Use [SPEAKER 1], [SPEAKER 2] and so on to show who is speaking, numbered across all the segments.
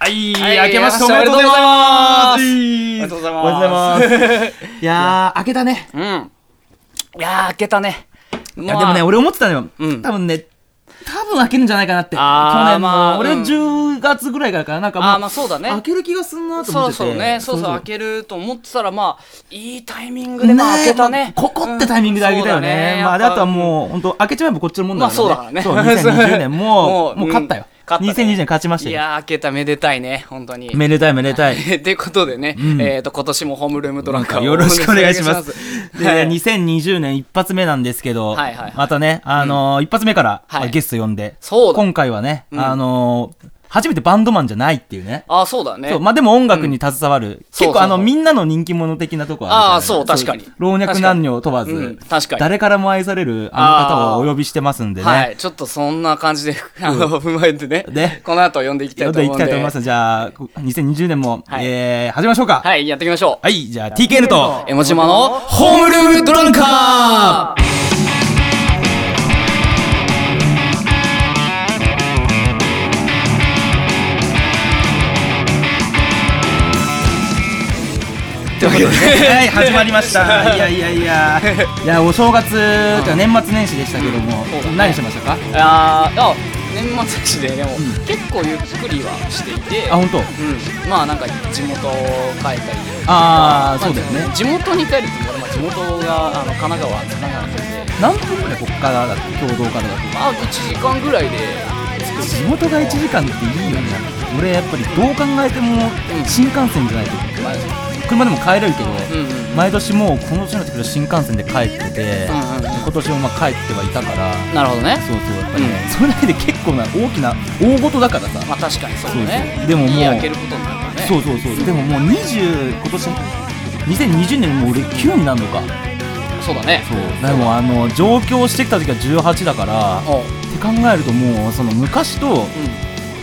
[SPEAKER 1] はい、
[SPEAKER 2] はい
[SPEAKER 1] 明けましておめでとうございます
[SPEAKER 2] りがとうございます
[SPEAKER 1] おめでとうございますいやー、明けたね。
[SPEAKER 2] うんいやー開けたねい
[SPEAKER 1] いや、でもね、俺思ってたのよ。
[SPEAKER 2] うん
[SPEAKER 1] 多分ね、多分開けるんじゃないかなって。去
[SPEAKER 2] あー
[SPEAKER 1] 年
[SPEAKER 2] まあ
[SPEAKER 1] の、俺
[SPEAKER 2] うん
[SPEAKER 1] 10月ぐらいからかな。なんかも
[SPEAKER 2] あーまあそうだね
[SPEAKER 1] 開ける気がすんなと思っ
[SPEAKER 2] そう
[SPEAKER 1] てて。
[SPEAKER 2] そうねそうそう開けると思ってたらまあいいタイミングでまあ
[SPEAKER 1] ねえ
[SPEAKER 2] 開けたね
[SPEAKER 1] まあここってタイミングで開けたよね。
[SPEAKER 2] うん
[SPEAKER 1] まあ、で
[SPEAKER 2] そう
[SPEAKER 1] あ
[SPEAKER 2] だ
[SPEAKER 1] とはもう、本当開けちまえばこっちのもんだ
[SPEAKER 2] まあ
[SPEAKER 1] か
[SPEAKER 2] そうだからら
[SPEAKER 1] ね。
[SPEAKER 2] ね
[SPEAKER 1] そう、2020年、も
[SPEAKER 2] も
[SPEAKER 1] う、
[SPEAKER 2] う
[SPEAKER 1] もう勝ったよ。
[SPEAKER 2] 勝ったね
[SPEAKER 1] 2020年勝ちました
[SPEAKER 2] い
[SPEAKER 1] よ。
[SPEAKER 2] やー開けためでたいね本当に
[SPEAKER 1] めでたいめでたい。
[SPEAKER 2] ということでね、
[SPEAKER 1] ん
[SPEAKER 2] えっ、と、今年もホームルームドランカーを
[SPEAKER 1] よろしくお願いします。で、
[SPEAKER 2] はい
[SPEAKER 1] 2020年一発目なんですけど、
[SPEAKER 2] はいはいはい
[SPEAKER 1] またね、あのー一発目から、
[SPEAKER 2] はい
[SPEAKER 1] ゲスト呼んで、
[SPEAKER 2] そうだ
[SPEAKER 1] 今回はね、
[SPEAKER 2] うん
[SPEAKER 1] あのー初めてバンドマンじゃないっていうね。
[SPEAKER 2] あ、そうだね。
[SPEAKER 1] そうまあ、でも音楽に携わる、結構
[SPEAKER 2] そうそうそう
[SPEAKER 1] あのみんなの人気者的なとこあるから
[SPEAKER 2] あーそう確かに
[SPEAKER 1] 老若男女問わず、
[SPEAKER 2] 確かにうん確かに
[SPEAKER 1] 誰からも愛されるあの方をお呼びしてますんでね、
[SPEAKER 2] はい。ちょっとそんな感じで、あの、踏まえてね。
[SPEAKER 1] ね
[SPEAKER 2] この後読んでいきた
[SPEAKER 1] 呼
[SPEAKER 2] い
[SPEAKER 1] ん
[SPEAKER 2] と
[SPEAKER 1] でい
[SPEAKER 2] 思う
[SPEAKER 1] き
[SPEAKER 2] ん
[SPEAKER 1] た
[SPEAKER 2] で。
[SPEAKER 1] いと思いますじゃあ2020年も、
[SPEAKER 2] はい
[SPEAKER 1] えー始めましょうか
[SPEAKER 2] はい、やっていきましょう。
[SPEAKER 1] はい、じゃあ TKN と
[SPEAKER 2] 江モ島のホームルームドランカー
[SPEAKER 1] ということでね、はい、始まりました。いやいやいや、いや、お正月、てか年末年始でしたけども、
[SPEAKER 2] うんそうだね
[SPEAKER 1] 何してましたか。
[SPEAKER 2] あーあ、年末年始で、でも、結構ゆっくりはしていて、
[SPEAKER 1] あ、本当。
[SPEAKER 2] うん、まあなんか地元を帰ったり
[SPEAKER 1] あー
[SPEAKER 2] ま
[SPEAKER 1] そうだよね
[SPEAKER 2] 地元に帰るって言ったら、まあ、地元があの神奈川神奈川なんで、
[SPEAKER 1] 何分ぐらいこっからだって、共同からだと。
[SPEAKER 2] まあ、1時間ぐらいで
[SPEAKER 1] 地元が1時間っていいよね。俺、やっぱり、どう考えても、
[SPEAKER 2] うん
[SPEAKER 1] 新幹線じゃないと、
[SPEAKER 2] まあ
[SPEAKER 1] 車でも帰れるけど。
[SPEAKER 2] うんうん
[SPEAKER 1] 毎年もうこの年になってくると新幹線で帰ってて、
[SPEAKER 2] うんうん
[SPEAKER 1] 今年もまあ帰ってはいたから
[SPEAKER 2] なるほどね
[SPEAKER 1] そうそうやっぱりね、それだけで結構な大きな大事だからさ、
[SPEAKER 2] まあ確かにそうだ
[SPEAKER 1] そう
[SPEAKER 2] ね
[SPEAKER 1] そうでももう
[SPEAKER 2] 家開けることになるからね
[SPEAKER 1] そうそうそうでももう20今年2020年もう俺9になるのか
[SPEAKER 2] そうだね
[SPEAKER 1] そうでもあの上京してきた時は18だからって
[SPEAKER 2] おう
[SPEAKER 1] 考えるともうその昔と
[SPEAKER 2] うん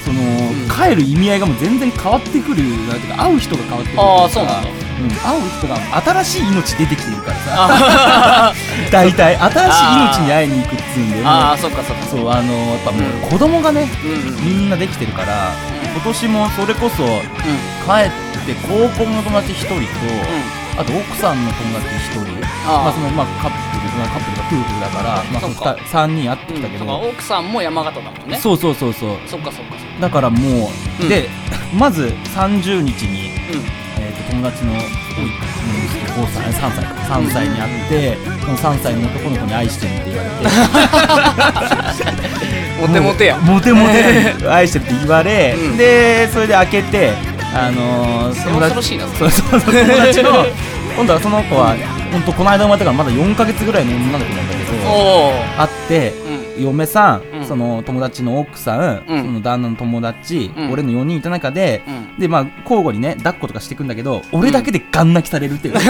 [SPEAKER 1] その、
[SPEAKER 2] ん
[SPEAKER 1] 帰る意味合いがもう全然変わってくるなんていうか会う人が変わってくる
[SPEAKER 2] あーそうなんだ
[SPEAKER 1] うん、会う人が新しい命出てきてるからさ 大体新しい命に会いに行くっつうんでもう
[SPEAKER 2] ああそっかそっか
[SPEAKER 1] そうあのやっぱもう
[SPEAKER 2] う
[SPEAKER 1] 子供がね
[SPEAKER 2] うんうんうんうん
[SPEAKER 1] みんなできてるから今年もそれこそ帰って高校の友達1人と、あと奥さんの友達1人
[SPEAKER 2] あー
[SPEAKER 1] まあそのまあ、カップル、まあ、カップルが夫婦だから、まあ、そ
[SPEAKER 2] そ
[SPEAKER 1] の
[SPEAKER 2] っか
[SPEAKER 1] 3人会ってきたけ
[SPEAKER 2] だ
[SPEAKER 1] ど、
[SPEAKER 2] から奥さんも山形だもんね
[SPEAKER 1] そうそうそうそう
[SPEAKER 2] そっかそっかそっか
[SPEAKER 1] だからもう、
[SPEAKER 2] うん
[SPEAKER 1] でまず30日に、
[SPEAKER 2] う
[SPEAKER 1] えー、と友達のおい5歳3歳か3歳に会って、その3歳の男の子に愛してるって言われて
[SPEAKER 2] んモテモテや
[SPEAKER 1] モテモテで 愛してるって言われ、
[SPEAKER 2] うん
[SPEAKER 1] でそれで開けてあのー、友達
[SPEAKER 2] 恐ろしいな
[SPEAKER 1] そうそうそう友達 の今度はその子は本当この間生まれたからまだ4ヶ月ぐらいの女の子なんだけど
[SPEAKER 2] おお
[SPEAKER 1] 会って
[SPEAKER 2] うん
[SPEAKER 1] 嫁さん、
[SPEAKER 2] うん
[SPEAKER 1] その友達の奥さん、
[SPEAKER 2] うん
[SPEAKER 1] その旦那の友達、
[SPEAKER 2] うん
[SPEAKER 1] 俺の4人いた中で、
[SPEAKER 2] うん
[SPEAKER 1] でまあ交互にね抱っことかしてくんだけど俺だけでガン泣きされるっていう、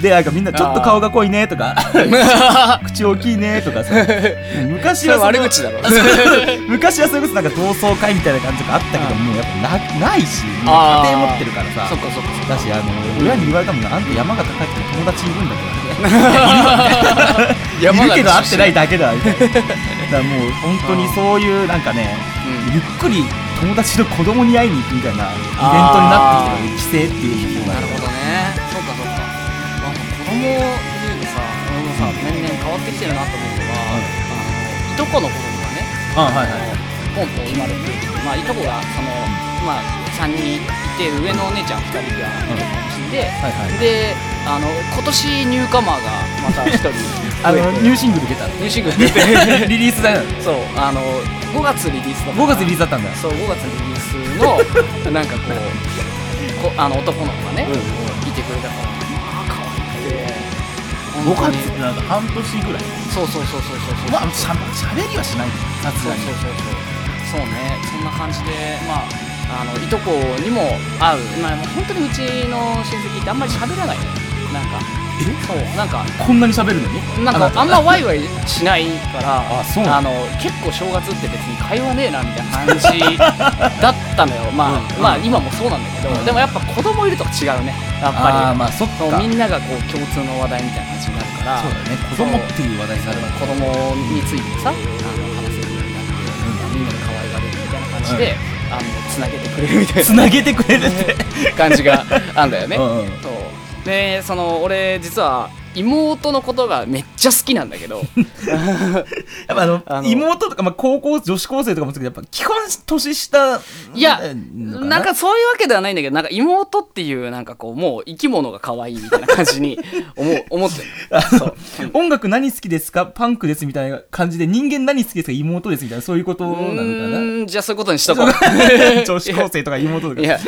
[SPEAKER 1] でなんかみんなちょっと顔が濃いねとか 口大きいねとかさ昔
[SPEAKER 2] それ
[SPEAKER 1] は
[SPEAKER 2] は
[SPEAKER 1] そ
[SPEAKER 2] 悪
[SPEAKER 1] の
[SPEAKER 2] 口だろ
[SPEAKER 1] 昔はそれこそなんか同窓会みたいな感じとかあったけどもうやっぱなないしもう
[SPEAKER 2] あー
[SPEAKER 1] 家庭持ってるからさ
[SPEAKER 2] そっかそっか
[SPEAKER 1] だしあの親に言われたもんなあんた山形帰っても友達いるんだけ どねいるけど会ってないだけだみたいなだからもう本当にそういうなんかね
[SPEAKER 2] うん
[SPEAKER 1] ゆっくり友達の子供に会いに行くみたいなイベントにな
[SPEAKER 2] あー
[SPEAKER 1] ってきてる帰省っていうのが
[SPEAKER 2] なるほどねそうかそうかあ子供でいうとさ俺もさ年々変わってきてるなと思うのが、あのいとこの子供がね
[SPEAKER 1] あはいはい
[SPEAKER 2] ポンと生まれて、まあ、いとこがその、まあ、3人いて上のお姉ちゃん2人が結婚して、
[SPEAKER 1] はいはい
[SPEAKER 2] であの今年ニューカマーがまた1人
[SPEAKER 1] あの
[SPEAKER 2] 増えて
[SPEAKER 1] ニューシングル出た
[SPEAKER 2] ニューシングル出て
[SPEAKER 1] リリースだよ
[SPEAKER 2] そうあの5月リリースだった
[SPEAKER 1] 5月リリースだったんだ
[SPEAKER 2] そう5月リリースのなんかこうこ あの男の子がね、いてくれたからまあ可愛くて
[SPEAKER 1] 5
[SPEAKER 2] 本当
[SPEAKER 1] 月
[SPEAKER 2] に
[SPEAKER 1] ってなんか半年ぐらい
[SPEAKER 2] そうそうそうそうそうそう
[SPEAKER 1] まあしゃしゃべりはしないさす
[SPEAKER 2] そう
[SPEAKER 1] が
[SPEAKER 2] そう
[SPEAKER 1] に
[SPEAKER 2] そうそうそうねそんな感じでまああのいとこにも会うまあ本当にうちの親戚ってあんまり喋らないねなんか
[SPEAKER 1] え
[SPEAKER 2] そうなんか
[SPEAKER 1] こんなにしゃべるのに
[SPEAKER 2] なんかあん
[SPEAKER 1] なた
[SPEAKER 2] まワイワイしないから
[SPEAKER 1] あそうな
[SPEAKER 2] の結構正月って別に会話ねえなみたいな感じだったのよまあ、
[SPEAKER 1] うん
[SPEAKER 2] まあ今もそうなんだけど、でもやっぱ子供いると違うねや
[SPEAKER 1] あ
[SPEAKER 2] っぱ
[SPEAKER 1] ー
[SPEAKER 2] り、
[SPEAKER 1] まあそっか
[SPEAKER 2] そ
[SPEAKER 1] そううだ
[SPEAKER 2] み
[SPEAKER 1] ね
[SPEAKER 2] んながこう共通の話題みたいな感じになるから
[SPEAKER 1] 子供っていう話題 になるから
[SPEAKER 2] 子供についてさあの話せるようになってみんなで可愛がれるみたいな感じで、あのつなげてくれるみたい
[SPEAKER 1] つなげてくれるって
[SPEAKER 2] な感じがあんだよね、
[SPEAKER 1] うんうん
[SPEAKER 2] そうでその俺実は妹のことがめっちゃ好きなんだけど
[SPEAKER 1] やっぱあの
[SPEAKER 2] あの
[SPEAKER 1] 妹とか、まあ、高校女子高生とかもつけどやっぱ基本年下
[SPEAKER 2] いや
[SPEAKER 1] のか
[SPEAKER 2] なんかそういうわけではないんだけどなんか妹っていうなんかこうもう生き物が可愛いみたいな感じに 思う思ってるそう
[SPEAKER 1] 音楽何好きですかパンクですみたいな感じで人間何好きですか妹ですみたいなそういうことなのか
[SPEAKER 2] う
[SPEAKER 1] な
[SPEAKER 2] ーんじゃあそういうことにしとこう
[SPEAKER 1] 女子高生とか妹と
[SPEAKER 2] い
[SPEAKER 1] か
[SPEAKER 2] や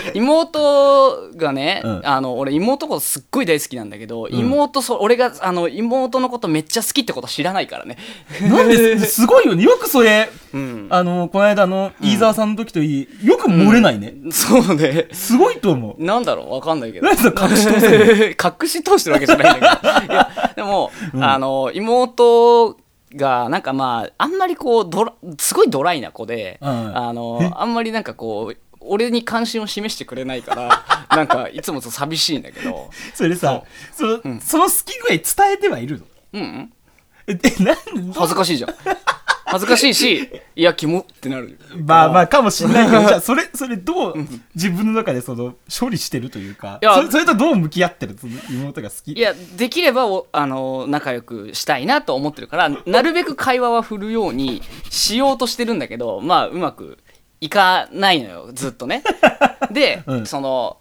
[SPEAKER 2] 妹がね、
[SPEAKER 1] うん
[SPEAKER 2] あの俺妹のことすっごい大好きなんだけど、
[SPEAKER 1] ん
[SPEAKER 2] 妹そ俺があの妹のことめっちゃ好きってこと知らないからね
[SPEAKER 1] なんですすごいよねよくそれ
[SPEAKER 2] うん
[SPEAKER 1] あのこの間あの飯沢さんの時といいよく漏れないね、
[SPEAKER 2] そうね
[SPEAKER 1] すごいと思う
[SPEAKER 2] なんだろうわかんないけど
[SPEAKER 1] 何それ隠し通せる
[SPEAKER 2] 隠し通してるわけじゃないんだけどいやでも、あの妹がなんかまああんまりこうドラすごいドライな子で、
[SPEAKER 1] うん
[SPEAKER 2] あのあんまりなんかこう俺に関心を示してくれないから なんかいつもと寂しいんだけど
[SPEAKER 1] それさその,、その好き具合伝えてはいるの
[SPEAKER 2] うんうん
[SPEAKER 1] ええなん
[SPEAKER 2] 恥ずかしいじゃん恥ずかしいしいやキモってなる
[SPEAKER 1] まあまあかもしれない けど、じゃあそれ、それどう自分の中でその処理してるというか、
[SPEAKER 2] いや
[SPEAKER 1] それそれとどう向き合ってるその妹が好
[SPEAKER 2] い
[SPEAKER 1] き。
[SPEAKER 2] やできればおあの仲良くしたいなと思ってるからなるべく会話は振るようにしようとしてるんだけどまあうまくいかないのよずっ とね。で、
[SPEAKER 1] うん
[SPEAKER 2] その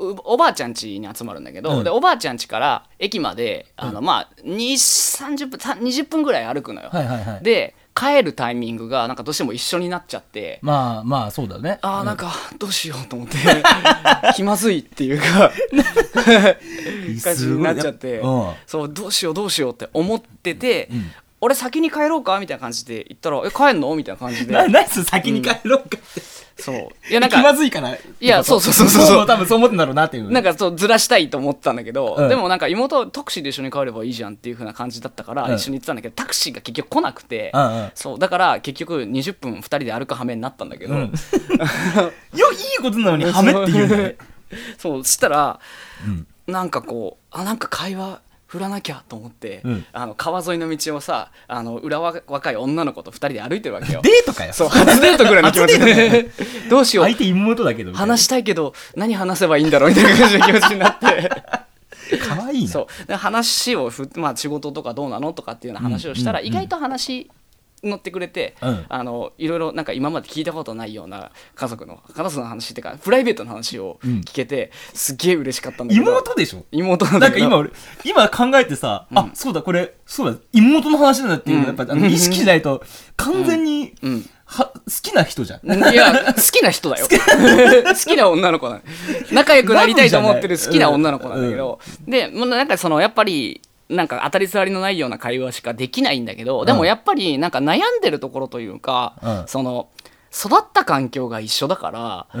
[SPEAKER 2] うおばあちゃん家に集まるんだけど、
[SPEAKER 1] うん
[SPEAKER 2] でおばあちゃん家から駅まであの、まあ2 30分さ20分ぐらい歩くのよ。
[SPEAKER 1] はいはいはい。
[SPEAKER 2] で帰るタイミングがなんかどうしても一緒になっちゃって。
[SPEAKER 1] まあまあ、そうだね。
[SPEAKER 2] あー
[SPEAKER 1] うん
[SPEAKER 2] なんかどうしようと思って 気まずいっていうか感じになっちゃって、
[SPEAKER 1] すごい
[SPEAKER 2] そうどうしようどうしようって思ってて、
[SPEAKER 1] ん
[SPEAKER 2] 俺先に帰ろうかみたいな感じで言ったら「え帰んの?」みたいな感じ
[SPEAKER 1] うん。な、
[SPEAKER 2] で
[SPEAKER 1] なにそれ先に帰ろうかって。
[SPEAKER 2] そういやなん
[SPEAKER 1] 気ま
[SPEAKER 2] か
[SPEAKER 1] ずいから。い
[SPEAKER 2] やそうそうそうそうそう
[SPEAKER 1] 多分そう思ってんだろうなっていう。
[SPEAKER 2] なん
[SPEAKER 1] か、
[SPEAKER 2] かそうずらしたいと思ったんだけど、
[SPEAKER 1] うん
[SPEAKER 2] でもなんか妹はタクシーで一緒に帰ればいいじゃんっていう風な感じだったから
[SPEAKER 1] うん
[SPEAKER 2] 一緒に行ってたんだけど、タクシーが結局来なくて、
[SPEAKER 1] うんうん
[SPEAKER 2] そうだから結局20分2人で歩く羽目になったんだけど、
[SPEAKER 1] うん。よ、いいことなのにハメって言うんだね。
[SPEAKER 2] そうしたら、
[SPEAKER 1] うん
[SPEAKER 2] なんかこうあなんか会話振らなきゃと思って、
[SPEAKER 1] うん
[SPEAKER 2] あの川沿いの道をさあの裏わ若い女の子と2人で歩いてるわけよ
[SPEAKER 1] デートかよ。
[SPEAKER 2] そう初デートぐらいの気持ち
[SPEAKER 1] 初デー
[SPEAKER 2] で どうしよう
[SPEAKER 1] 相手妹だけど。
[SPEAKER 2] 話したいけど何話せばいいんだろうみ たいな感じの気持ちになって。
[SPEAKER 1] かわいいな。
[SPEAKER 2] そうで話をふ、まあ、仕事とかどうなのとかっていうような話をしたら、
[SPEAKER 1] うん
[SPEAKER 2] 意外と話乗ってくれて、
[SPEAKER 1] うん
[SPEAKER 2] あのいろいろなんか今まで聞いたことないような家族の家族の話っていうかプライベートの話を
[SPEAKER 1] うん
[SPEAKER 2] 聞けて、すっげえ嬉しかったんだけど
[SPEAKER 1] 妹でしょ
[SPEAKER 2] 妹なん
[SPEAKER 1] な
[SPEAKER 2] だ
[SPEAKER 1] んか
[SPEAKER 2] けど
[SPEAKER 1] 今俺、今考えてさ、あ、そうだ、これ、そうだ、妹の話なんだっていうのやっぱ、あの意識しないと、完全に、
[SPEAKER 2] うん
[SPEAKER 1] は、好きな人じゃん。
[SPEAKER 2] いや好きな人だよ 好きな女の子なの仲良くなりたいと思ってる好きな女の子なんだけど、でもうなんかそのやっぱりなんか当たり障りのないような会話しかできないんだけどで
[SPEAKER 1] う
[SPEAKER 2] も
[SPEAKER 1] ん
[SPEAKER 2] やっぱりなんか悩んでるところというか、
[SPEAKER 1] うん
[SPEAKER 2] その育った環境が一緒だから、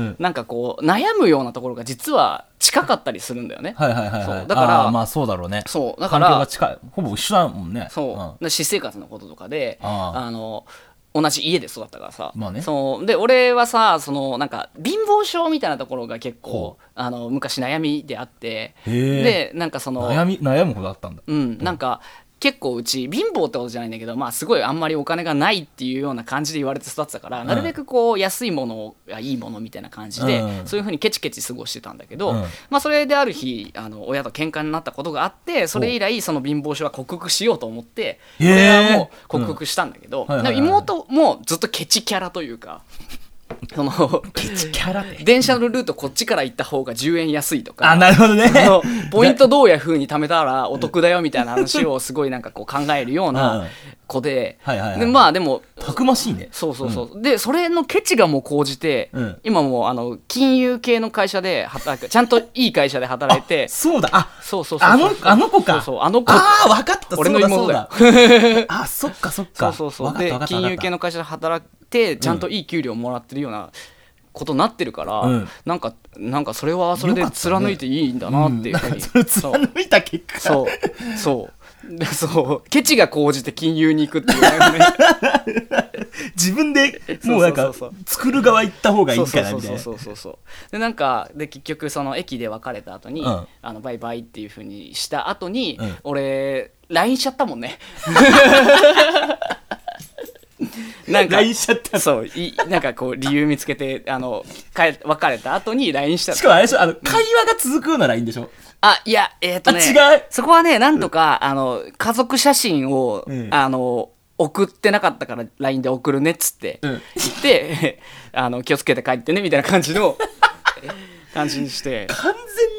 [SPEAKER 1] うん
[SPEAKER 2] なんかこう悩むようなところが実は近かったりするんだよね。
[SPEAKER 1] はいはいはいはい。
[SPEAKER 2] そうだから
[SPEAKER 1] あーまあそうだろうね。
[SPEAKER 2] そうだから
[SPEAKER 1] 環境が近い。ほぼ一緒だもんね。
[SPEAKER 2] そう、
[SPEAKER 1] ん
[SPEAKER 2] で私生活のこととかで
[SPEAKER 1] あ
[SPEAKER 2] あ
[SPEAKER 1] あ
[SPEAKER 2] の同じ家で育ったからさ、
[SPEAKER 1] まあね
[SPEAKER 2] そうで俺はさそのなんか貧乏症みたいなところが結構
[SPEAKER 1] ほ
[SPEAKER 2] あの昔悩みであって
[SPEAKER 1] へ
[SPEAKER 2] でなんかその
[SPEAKER 1] 悩み、悩むほどあったんだ。
[SPEAKER 2] うん、なんか結構うち貧乏ってことじゃないんだけど、まあ、すごいあんまりお金がないっていうような感じで言われて育ってたから、
[SPEAKER 1] ん
[SPEAKER 2] なるべくこう安いものがいいものみたいな感じで、
[SPEAKER 1] うん
[SPEAKER 2] そういうふうにケチケチ過ごしてたんだけど、
[SPEAKER 1] うん
[SPEAKER 2] まあ、それである日あの親と喧嘩になったことがあってそれ以来その貧乏症は克服しようと思って
[SPEAKER 1] へー
[SPEAKER 2] 俺はもう克服したんだけど、
[SPEAKER 1] うんはいはいはい
[SPEAKER 2] でも妹もずっとケチキャラというか。その
[SPEAKER 1] キャラで。
[SPEAKER 2] 電車のルートこっちから行った方が10円安いとか
[SPEAKER 1] あ、なるほどね。
[SPEAKER 2] あのポイントどうやふうに貯めたらお得だよみたいな話をすごいなんかこう考えるよう
[SPEAKER 1] うん
[SPEAKER 2] な子で
[SPEAKER 1] はいはいはい
[SPEAKER 2] でまあでも
[SPEAKER 1] たくましいね。
[SPEAKER 2] そうそうそう、でそれのケチがもう高じて、
[SPEAKER 1] うん
[SPEAKER 2] 今もうあの金融系の会社で働くちゃんといい会社で働いて
[SPEAKER 1] そうだ、あ、
[SPEAKER 2] そうそうそう
[SPEAKER 1] あの、あの子か。
[SPEAKER 2] そうそうあの子
[SPEAKER 1] ああ、わかった。
[SPEAKER 2] 俺の妹だよ
[SPEAKER 1] そうだ そうだあ、そっかそっ
[SPEAKER 2] そう
[SPEAKER 1] か。
[SPEAKER 2] そうそう
[SPEAKER 1] わかっ
[SPEAKER 2] で
[SPEAKER 1] たわかったわ
[SPEAKER 2] 金
[SPEAKER 1] かっ
[SPEAKER 2] 融
[SPEAKER 1] た
[SPEAKER 2] 系の会社で働いてちゃんといい給料もらってるようなことになってるから、
[SPEAKER 1] うん
[SPEAKER 2] なんかなんかそれはそれで
[SPEAKER 1] よかったね
[SPEAKER 2] 貫いていいんだなっていうふうに、
[SPEAKER 1] それ貫いた結果。
[SPEAKER 2] そう、そう。でそう。ケチが高じて金融に行くっていうね。
[SPEAKER 1] 自分でもうなん
[SPEAKER 2] そ
[SPEAKER 1] か
[SPEAKER 2] うそうそうそ
[SPEAKER 1] 作る側行った方がい
[SPEAKER 2] そう
[SPEAKER 1] い
[SPEAKER 2] そ
[SPEAKER 1] か
[SPEAKER 2] う
[SPEAKER 1] ら
[SPEAKER 2] そ
[SPEAKER 1] み
[SPEAKER 2] う
[SPEAKER 1] たい
[SPEAKER 2] そう
[SPEAKER 1] な
[SPEAKER 2] そうそうそう。で、なんか、で、結局、その駅で別れた後に、
[SPEAKER 1] うん
[SPEAKER 2] あの、バイバイっていうふうにした後に、
[SPEAKER 1] うん
[SPEAKER 2] 俺、LINE しちゃったもんね。なんか
[SPEAKER 1] LINE しちゃった
[SPEAKER 2] そういなんかこう理由見つけてあの帰別れた後に LINE したの
[SPEAKER 1] しかもあれでしょあの、会話が続くような LINE でしょ
[SPEAKER 2] あ、いや、えっ、とね、
[SPEAKER 1] あ違う
[SPEAKER 2] そこはね、なんとか、あの、家族写真を、
[SPEAKER 1] うん
[SPEAKER 2] あの、送ってなかったから LINE で送るねっつって、
[SPEAKER 1] うん
[SPEAKER 2] 言って、 あの、気をつけて帰ってね、みたいな感じ の、感じにして。
[SPEAKER 1] 完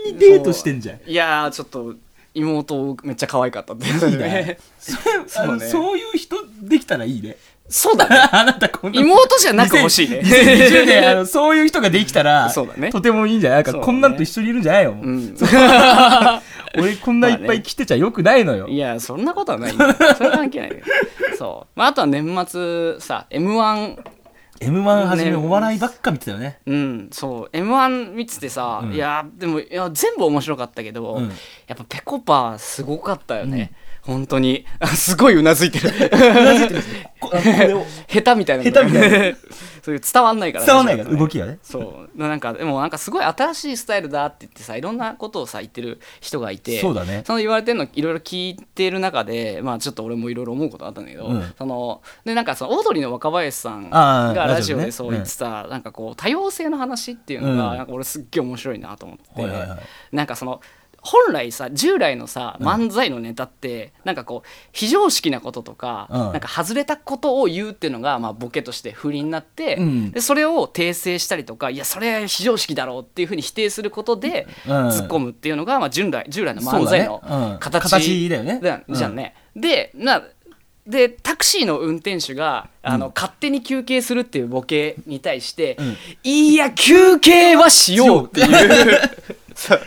[SPEAKER 1] 全にデートしてんじゃん。
[SPEAKER 2] いやー、ちょっと、妹めっちゃ可愛かったって。
[SPEAKER 1] いい ね
[SPEAKER 2] そうね
[SPEAKER 1] あのそういう人できたらいいね。
[SPEAKER 2] そうだね。
[SPEAKER 1] あなたこんな。
[SPEAKER 2] 妹じゃなく欲しいね。
[SPEAKER 1] 2020年、あの、そういう人ができたら、
[SPEAKER 2] そうだね
[SPEAKER 1] とてもいいんじゃないなんか、
[SPEAKER 2] そうだね
[SPEAKER 1] こんなんと一緒にいるんじゃないよ。もう
[SPEAKER 2] うん
[SPEAKER 1] 俺、こんないっぱい来てちゃよくないのよ。
[SPEAKER 2] いや、そんなことはないよ。それは関係ないよ。そう。まあ、あとは年末さ、M1
[SPEAKER 1] M1 はじめ
[SPEAKER 2] ね
[SPEAKER 1] お笑いばっか見てたよ ね。
[SPEAKER 2] うん、そう m 1見ててさ、
[SPEAKER 1] ん
[SPEAKER 2] いやでもいや全部面白かったけど、
[SPEAKER 1] うん
[SPEAKER 2] やっぱぺこぱすごかったよね、本当に あすごいうなずいてる
[SPEAKER 1] こあのこれを
[SPEAKER 2] 下手みたいな
[SPEAKER 1] 下手みた
[SPEAKER 2] いな そういう伝わんないから
[SPEAKER 1] 伝わんない から、
[SPEAKER 2] ね
[SPEAKER 1] 動きがね。
[SPEAKER 2] そうなんかでもなんかすごい新しいスタイルだって言ってさいろんなことをさ言ってる人がいて
[SPEAKER 1] そうだね
[SPEAKER 2] その言われてるのいろいろ聞いてる中でまあちょっと俺もいろいろ思うことあったんだけど、
[SPEAKER 1] うん
[SPEAKER 2] そのでなんかそのオードリーの若林さん
[SPEAKER 1] ああ
[SPEAKER 2] がラジオ
[SPEAKER 1] ラジオね
[SPEAKER 2] でそう言ってた、なんかこう多様性の話っていうの
[SPEAKER 1] う
[SPEAKER 2] が
[SPEAKER 1] ん
[SPEAKER 2] なんか俺すっげえ面白いなと思って、
[SPEAKER 1] はいはいはい
[SPEAKER 2] なんかその本来さ従来のさ漫才のネタって、なんかこう非常識なこととか、
[SPEAKER 1] うん
[SPEAKER 2] なんか外れたことを言うっていうのが、まあ、ボケとして不倫になって、
[SPEAKER 1] うん
[SPEAKER 2] でそれを訂正したりとかいやそれは非常識だろうっていうふうに否定することで
[SPEAKER 1] うん
[SPEAKER 2] 突っ込むっていうのが、まあ、従来従来の漫才の
[SPEAKER 1] そうだねうん
[SPEAKER 2] 形
[SPEAKER 1] 形だよねうん
[SPEAKER 2] じゃんね。でなでタクシーの運転手があの、勝手に休憩するっていうボケに対して「
[SPEAKER 1] うん
[SPEAKER 2] いや休憩はしよう」っていう そう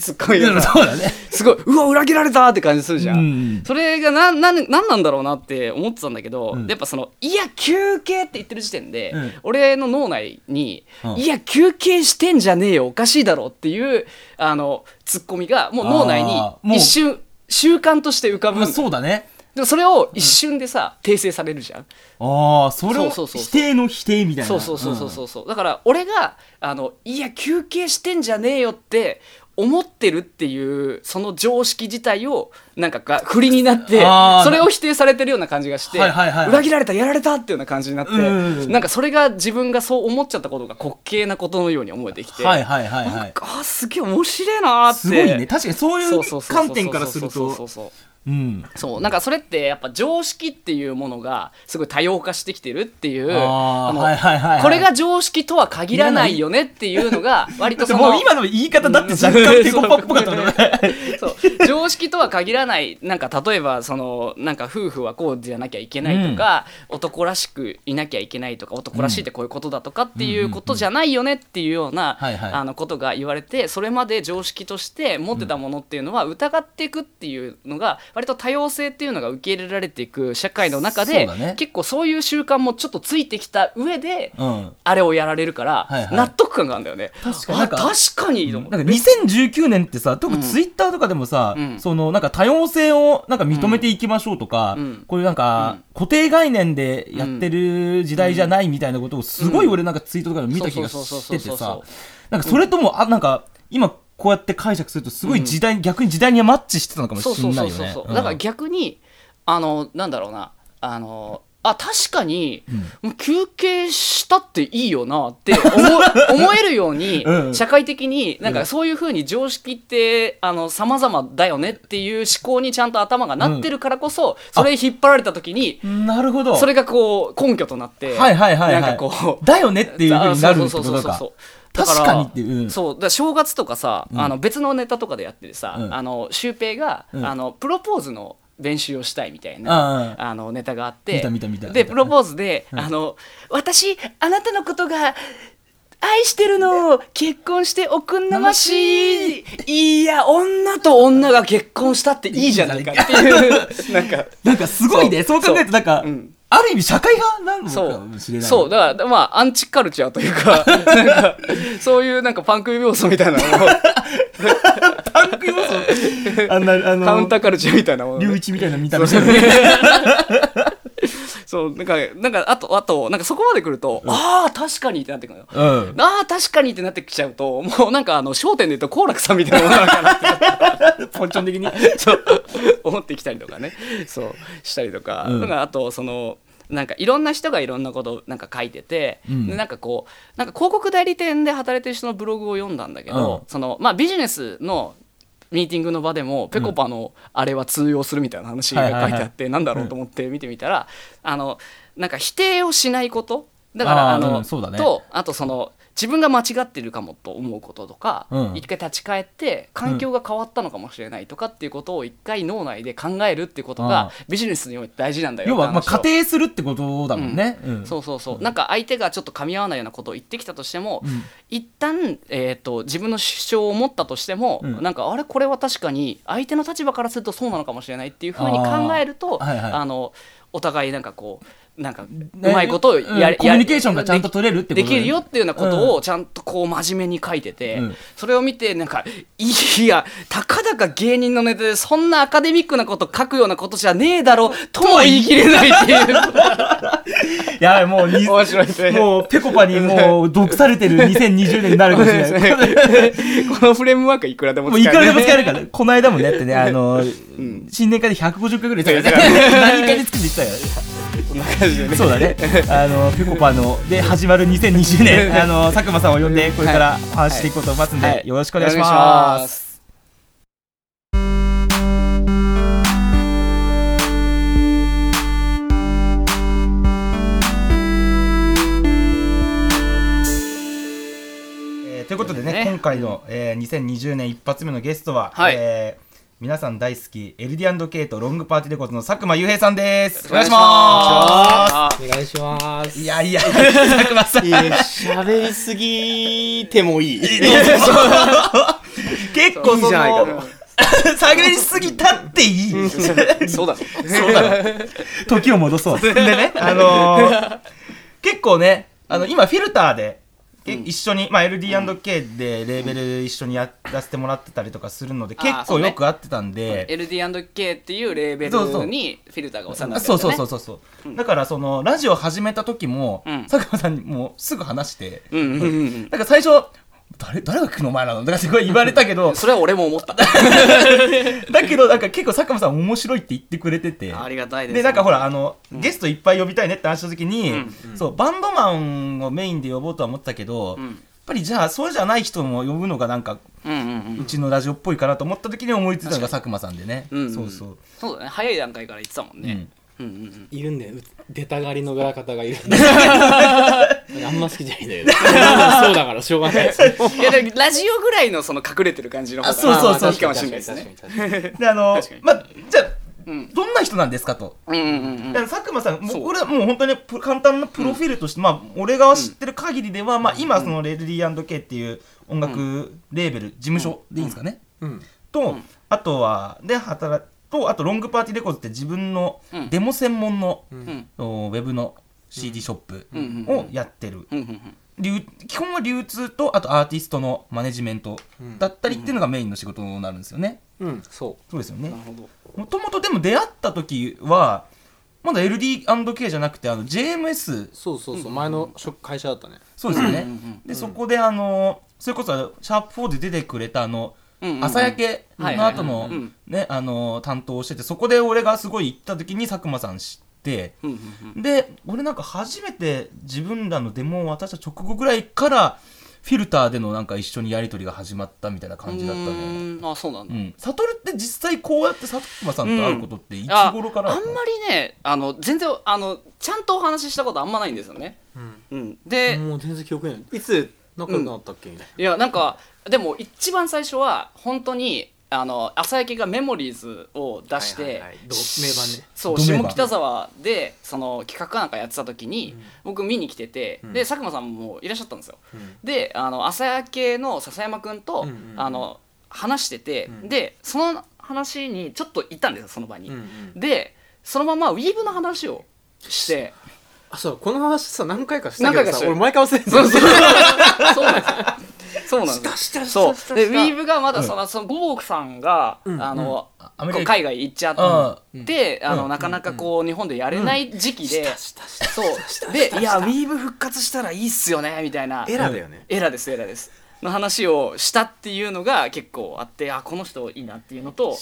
[SPEAKER 2] ツッコミがさ
[SPEAKER 1] そうだね。
[SPEAKER 2] すごいうわ裏切られたって感じするじゃん、
[SPEAKER 1] うん
[SPEAKER 2] それがなななんなんだろうなって思ってたんだけど、
[SPEAKER 1] うん
[SPEAKER 2] やっぱその「いや休憩」って言ってる時点で、
[SPEAKER 1] うん
[SPEAKER 2] 俺の脳内に「
[SPEAKER 1] うん
[SPEAKER 2] いや休憩してんじゃねえよおかしいだろ」っていうあのツッコミがもう脳内
[SPEAKER 1] あーも
[SPEAKER 2] に
[SPEAKER 1] う
[SPEAKER 2] 一瞬習慣として浮かぶん
[SPEAKER 1] まあ
[SPEAKER 2] だ
[SPEAKER 1] そうだね。
[SPEAKER 2] でもそれを一瞬でさ、訂正されるじゃん
[SPEAKER 1] ああ、それを
[SPEAKER 2] そうそうそうそう
[SPEAKER 1] 否定の否定みたいな。
[SPEAKER 2] そうそうそうそうそうそうだから俺があの「いや休憩してんじゃねえよ」って思ってるっていうその常識自体をなんかが振りになって
[SPEAKER 1] あー
[SPEAKER 2] それを否定されてるような感じがして
[SPEAKER 1] はいはいはいはい
[SPEAKER 2] 裏切られたやられたっていうような感じになって
[SPEAKER 1] うんうんうん
[SPEAKER 2] なんかそれが自分がそう思っちゃったことが滑稽なことのように思えてき
[SPEAKER 1] う
[SPEAKER 2] て
[SPEAKER 1] んはいはいはいは
[SPEAKER 2] なん
[SPEAKER 1] い。
[SPEAKER 2] かあーすげえ面白いなーって
[SPEAKER 1] すごいね。確かにそうい
[SPEAKER 2] そううそうそうそう
[SPEAKER 1] 観点からする
[SPEAKER 2] そうそ
[SPEAKER 1] と
[SPEAKER 2] う、そう
[SPEAKER 1] うん。
[SPEAKER 2] そうなんかそれってやっぱ常識っていうものがすごい多様化してきてるっていう
[SPEAKER 1] あー
[SPEAKER 2] あの
[SPEAKER 1] はいはいはいはい
[SPEAKER 2] これが常識とは限らないよねっていうのが割と
[SPEAKER 1] で
[SPEAKER 2] そ
[SPEAKER 1] も
[SPEAKER 2] の
[SPEAKER 1] う今の言い方だって若干ペコパっぽかったのね。
[SPEAKER 2] そう常識とは限らないなんか例えばそのなんか夫婦はこうじゃなきゃいけないとか、男らしくいなきゃいけないとか男らしいってこういうことだとかっていうことじゃないよねっていうような、
[SPEAKER 1] はいはい
[SPEAKER 2] あのことが言われてそれまで常識として持ってたものっていうのは疑っていくっていうのが割と多様性っていうのが受け入れられていく社会の中で、
[SPEAKER 1] そうだね
[SPEAKER 2] 結構そういう習慣もちょっとついてきた上で、
[SPEAKER 1] うん。
[SPEAKER 2] あれをやられるから、
[SPEAKER 1] はいはい
[SPEAKER 2] 納得感があるんだよね。
[SPEAKER 1] 確かになんか
[SPEAKER 2] あ確かにと思って
[SPEAKER 1] なんか2019年ってさ、特にツイッターとかでもさ、
[SPEAKER 2] うん
[SPEAKER 1] そのなんか多様性をなんか認めていきましょうとか、
[SPEAKER 2] うん
[SPEAKER 1] こういうなんか固定概念でやってる時代じゃないみたいなことをすごい俺なんかツイートとかでも見た気がしてて
[SPEAKER 2] うんそうそうそうそう
[SPEAKER 1] さ
[SPEAKER 2] そう、
[SPEAKER 1] なんかそれとも、あ、なんか今こうやって解釈するとすごい時代、逆に時代にはマッチしてたのかもし
[SPEAKER 2] そうそ
[SPEAKER 1] れ
[SPEAKER 2] う
[SPEAKER 1] ない
[SPEAKER 2] そ
[SPEAKER 1] うよ
[SPEAKER 2] そう
[SPEAKER 1] ね
[SPEAKER 2] そう、。
[SPEAKER 1] うん
[SPEAKER 2] だから逆にあのなんだろうなあのあ確かに、もう休憩したっていいよなって思 思えるように
[SPEAKER 1] うん
[SPEAKER 2] 社会的になんかそういうふうに常識ってあの様々だよねっていう思考にちゃんと頭がなってるからこそ、それ引っ張られた時に
[SPEAKER 1] なるほど。
[SPEAKER 2] それがこう根拠となって、
[SPEAKER 1] はいはいはい、はい。
[SPEAKER 2] なんかこう
[SPEAKER 1] だよねっていうふうになるってこ
[SPEAKER 2] あそうそうそ
[SPEAKER 1] と
[SPEAKER 2] うそう
[SPEAKER 1] か
[SPEAKER 2] そう。だら
[SPEAKER 1] 確かにっていう。うん
[SPEAKER 2] そうだから正月とかさ、あの別のネタとかでやっててさ、
[SPEAKER 1] うん
[SPEAKER 2] あのシュウペイが、
[SPEAKER 1] うん
[SPEAKER 2] あのプロポーズの練習をしたいみたい
[SPEAKER 1] うんう
[SPEAKER 2] な、
[SPEAKER 1] ん
[SPEAKER 2] あのネタがあって
[SPEAKER 1] 見た見た見た
[SPEAKER 2] でプロポーズで、あの私あなたのことが愛してるのを結婚しておくんなましいいや女と女が結婚したっていいじゃないかっていう なんか
[SPEAKER 1] なんかすごいね。そ
[SPEAKER 2] そうう
[SPEAKER 1] 考えるとなんか、
[SPEAKER 2] うん
[SPEAKER 1] ある意味社会派なの
[SPEAKER 2] そ
[SPEAKER 1] かもしれ
[SPEAKER 2] う。
[SPEAKER 1] ない。
[SPEAKER 2] そう。だから、まあ、アンチカルチャーというか、なんか、そういうなんかパンク要素みたいなも
[SPEAKER 1] パンク要素。あんな、あ
[SPEAKER 2] の、カウンタ
[SPEAKER 1] の、
[SPEAKER 2] ーカルチャーみたいなもので。
[SPEAKER 1] 龍一みたいな見た目し
[SPEAKER 2] そ
[SPEAKER 1] て
[SPEAKER 2] う
[SPEAKER 1] る。
[SPEAKER 2] そう、なんか、なんか、あと、あと、なんかそこまで来ると、ああ、確かにってなってくるのよ。
[SPEAKER 1] うん。
[SPEAKER 2] ああ、確かにってなってきちゃうと、もうなんかあの、焦点で言うと、好楽さんみたいなものなのかなって、
[SPEAKER 1] ポンチョン的に。
[SPEAKER 2] そう、思ってきたりとかね、そう、したりとか、
[SPEAKER 1] うん
[SPEAKER 2] なんかあと、その、なんかいろんな人がいろんなことをなんか書いてて、
[SPEAKER 1] うん
[SPEAKER 2] でなんかこうなんか広告代理店で働いてる人のブログを読んだんだけど、
[SPEAKER 1] うん
[SPEAKER 2] そのまあ、ビジネスのミーティングの場でもぺこぱのあれは通用するみたいな話が書いてあってなんだろうと思って見てみたらあのなんか否定をしないことだから
[SPEAKER 1] あー
[SPEAKER 2] あの、
[SPEAKER 1] うんそうだね
[SPEAKER 2] とあとその自分が間違ってるかもと思うこととか、
[SPEAKER 1] うん
[SPEAKER 2] 一回立ち返って環境が変わったのかもしれないとかっていうことを一回脳内で考えるっていうことがビジネスにおいて大事なんだよ
[SPEAKER 1] 要は、まあ、
[SPEAKER 2] って話を
[SPEAKER 1] 仮定するってことだもんね。うん
[SPEAKER 2] そうそうそう、なんか相手がちょっと噛み合わないようなことを言ってきたとしても、
[SPEAKER 1] うん
[SPEAKER 2] 一旦、えー、と自分の主張を持ったとしても、
[SPEAKER 1] うん
[SPEAKER 2] なんかあれこれは確かに相手の立場からするとそうなのかもしれないっていうふうに考えると
[SPEAKER 1] あ
[SPEAKER 2] あ、
[SPEAKER 1] ーはいはい
[SPEAKER 2] のお互いなんかこうなんかう
[SPEAKER 1] ね
[SPEAKER 2] まいことを
[SPEAKER 1] うん
[SPEAKER 2] やれ、
[SPEAKER 1] コミュニケーションがちゃんと取れるってことだ
[SPEAKER 2] で
[SPEAKER 1] ね
[SPEAKER 2] きるよっていうようなことをちゃんとこう真面目に書いてて、
[SPEAKER 1] うん
[SPEAKER 2] それを見てなんかいやたかだか芸人のネタでそんなアカデミックなこと書くようなことじゃねえだろとも言い切れな いっていう。
[SPEAKER 1] やばい、もうに、
[SPEAKER 2] 面白いですね
[SPEAKER 1] もう、ぺこぱにもう、毒されてる2020年になるかもしれない。
[SPEAKER 2] このフレームワークいくらでも
[SPEAKER 1] もういくらでも使え
[SPEAKER 2] る。
[SPEAKER 1] るから、この間もね、だってね、あの、新年会で150回ぐらい使えたから、何回で作ってきたよ。
[SPEAKER 2] こんな感じでね。
[SPEAKER 1] そうだね、 あの、ぺこぱの、で始まる2020年、 あの、佐久間さんを呼んで、これからお話ししていこうと思いますん
[SPEAKER 2] は
[SPEAKER 1] で、
[SPEAKER 2] い
[SPEAKER 1] よろしくお願いします。
[SPEAKER 2] す。
[SPEAKER 1] えーということでね
[SPEAKER 2] ね
[SPEAKER 1] 今回の、えー2020年一発目のゲストは、
[SPEAKER 2] はい
[SPEAKER 1] えー皆さん大好き LD&K とロングパーティーレコードの佐久間雄平さんですお願いしま
[SPEAKER 2] ます。
[SPEAKER 3] お願いします。
[SPEAKER 1] すいやいや佐久間さん
[SPEAKER 3] いや、喋りすぎてもいい。
[SPEAKER 1] 結構
[SPEAKER 3] いい
[SPEAKER 1] そ
[SPEAKER 3] じゃないかな
[SPEAKER 1] の探りすぎたっていい
[SPEAKER 2] そうだぞ。
[SPEAKER 1] 時を戻そうでねあのー結構ねあの今フィルターでけ一緒に、まあ、LD&K でレーベル一緒にやらせてもらってたりとかするので
[SPEAKER 2] あー
[SPEAKER 1] 結
[SPEAKER 2] そ
[SPEAKER 1] 構
[SPEAKER 2] うね
[SPEAKER 1] よく合ってたんで、
[SPEAKER 2] LD&K っていうレーベ
[SPEAKER 1] そうそう
[SPEAKER 2] ルにフィルターが収ま
[SPEAKER 1] あ
[SPEAKER 2] って。
[SPEAKER 1] そうそうそううそうそう、だからそのラジオ始めた時も、
[SPEAKER 2] うん
[SPEAKER 1] 佐久間さんにもうすぐ話して、
[SPEAKER 2] うんうんうん。
[SPEAKER 1] なんか最初誰誰が聞くのお前らのとかすごい言われたけど
[SPEAKER 2] それは俺も 思った。
[SPEAKER 1] だけどなんか結構佐久間さん面白いって言ってくれてて
[SPEAKER 2] ありがたいです。
[SPEAKER 1] でなんかほらあの、ゲストいっぱい呼びたいねって話した時に、
[SPEAKER 2] うん
[SPEAKER 1] そうバンドマンをメインで呼ぼうとは思ってたけど、
[SPEAKER 2] うん
[SPEAKER 1] やっぱりじゃあそうじゃない人も呼ぶのがなんか
[SPEAKER 2] うんうんう。
[SPEAKER 1] うんちのラジオっぽいかなと思った時に思いついたのが佐久間さんでね、
[SPEAKER 2] うんうん
[SPEAKER 1] そうそう、
[SPEAKER 2] そうだね。早い段階から言ってたもん
[SPEAKER 1] う
[SPEAKER 2] ね
[SPEAKER 1] ん。
[SPEAKER 2] うんうんうん。
[SPEAKER 3] いるんだよ。う出たがりの裏方がいる んだよ。あんま好きじゃないんだけど。そうだからしょうがないです。
[SPEAKER 2] いやでもラジオぐらいのその隠れてる感じの方
[SPEAKER 1] あそうそうそう
[SPEAKER 2] いいかもしれないですね。
[SPEAKER 3] ね。
[SPEAKER 1] であの
[SPEAKER 2] 確かに
[SPEAKER 1] まあじゃあ、
[SPEAKER 2] うん
[SPEAKER 1] どんな人なんですかと
[SPEAKER 2] うんうんうんうん
[SPEAKER 1] だ。から佐久間さん、も
[SPEAKER 2] そうう
[SPEAKER 1] これはもう本当にプ簡単なプロフィールとして、まあ、俺が知ってる限りでは、まあ、今、そのレディ &K っていう音楽レーベル、事務所でいいんですかね、
[SPEAKER 3] うん。
[SPEAKER 1] と、あとは、で、働と、あと、ロングパーティーレコードって自分の
[SPEAKER 2] うん
[SPEAKER 1] デモ専門の、
[SPEAKER 2] ん
[SPEAKER 1] おウェブの CD ショップ
[SPEAKER 2] んうん
[SPEAKER 1] をやってる。
[SPEAKER 2] うんうんうん。
[SPEAKER 1] 流基本は流通と、あとアーティストのマネジメントだったりっていうのがメインの仕事になるんですよね。
[SPEAKER 3] うん、そ
[SPEAKER 1] そうですよね
[SPEAKER 2] な。るほど。
[SPEAKER 1] もともとでも出会った時はまだ LD&K じゃなくてあの JMS
[SPEAKER 3] う。そうそうそう。前の職会社だったね。
[SPEAKER 1] そうですよね、
[SPEAKER 2] うんうんうん
[SPEAKER 1] でそこであのそれこそあのシャープ4で出てくれたあの、
[SPEAKER 2] うんうんうん
[SPEAKER 1] 朝焼けの後
[SPEAKER 2] はいは
[SPEAKER 1] の
[SPEAKER 2] いはいうん
[SPEAKER 1] ねあの担当をしててそこで俺がすごい行った時に佐久間さん知って
[SPEAKER 2] うんうんうん。
[SPEAKER 1] で俺なんか初めて自分らのデモを渡した直後ぐらいからフィルターでのなんか一緒にやり取りが始まったみたいな感じだった
[SPEAKER 2] う
[SPEAKER 1] ね
[SPEAKER 2] ーんあそうなん
[SPEAKER 1] う
[SPEAKER 2] だ、
[SPEAKER 1] ん、悟って実際こうやって佐久間さんと会うことっていつ
[SPEAKER 2] あ
[SPEAKER 1] 頃から
[SPEAKER 2] あ
[SPEAKER 1] だっ
[SPEAKER 2] ん
[SPEAKER 1] たの
[SPEAKER 2] まりねあの全然あのちゃんとお話ししたことあんまないんですよね、うん、で、
[SPEAKER 3] もう全然記憶ない。いつ仲良くなったっけみたい
[SPEAKER 2] いやなんかでも一番最初は本当にあの朝焼けがメモリーズを出して、
[SPEAKER 3] はいはいはい同名盤ね
[SPEAKER 2] そう
[SPEAKER 1] 同名
[SPEAKER 2] 下
[SPEAKER 1] 盤
[SPEAKER 2] 北沢でその企画かなんかやってた時に、僕見に来てて、
[SPEAKER 3] うん
[SPEAKER 2] で佐久間さんもいらっしゃったんですよ、
[SPEAKER 3] うん
[SPEAKER 2] であの朝焼けの笹山君と、
[SPEAKER 3] うんうんうん
[SPEAKER 2] あの話してて、
[SPEAKER 3] うん
[SPEAKER 2] でその話にちょっと行ったんですよその場に、
[SPEAKER 3] な。うん。
[SPEAKER 2] でそのままウィーブの話をして
[SPEAKER 3] あ、そう、この話さ、何回かした
[SPEAKER 2] 何
[SPEAKER 3] け
[SPEAKER 2] 回か
[SPEAKER 3] ど
[SPEAKER 2] し
[SPEAKER 3] さ、
[SPEAKER 2] た
[SPEAKER 3] 俺毎回忘れて
[SPEAKER 2] そ
[SPEAKER 3] た
[SPEAKER 2] う。そう そうなんですそうなんです
[SPEAKER 3] したしたした
[SPEAKER 2] そう
[SPEAKER 3] した
[SPEAKER 2] でウ
[SPEAKER 3] した
[SPEAKER 2] ィーブがまだその、その五億さんが、
[SPEAKER 3] うん
[SPEAKER 2] あの、
[SPEAKER 1] アメリカ行っ
[SPEAKER 2] 海外行っちゃって、あのなかなかこう、日本でやれない時期で、
[SPEAKER 3] したし
[SPEAKER 2] そうでいやウィーブ復活したらいいっすよねみたいな
[SPEAKER 3] エラだよね。
[SPEAKER 2] エラですエラですの話をしたっていうのが結構あってあこの人いいなっていうのと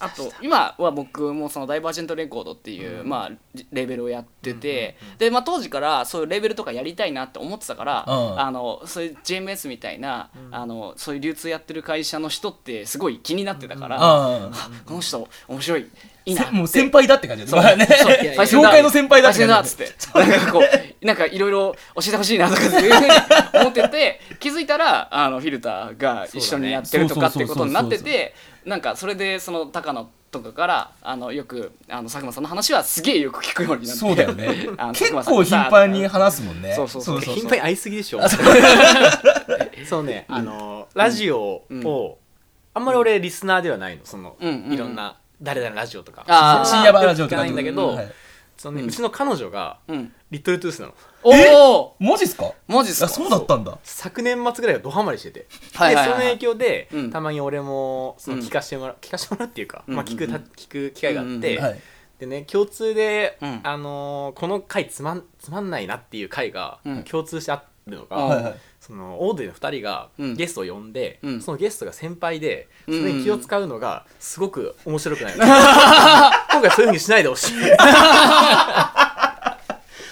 [SPEAKER 2] あと今は僕もそのダイバージェントレコードっていう、まあ、レーベルをやってて、で、まあ、当時からそういうレーベルとかやりたいなって思ってたから、
[SPEAKER 1] うん
[SPEAKER 2] あのそういう JMS みたいな、あのそういう流通やってる会社の人ってすごい気になってたから、あ
[SPEAKER 1] あ
[SPEAKER 2] この人面白いいいなっ
[SPEAKER 1] あ
[SPEAKER 2] て
[SPEAKER 1] もう先輩だって感じ
[SPEAKER 2] そう
[SPEAKER 1] だよね
[SPEAKER 2] そう
[SPEAKER 3] い やい
[SPEAKER 2] パイ
[SPEAKER 3] や
[SPEAKER 2] センだ
[SPEAKER 1] 業界の先輩だ
[SPEAKER 2] パイセンだっつって なんかこうなんかいろいろ教えてほしいなとかっていうふうに 思ってて気づいたらあのフィルターが一緒にやってるとかっていうことになって
[SPEAKER 1] そうだ
[SPEAKER 2] てなんかそれでその高野とかからあのよくあの佐久間さんの話はすげえよく聞くようになって
[SPEAKER 1] そうだよね
[SPEAKER 2] あの
[SPEAKER 1] 結
[SPEAKER 2] 佐久間さん
[SPEAKER 1] 構頻繁に話すもんね
[SPEAKER 2] そうそうそう
[SPEAKER 3] 頻繁に会いすぎでしょ そうねあのラジオをあんまり俺リスナーではないのその
[SPEAKER 2] うんうん
[SPEAKER 3] いろんな誰々のラジオとか
[SPEAKER 2] あー
[SPEAKER 1] 深夜版ラジオ
[SPEAKER 3] 聞
[SPEAKER 1] と
[SPEAKER 3] か
[SPEAKER 1] か
[SPEAKER 3] ないんだけど
[SPEAKER 1] はい
[SPEAKER 3] そのね
[SPEAKER 2] うん
[SPEAKER 3] うちの彼女が
[SPEAKER 2] うん
[SPEAKER 3] リトルトゥースなの
[SPEAKER 2] おお
[SPEAKER 1] マジっすか
[SPEAKER 2] マジっすか
[SPEAKER 1] あそうだったんだ
[SPEAKER 3] 昨年末ぐらいはドハマりしてて
[SPEAKER 2] はいはいはい
[SPEAKER 3] でその影響で、
[SPEAKER 2] うん
[SPEAKER 3] たまに俺もその
[SPEAKER 2] うん
[SPEAKER 3] 聞かしてもらう、聞かしてもらうっていうか、
[SPEAKER 2] うんうん
[SPEAKER 3] まあ、聞くた聞く機会があって、
[SPEAKER 2] え
[SPEAKER 1] はい
[SPEAKER 3] でね共通で、
[SPEAKER 2] うん
[SPEAKER 3] あのーこの回つまんつまんないなっていう回が
[SPEAKER 2] うん
[SPEAKER 3] 共通してあるのが、
[SPEAKER 2] あ
[SPEAKER 1] はいはい
[SPEAKER 3] そのオードリーの2人が
[SPEAKER 2] うん
[SPEAKER 3] ゲストを呼んで、
[SPEAKER 2] うん
[SPEAKER 3] そのゲストが先輩でそ
[SPEAKER 2] うん
[SPEAKER 3] れに気を使うのがすごく面白 くない、今回 そういうふうにしないでほしい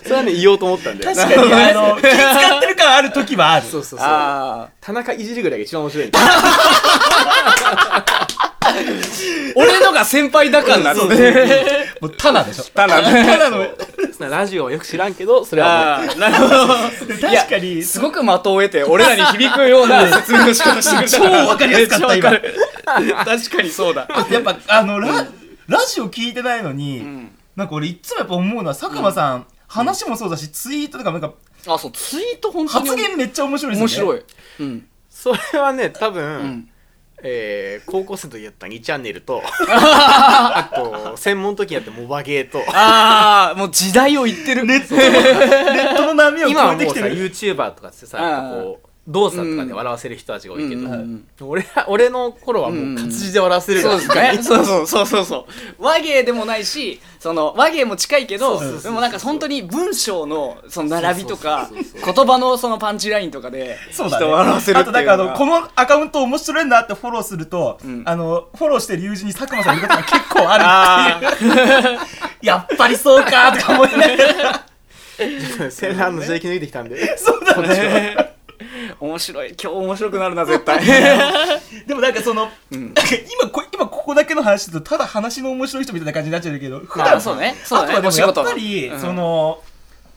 [SPEAKER 3] それはね言おうと思ったんだよ
[SPEAKER 1] 確かにあの気使ってる感ある時はある
[SPEAKER 3] そうそうそう
[SPEAKER 2] あー
[SPEAKER 3] 田中いじるぐらいが一番面 白いんだ
[SPEAKER 2] 俺のが先輩だからなので
[SPEAKER 1] もうタナでしょ
[SPEAKER 2] ただの
[SPEAKER 3] そうラジオはよく知らんけどそれ は
[SPEAKER 2] あーなるほど
[SPEAKER 1] 確かに
[SPEAKER 2] すごく的を得て俺らに響くような説明の仕方してくれたから
[SPEAKER 1] 超わかりやすかった
[SPEAKER 2] めちゃわる確かにそうだ
[SPEAKER 1] やっぱあのララジオ聞いてないのに、
[SPEAKER 2] ん
[SPEAKER 1] なんか俺いつもやっぱ思うのは佐久間さん、話もそうだしツイートとかなんか
[SPEAKER 2] あそうツイート本当に
[SPEAKER 1] 発言めっちゃ面白いで
[SPEAKER 2] 面
[SPEAKER 1] すよね
[SPEAKER 2] 白いうん
[SPEAKER 3] それはね多分、
[SPEAKER 2] ん
[SPEAKER 3] えー高校生の時やった2チャンネルと あと専門の時やったモバゲーと
[SPEAKER 2] ああもう時代を言ってる
[SPEAKER 1] ネットのネットの波を
[SPEAKER 3] 今は
[SPEAKER 1] 超えて
[SPEAKER 3] もう
[SPEAKER 1] き
[SPEAKER 3] さ
[SPEAKER 1] てる
[SPEAKER 3] YouTuber とかってさ
[SPEAKER 2] あー
[SPEAKER 3] やっぱこう動作とかで
[SPEAKER 2] うん
[SPEAKER 3] 笑わせる人たちが多いけど、
[SPEAKER 2] うんうん
[SPEAKER 3] 俺ら俺の頃はもう活字で笑わせるか
[SPEAKER 2] そ
[SPEAKER 3] ら、
[SPEAKER 2] う ですね。そうそうそうそうそう。和芸でもないし、その和芸も近いけど、
[SPEAKER 1] そうそうそう
[SPEAKER 2] でもなんか本当に文章のその並びとか、
[SPEAKER 3] そうそうそう
[SPEAKER 2] 言葉のそのパンチラインとかで人
[SPEAKER 1] そう
[SPEAKER 2] を
[SPEAKER 1] だね、
[SPEAKER 2] 笑わせる
[SPEAKER 1] あ
[SPEAKER 2] ってい
[SPEAKER 1] と
[SPEAKER 2] う
[SPEAKER 1] なんか
[SPEAKER 2] の
[SPEAKER 1] あ
[SPEAKER 2] が。
[SPEAKER 1] のこのアカウント面白いなってフォローすると、
[SPEAKER 2] ん
[SPEAKER 1] あのフォローしてる友人に佐久間さんいることが結構あ
[SPEAKER 2] あ
[SPEAKER 1] るっていう やっぱりそうかとか思いなが ら
[SPEAKER 3] セーラーの税金抜いてきたん で
[SPEAKER 1] そうだね
[SPEAKER 2] 面白い。今日面白くなるな絶対。
[SPEAKER 1] でもなんかその、なんか今こ今ここだけの話だとただ話の面白い人みたいな感じになっちゃうけど普
[SPEAKER 2] まあそうねそうだね
[SPEAKER 1] あとは
[SPEAKER 2] お仕
[SPEAKER 1] でもやっ
[SPEAKER 2] 事の
[SPEAKER 1] ぱり、
[SPEAKER 2] うん
[SPEAKER 1] その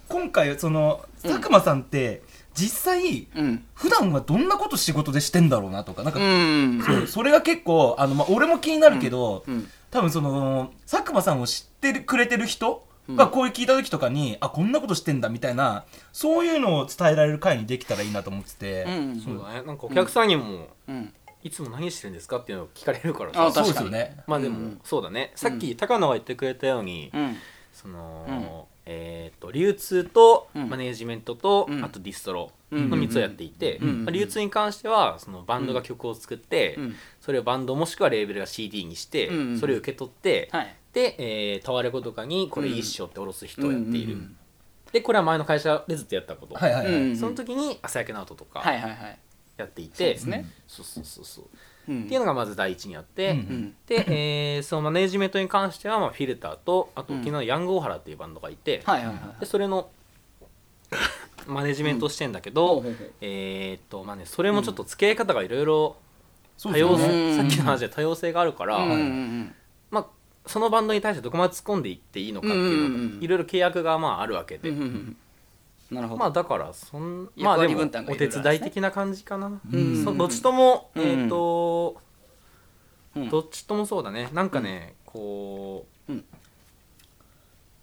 [SPEAKER 1] 今回その佐久間さんって実際、
[SPEAKER 2] うん。
[SPEAKER 1] 普段はどんなこと仕事でしてんだろうなとかなんか、
[SPEAKER 2] うん。
[SPEAKER 1] そうそれが結構あの、まあ、俺も気になるけど、
[SPEAKER 2] うん
[SPEAKER 1] 多分その佐久間さんを知ってくれてる人がこういう聞いた時とかに、あこんなことしてんだみたいなそういうのを伝えられる会にできたらいいなと思ってて、
[SPEAKER 2] うん
[SPEAKER 3] そうだねなんかお客さんにも、
[SPEAKER 2] うん。
[SPEAKER 3] いつも何してるんですかっていうのを聞かれるから
[SPEAKER 2] あ
[SPEAKER 3] さ
[SPEAKER 1] そうで
[SPEAKER 2] 確
[SPEAKER 1] す
[SPEAKER 2] か
[SPEAKER 1] よ
[SPEAKER 2] に
[SPEAKER 1] ね
[SPEAKER 3] まあでも、そうだねさっき高野が言ってくれたように、
[SPEAKER 2] うん。
[SPEAKER 3] その、えー、と流通と
[SPEAKER 2] うん
[SPEAKER 3] マネージメントと、
[SPEAKER 2] うん
[SPEAKER 3] あとディストロ
[SPEAKER 2] うん
[SPEAKER 3] の3つをやっていて、
[SPEAKER 2] うん
[SPEAKER 3] まあ、流通に関してはそのバンドが曲を作って、
[SPEAKER 2] うん
[SPEAKER 3] それをバンドもしくはレーベルが CD にして、
[SPEAKER 2] うん
[SPEAKER 3] それを受け取って、
[SPEAKER 2] はい。
[SPEAKER 3] で、えータワレコとかにこれいいっしょって下ろす人をやっている、
[SPEAKER 2] うんうんうん
[SPEAKER 3] でこれは前の会社でずっとやったこと、
[SPEAKER 1] はいはいはい、
[SPEAKER 2] うん
[SPEAKER 3] その時に朝焼けナウトとか
[SPEAKER 2] はいはいはい。
[SPEAKER 3] やっていて、
[SPEAKER 2] そうですね。
[SPEAKER 3] そうそうそうそう
[SPEAKER 2] う
[SPEAKER 3] っ
[SPEAKER 2] ん
[SPEAKER 3] ていうのがまず第一にあって、
[SPEAKER 1] うん
[SPEAKER 2] うん。
[SPEAKER 3] で、えーそのマネージメントに関しては、まあ、フィルターとあと
[SPEAKER 2] うん
[SPEAKER 3] 沖縄のヤングオハラっていうバンドがいて、
[SPEAKER 2] はいはいはい
[SPEAKER 3] で。それのマネジメントしてんだけ
[SPEAKER 2] ほ
[SPEAKER 3] ど、
[SPEAKER 2] うほうほう
[SPEAKER 3] えーっとまあねそれもちょっと付き合い方がいろいろ
[SPEAKER 1] そう
[SPEAKER 3] 多
[SPEAKER 1] ですよ
[SPEAKER 3] 様
[SPEAKER 1] ね
[SPEAKER 3] 性、
[SPEAKER 2] うん
[SPEAKER 3] さっきの話で多様性があるから、
[SPEAKER 2] うんうんうん
[SPEAKER 3] まあそのバンドに対してどこまで突っ込んでいっていいのかって
[SPEAKER 2] う
[SPEAKER 3] い
[SPEAKER 2] んうん
[SPEAKER 3] う
[SPEAKER 2] う
[SPEAKER 3] の
[SPEAKER 2] ん
[SPEAKER 3] がいろいろ契約がまああるわけ
[SPEAKER 2] う
[SPEAKER 3] で、
[SPEAKER 2] んうんうん。なるほど。
[SPEAKER 3] まあだからそんま
[SPEAKER 2] 役
[SPEAKER 3] あで
[SPEAKER 2] 割
[SPEAKER 3] も
[SPEAKER 2] 分担が
[SPEAKER 3] お
[SPEAKER 2] いろ
[SPEAKER 3] 手
[SPEAKER 2] いろあるんですね
[SPEAKER 3] 伝い的な感じかな、
[SPEAKER 2] うん
[SPEAKER 3] そどっちとも、
[SPEAKER 2] うん
[SPEAKER 3] えーっと
[SPEAKER 2] うん
[SPEAKER 3] どっちともそうだねなんかね、こう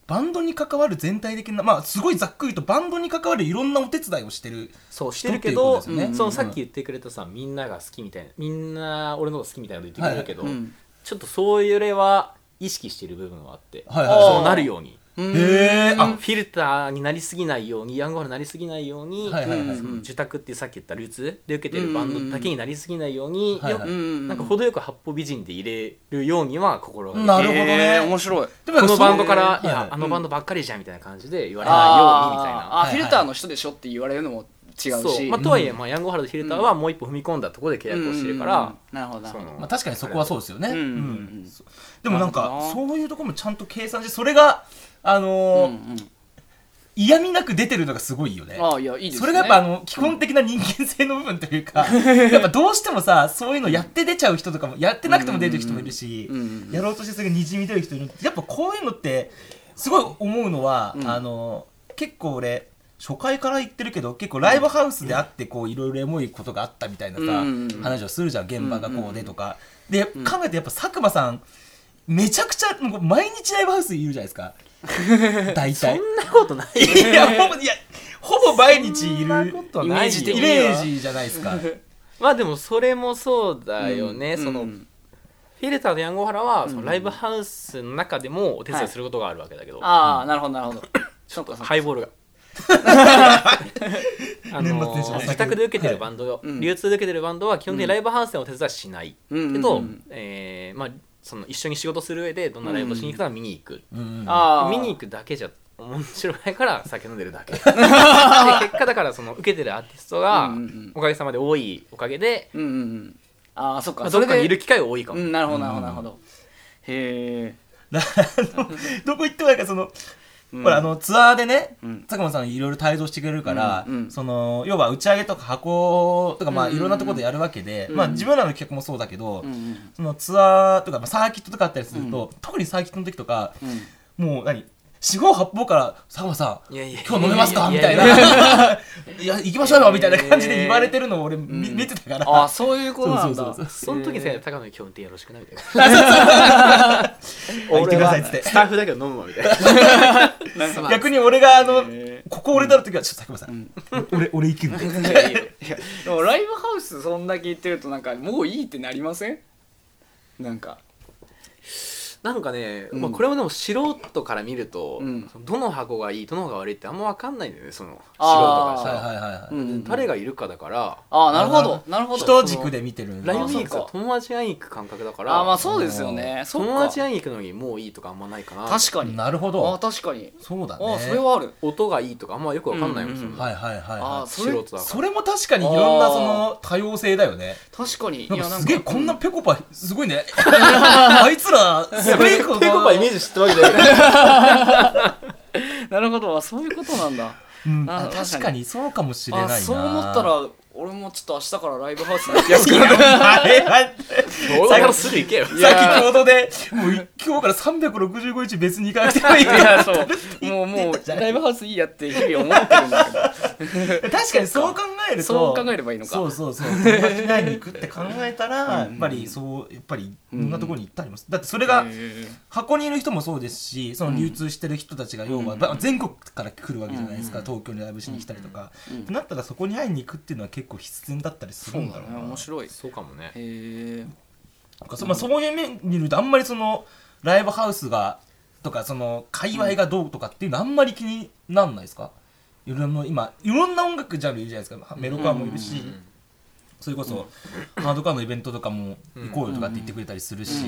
[SPEAKER 1] バンドに関わる全体的なまあすごいざっくりとバンドに関わるいろんなお手伝いをしてる
[SPEAKER 3] そうして
[SPEAKER 1] 人
[SPEAKER 3] る
[SPEAKER 1] って
[SPEAKER 3] け
[SPEAKER 1] いうこと
[SPEAKER 3] ど
[SPEAKER 1] ですよね
[SPEAKER 3] その
[SPEAKER 1] うん
[SPEAKER 3] さっき言ってくれたさみんなが好きみたいなみんな俺のこと好きみたいなこと言ってくれるけど、
[SPEAKER 2] はいうん
[SPEAKER 3] ちょっとそういう例は意識してる部分はあって、
[SPEAKER 1] はい
[SPEAKER 2] はいはい
[SPEAKER 3] そうなるように
[SPEAKER 2] うん
[SPEAKER 1] へー
[SPEAKER 3] フ
[SPEAKER 1] あ
[SPEAKER 3] ィルターになりすぎないようにヤングホールになりすぎないように、
[SPEAKER 1] はいはいはい
[SPEAKER 3] その受託っていうさっき言った流通で受けてるバンドだけになりすぎないよう
[SPEAKER 1] う
[SPEAKER 3] に、
[SPEAKER 1] んはいはい
[SPEAKER 2] うんうんうん
[SPEAKER 3] なんか程よく八方美人で入れるようには心がけて
[SPEAKER 1] なるほどね
[SPEAKER 2] へー面白い。
[SPEAKER 1] で
[SPEAKER 3] このバンドから、
[SPEAKER 1] そう
[SPEAKER 3] いや、
[SPEAKER 1] は
[SPEAKER 3] あ
[SPEAKER 1] い
[SPEAKER 3] のバンドばっかりじゃんみたいな感じで言われないようにみたいな。
[SPEAKER 2] あーあ
[SPEAKER 1] はいはい
[SPEAKER 2] フィルターの人でしょって言われるのも違う
[SPEAKER 3] そう
[SPEAKER 2] し、
[SPEAKER 3] まあ、とはいえ、まあ、ヤングワールドヒルターはもう一歩踏み込んだところで契約をしてるから、
[SPEAKER 2] うんうんうんなるほどなる
[SPEAKER 3] そ
[SPEAKER 2] ほど
[SPEAKER 3] の
[SPEAKER 1] まあ、確かにそこはそうですよね、
[SPEAKER 2] うんうんうん
[SPEAKER 1] そでもなん
[SPEAKER 2] なる
[SPEAKER 1] か
[SPEAKER 2] ほ
[SPEAKER 1] そういうところもちゃんと計算してそれがあのー
[SPEAKER 2] うんうん
[SPEAKER 1] 嫌味なく出てるのがすごいよね
[SPEAKER 2] ああいやいいですね
[SPEAKER 1] それがやっぱあの基本的な人間性の部分というか、やっぱどうしてもさそういうのやって出ちゃう人とかもやってなくても出てる人もいるし、
[SPEAKER 2] うんうんうんうん
[SPEAKER 1] やろうとしてそれがにじみ出る人いるやっぱこういうのってすごい思うのは、あの結構俺初回から言ってるけど結構ライブハウスであってこういろいろエモいことがあったみたいなさ、
[SPEAKER 2] うんうんうん
[SPEAKER 1] 話をするじゃん現場がこうでとか、で考えてやっぱ佐久間さんめちゃくちゃもう毎日ライブハウスいるじゃないです か大
[SPEAKER 3] そ
[SPEAKER 1] 体
[SPEAKER 3] んなことない
[SPEAKER 1] いやほぼいやほぼ毎日いる
[SPEAKER 3] と
[SPEAKER 2] イメージ的
[SPEAKER 1] イ
[SPEAKER 2] に
[SPEAKER 1] メ
[SPEAKER 2] は
[SPEAKER 1] ージじゃないですか
[SPEAKER 3] まあでもそれもそうだよね、
[SPEAKER 2] うん
[SPEAKER 3] その、
[SPEAKER 2] うん
[SPEAKER 3] フィルターとヤングハラはそのライブハウスの中でもお手伝いすることがあるわけだけど、
[SPEAKER 2] ああなるほどなるほどそうかそう
[SPEAKER 3] ハ
[SPEAKER 2] か
[SPEAKER 3] イ ボールがあ
[SPEAKER 1] 年
[SPEAKER 3] の
[SPEAKER 1] 末年始の
[SPEAKER 3] 自宅で受けてるバンド、
[SPEAKER 2] いうん
[SPEAKER 3] 流通で受けてるバンドは基本的にライブハウスでお手伝いしない、
[SPEAKER 2] うん
[SPEAKER 3] けど、
[SPEAKER 2] うんうん
[SPEAKER 3] えーまあ、その一緒に仕事する上でどんなライブをしに行くかは見に行く、
[SPEAKER 1] うん
[SPEAKER 2] ああ
[SPEAKER 3] 見に行くだけじゃ面白いから酒飲んでる だけで結果だからその受けてるアーティストが
[SPEAKER 2] うんうんうん
[SPEAKER 3] おかげさまで多いおかげで、
[SPEAKER 2] うんうんうんああそっか
[SPEAKER 3] まあ、
[SPEAKER 2] そ
[SPEAKER 3] ど
[SPEAKER 2] れ
[SPEAKER 3] っかに
[SPEAKER 2] で
[SPEAKER 3] いる機会が多いかも、
[SPEAKER 2] うんなるほどなるほどなるほどへ
[SPEAKER 1] あの どこ行ってもなんかその、
[SPEAKER 2] え
[SPEAKER 1] ほらあのツアーでね、
[SPEAKER 2] うん
[SPEAKER 1] 佐久間さんいろいろ帯同してくれるから、
[SPEAKER 2] うんうん
[SPEAKER 1] その要は打ち上げとか箱とかまあ
[SPEAKER 2] うんうん
[SPEAKER 1] いろんなところでやるわけで、
[SPEAKER 2] うん
[SPEAKER 1] まあ自分らの企画もそうだけど、
[SPEAKER 2] うんうん
[SPEAKER 1] そのツアーとか、まあ、サーキットとかあったりすると、特にサーキットの時とか
[SPEAKER 2] うん
[SPEAKER 1] もう何四方八方から「佐久間さん
[SPEAKER 3] いやいや
[SPEAKER 1] 今日飲めますか?」
[SPEAKER 3] い
[SPEAKER 1] み
[SPEAKER 3] や
[SPEAKER 1] た
[SPEAKER 3] い
[SPEAKER 1] い
[SPEAKER 3] や
[SPEAKER 1] な「
[SPEAKER 3] いや
[SPEAKER 1] いや行きましょうよ」みたいな感じで言われてるのを俺
[SPEAKER 2] ん
[SPEAKER 1] 見,、見てたから
[SPEAKER 2] ああそういうことなん
[SPEAKER 1] そうそ
[SPEAKER 2] だ
[SPEAKER 1] うそう
[SPEAKER 3] その時に
[SPEAKER 2] へ
[SPEAKER 3] さ
[SPEAKER 2] え
[SPEAKER 3] 高野に今日運転よろしくなみたいな
[SPEAKER 1] あ行ってくださいっつって
[SPEAKER 3] スタッフだけど飲むわみたいな
[SPEAKER 1] 逆に俺があの、
[SPEAKER 2] へ
[SPEAKER 1] ここ俺だる時はちょっと佐久間さん、俺俺行くんで
[SPEAKER 2] いやいやいやでもライブハウスそんだけ言ってるとなんかもういいってなりませんなんか
[SPEAKER 3] なんかね、
[SPEAKER 2] うん
[SPEAKER 3] まあ、これもでも素人から見ると、
[SPEAKER 2] うん
[SPEAKER 3] どの箱がいいどの箱が悪いってあんま分かんないんだよねその素人
[SPEAKER 2] あー
[SPEAKER 3] から
[SPEAKER 1] はい
[SPEAKER 3] さ
[SPEAKER 1] はいはいはい、
[SPEAKER 3] 誰がいるかだから
[SPEAKER 2] ああなるほどなるほ
[SPEAKER 1] 人
[SPEAKER 2] ど
[SPEAKER 1] 軸で見てるんだ
[SPEAKER 3] ライブ
[SPEAKER 2] そう
[SPEAKER 3] に行く
[SPEAKER 2] か
[SPEAKER 3] と友達が行く感覚だから
[SPEAKER 2] ああまあそうですよねそっ
[SPEAKER 3] 友
[SPEAKER 2] か
[SPEAKER 3] 達が行くのにもういいとかあんまないかな
[SPEAKER 2] 確かに
[SPEAKER 1] なるほ
[SPEAKER 2] ああ
[SPEAKER 1] ど
[SPEAKER 2] 確かに
[SPEAKER 1] そうだね
[SPEAKER 2] ああそれはある
[SPEAKER 3] 音がいいとかあんまよく分かんないもん、
[SPEAKER 2] うんうんうん
[SPEAKER 3] その
[SPEAKER 1] はいはいはい
[SPEAKER 2] あ
[SPEAKER 1] は
[SPEAKER 2] あそ
[SPEAKER 3] 素
[SPEAKER 2] れ
[SPEAKER 3] 人だから
[SPEAKER 1] いそれも確かにいろんなその多様性だよね
[SPEAKER 2] 確かにい
[SPEAKER 1] なん
[SPEAKER 2] や
[SPEAKER 1] か
[SPEAKER 2] なんか
[SPEAKER 1] すげえこんなペコパすごいね あいつらすごい
[SPEAKER 3] ペコパイメージ知ってるわけ じゃない
[SPEAKER 2] なるほどあそういうことなんだ
[SPEAKER 1] うん
[SPEAKER 2] あ
[SPEAKER 1] あ確かにそうかもしれない
[SPEAKER 2] あ
[SPEAKER 1] な
[SPEAKER 2] そう思ったら俺もちょっと明日からライブハウスに行き
[SPEAKER 1] いやいやあれは
[SPEAKER 3] 動画からすぐ行けよ
[SPEAKER 2] いやー
[SPEAKER 1] さっきちょうどでもう今日から365日別に行かなくてもいい
[SPEAKER 2] いやそうもうもうライブハウスいいやって日々思ってるんだけど
[SPEAKER 1] 確かにそう考えると
[SPEAKER 2] そう考えればいいのか
[SPEAKER 1] そうそうそう友達会いに行くって考えたらや
[SPEAKER 2] うん
[SPEAKER 1] っぱりそうやっぱりいろんなところに行ったりもするだってそれが
[SPEAKER 2] へえ
[SPEAKER 1] 箱にいる人もそうですしその流通してる人たちが要は、ば全国から来るわけじゃないですか、東京にライブしに来たりとか、ってなったらそこに会いに行くっていうのは結構必然だったりす
[SPEAKER 2] そ
[SPEAKER 1] る
[SPEAKER 2] うんだ
[SPEAKER 1] だろう
[SPEAKER 2] ね
[SPEAKER 1] な
[SPEAKER 2] 面白いへ
[SPEAKER 3] そうかもね
[SPEAKER 2] え
[SPEAKER 1] なんかそまあ、そういう面見るとあんまりそのライブハウスがとかその界隈がどうとかっていうのあんまり気になんないですか、いろんな今いろんな音楽ジャンルいるじゃないですかメロカーもいるし、それこそ、ハードカーのイベントとかも行こうよとかって言ってくれたりするし、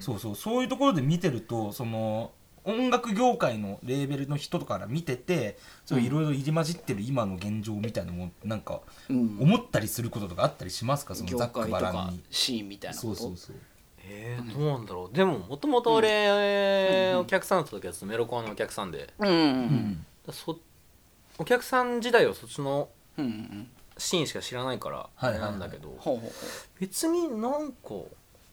[SPEAKER 2] う
[SPEAKER 1] そうそうそういうところで見てるとその音楽業界のレーベルの人とかから見ててそういろいろ入り混じってる今の現状みたいなのもなんか
[SPEAKER 2] うん
[SPEAKER 1] 思ったりすることとかあったりしますかその
[SPEAKER 2] 業
[SPEAKER 1] ざ
[SPEAKER 2] 界
[SPEAKER 1] っく
[SPEAKER 2] と
[SPEAKER 1] ばら
[SPEAKER 2] か
[SPEAKER 1] んに。
[SPEAKER 2] シーンみたいなこ
[SPEAKER 1] そ
[SPEAKER 2] と
[SPEAKER 1] うそうそう
[SPEAKER 3] えー、どうなんだろうでももともと俺、お客さんだった時はメロコアのお客さんで
[SPEAKER 2] うんうんう
[SPEAKER 1] うんん
[SPEAKER 3] そお客さん時代はそっちの
[SPEAKER 2] うんうん
[SPEAKER 3] シーンしか知らないから
[SPEAKER 1] は
[SPEAKER 3] あ
[SPEAKER 1] いは
[SPEAKER 3] れ
[SPEAKER 1] いはい
[SPEAKER 3] なんだけど、
[SPEAKER 2] ほうほうほ
[SPEAKER 3] 別になんか
[SPEAKER 2] う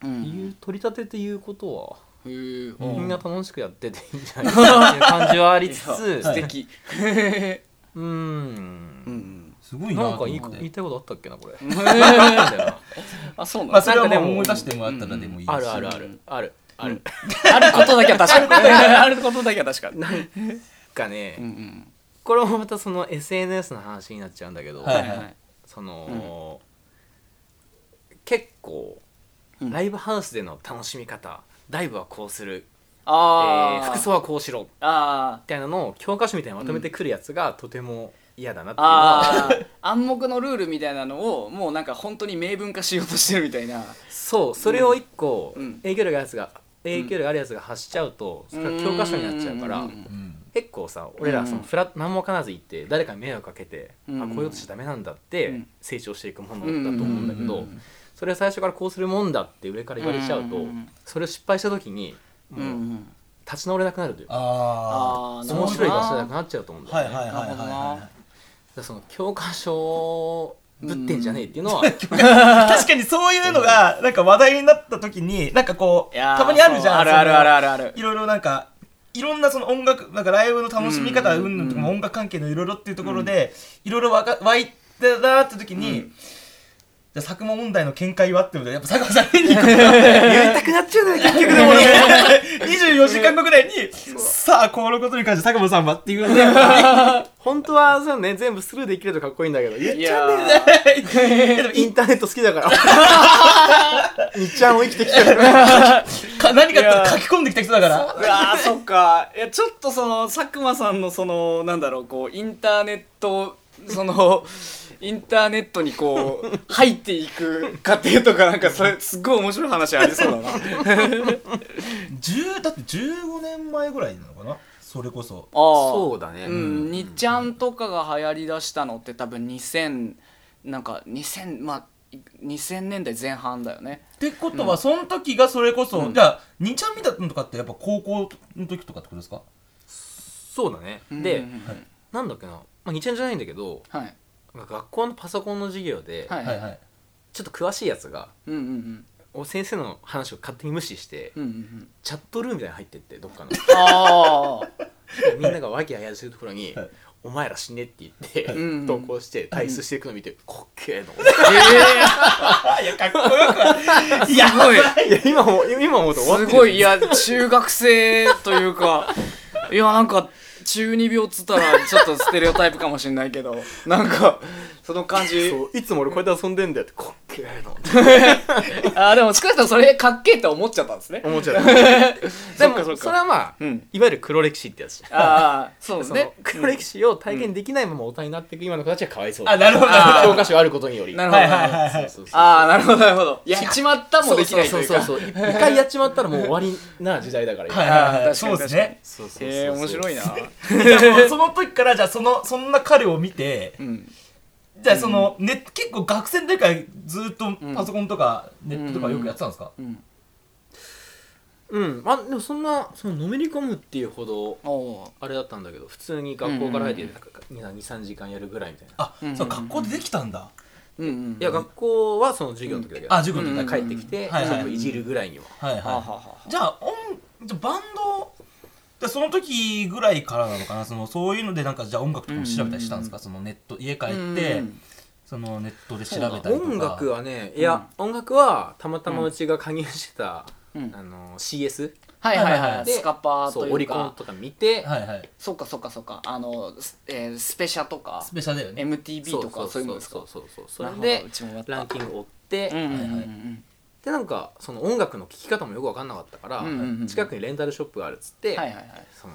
[SPEAKER 2] うん
[SPEAKER 3] 言う取り立てて言うことは、
[SPEAKER 2] へえ
[SPEAKER 1] うん
[SPEAKER 3] みんな楽しくやってていいんじゃない かっていう感じはありつつ
[SPEAKER 2] 素敵
[SPEAKER 3] うーん
[SPEAKER 2] うん
[SPEAKER 1] すごいな
[SPEAKER 3] なん
[SPEAKER 1] と
[SPEAKER 3] か
[SPEAKER 1] 思
[SPEAKER 3] 言
[SPEAKER 1] っ
[SPEAKER 3] い言い
[SPEAKER 1] て。
[SPEAKER 3] たいことあったっけなこれ
[SPEAKER 2] うん
[SPEAKER 3] なんだよな
[SPEAKER 2] あそうなん
[SPEAKER 1] まあそ
[SPEAKER 2] だ
[SPEAKER 1] れはもう
[SPEAKER 3] なんかでも
[SPEAKER 1] 思い出してもらったらでもいいです
[SPEAKER 3] あ
[SPEAKER 1] し
[SPEAKER 3] るあるあるあるある、
[SPEAKER 2] あることだけは確かに あることだけは確かに
[SPEAKER 3] かね、
[SPEAKER 2] うんうん
[SPEAKER 3] これもまたその SNS の話になっちゃうんだけど、
[SPEAKER 1] はい
[SPEAKER 2] はいはい
[SPEAKER 3] その、結構
[SPEAKER 2] うん
[SPEAKER 3] ライブハウスでの楽しみ方、ライブはこうする、え
[SPEAKER 2] あ
[SPEAKER 3] ー
[SPEAKER 2] あ
[SPEAKER 3] 服装はこうしろみ
[SPEAKER 2] あ
[SPEAKER 3] たいなのを教科書みたいにまとめてくるやつがとても嫌だなっていうのは、
[SPEAKER 2] ああ暗黙のルールみたいなのをもうなんか本当に明文化しようとしてるみたいな
[SPEAKER 3] そうそれを一個
[SPEAKER 2] うん
[SPEAKER 3] 影響力があるやつが影響力あるやつが発しちゃうと、それは教科書になっちゃうから、
[SPEAKER 2] うんうんうんうん
[SPEAKER 1] うん
[SPEAKER 3] 結構さ俺らそ
[SPEAKER 2] うん
[SPEAKER 3] のフラッ何も分からず行って誰かに迷惑かけて、
[SPEAKER 2] うん
[SPEAKER 3] あこういうことしちゃダメなんだっ
[SPEAKER 2] う
[SPEAKER 3] て
[SPEAKER 2] ん
[SPEAKER 3] 成長していくものだと思うんだけど、
[SPEAKER 1] うん
[SPEAKER 3] それは最初からこうするもんだって上から言われちゃうと、
[SPEAKER 2] うん
[SPEAKER 3] それを失敗した時にも
[SPEAKER 2] うん
[SPEAKER 3] う
[SPEAKER 2] うん
[SPEAKER 3] 立ち直れなくなるというか、
[SPEAKER 1] あ
[SPEAKER 2] あーなるほ
[SPEAKER 3] 面
[SPEAKER 2] ど
[SPEAKER 3] 白い場所じゃなくなっちゃうと思うん
[SPEAKER 1] あ
[SPEAKER 3] だよ
[SPEAKER 1] はいは
[SPEAKER 3] ね、
[SPEAKER 1] いはいはい
[SPEAKER 2] なるほど
[SPEAKER 1] は
[SPEAKER 2] ない
[SPEAKER 3] だからその教科書ぶってんじゃねえっていうのは、
[SPEAKER 1] 確かにそういうのがなんか話題になった時になんかこう
[SPEAKER 2] いやー
[SPEAKER 1] たまにあるじゃん
[SPEAKER 2] そうあるあるある
[SPEAKER 1] る
[SPEAKER 2] あるある
[SPEAKER 1] いろいろなんかいろんなその音楽なんかライブの楽しみ方
[SPEAKER 2] うん
[SPEAKER 1] うんぬんとかも
[SPEAKER 2] うん
[SPEAKER 1] 音楽関係のいろいろっていうところでいろいろわか湧いたなって時に、じゃあ佐久間問題の見解はってことでやっぱ佐久間さん見に行くんだよ
[SPEAKER 3] やりたくなっちゃう のよ結局でもね
[SPEAKER 1] 24時間後ぐらいに、さあ、このことに関して佐久間さんはっていうので、
[SPEAKER 3] 本当はそうね全部スルーできるとかっこいいんだけど言っ
[SPEAKER 2] い
[SPEAKER 3] ちゃう
[SPEAKER 2] やー
[SPEAKER 3] インターネット好きだからいっちゃんを生きてきてるから
[SPEAKER 1] か何かあったら書き込んできた人だから。
[SPEAKER 2] うわーそっかいやちょっとその佐久間さんのそのなんだろうこうインターネットその インターネットにこう入っていく過程とかなんかそれすっごい面白い話 ありそうだな
[SPEAKER 1] 10だって15年前ぐらいなのかなそれこそ。
[SPEAKER 3] そうだね、
[SPEAKER 2] うん、にちゃんとかが流行りだしたのって多分2000なんか2000まあ2000年代前半だよね
[SPEAKER 1] ってことは、その時がそれこそ、じゃあ、2ちゃん見たのとかってやっぱ高校の時とかってことですか
[SPEAKER 3] そうだね、
[SPEAKER 2] う
[SPEAKER 3] で
[SPEAKER 2] ん
[SPEAKER 3] なんだっけな、まあ、2ちゃんじゃないんだけど
[SPEAKER 2] はい
[SPEAKER 3] なんか学校のパソコンの授業で、
[SPEAKER 2] はい
[SPEAKER 1] はいはい。
[SPEAKER 3] ちょっと詳しいやつが
[SPEAKER 2] うんうんうん
[SPEAKER 3] お先生の話を勝手に無視して、
[SPEAKER 2] うんうんうん
[SPEAKER 3] チャットルームみたいに入ってってどっ かの
[SPEAKER 2] ああ
[SPEAKER 3] みんなが和気あいあいするところに、
[SPEAKER 1] はい
[SPEAKER 3] お前ら死ね」って言って、
[SPEAKER 2] うん
[SPEAKER 3] 投稿して退出していくの見て「滑稽の」
[SPEAKER 1] いや、かっこよく
[SPEAKER 2] いやすごい
[SPEAKER 3] いや今も今思うと終わって
[SPEAKER 2] す
[SPEAKER 3] る
[SPEAKER 2] ごいいや中学生というかいやなんか中二病っつったらちょっとステレオタイプかもしれないけどなんかその感じ
[SPEAKER 3] そういつも俺こうやって遊んでんだよって「滑稽の」
[SPEAKER 2] あーでももしかしたらそれかっけえって思っちゃったんですね
[SPEAKER 3] 思っちゃうで
[SPEAKER 2] そっかそっ
[SPEAKER 3] も
[SPEAKER 2] か
[SPEAKER 3] それはまあ、
[SPEAKER 2] うん
[SPEAKER 3] いわゆる黒歴史ってやつ
[SPEAKER 2] ああそう
[SPEAKER 3] そ
[SPEAKER 2] ね
[SPEAKER 3] の黒歴史を体験できないまま大人になっていく今の子たちはかわいそう
[SPEAKER 1] あ、なるほど。
[SPEAKER 2] あー
[SPEAKER 3] 教科書があることにより
[SPEAKER 2] なる
[SPEAKER 1] ほ
[SPEAKER 2] ほ
[SPEAKER 1] ど
[SPEAKER 2] ど、
[SPEAKER 1] はいはい
[SPEAKER 3] そうそうそう
[SPEAKER 2] ああなるほどなるほどやっちまったも
[SPEAKER 3] そう
[SPEAKER 2] できないというか
[SPEAKER 3] そうそうそうそう一回やっちまったらもう終わりな時代だから今
[SPEAKER 1] はいはいはい。
[SPEAKER 2] 確か
[SPEAKER 1] そう
[SPEAKER 2] に
[SPEAKER 1] ですね。
[SPEAKER 3] そうそうそうそう
[SPEAKER 2] えー、面白いな
[SPEAKER 1] じゃあもうその 時から、じゃあ、その、そんな彼を見て、
[SPEAKER 2] うん
[SPEAKER 1] じゃあ、その、ね、結構学生の時からずっとパソコンとかネットとかよくやってたんですか
[SPEAKER 2] うん
[SPEAKER 3] うんまあでもそんなそののめり込むっていうほど
[SPEAKER 2] おお
[SPEAKER 3] あれだったんだけど普通に学校から入って23時間やるぐらいみたいな
[SPEAKER 1] あ
[SPEAKER 2] うんうん、
[SPEAKER 1] そう、学校でできたんだ。
[SPEAKER 2] うんうん
[SPEAKER 3] いや学校はその授業の時だけど
[SPEAKER 1] あ、授業の時だ
[SPEAKER 2] うん
[SPEAKER 1] け。
[SPEAKER 3] 帰ってきてちょ
[SPEAKER 1] はいはい
[SPEAKER 3] っといじるぐらいには
[SPEAKER 1] はい
[SPEAKER 2] はあは
[SPEAKER 1] は。
[SPEAKER 2] あはい
[SPEAKER 1] じゃあ、音、じゃあバンド、じゃあその時ぐらいからなのかな、そのそういうのでなんかじゃあ音楽とかも調べたりしたんですか、そのネット家帰
[SPEAKER 2] あうん
[SPEAKER 1] っ
[SPEAKER 2] う
[SPEAKER 1] て、
[SPEAKER 2] ん
[SPEAKER 1] そのネットで調べたりとか。
[SPEAKER 3] 音楽はねいや音楽はたまたまうちが加入してた
[SPEAKER 2] うん
[SPEAKER 3] あの CS
[SPEAKER 2] はいはいはい、
[SPEAKER 1] はい
[SPEAKER 2] スカパーと
[SPEAKER 3] そ
[SPEAKER 2] いうう
[SPEAKER 3] オリコン
[SPEAKER 2] か
[SPEAKER 3] とか見て
[SPEAKER 1] はいはい。
[SPEAKER 2] そうかそうかそうかあの、スえースペシャとか
[SPEAKER 1] スペシャルだよね。
[SPEAKER 2] MTV とかそういうのですか
[SPEAKER 3] そうそうそうそう
[SPEAKER 2] なる
[SPEAKER 3] そ
[SPEAKER 2] ほ
[SPEAKER 3] れ
[SPEAKER 2] ど
[SPEAKER 3] で
[SPEAKER 2] うちもやった
[SPEAKER 3] ランキング追って、
[SPEAKER 2] うんうんうん
[SPEAKER 1] はいは
[SPEAKER 3] でなんかその音楽の聴き方もよく分かんなかったから、
[SPEAKER 2] うんうんうん
[SPEAKER 3] 近くにレンタルショップがあるっつって、
[SPEAKER 2] うんはいはいはい
[SPEAKER 3] その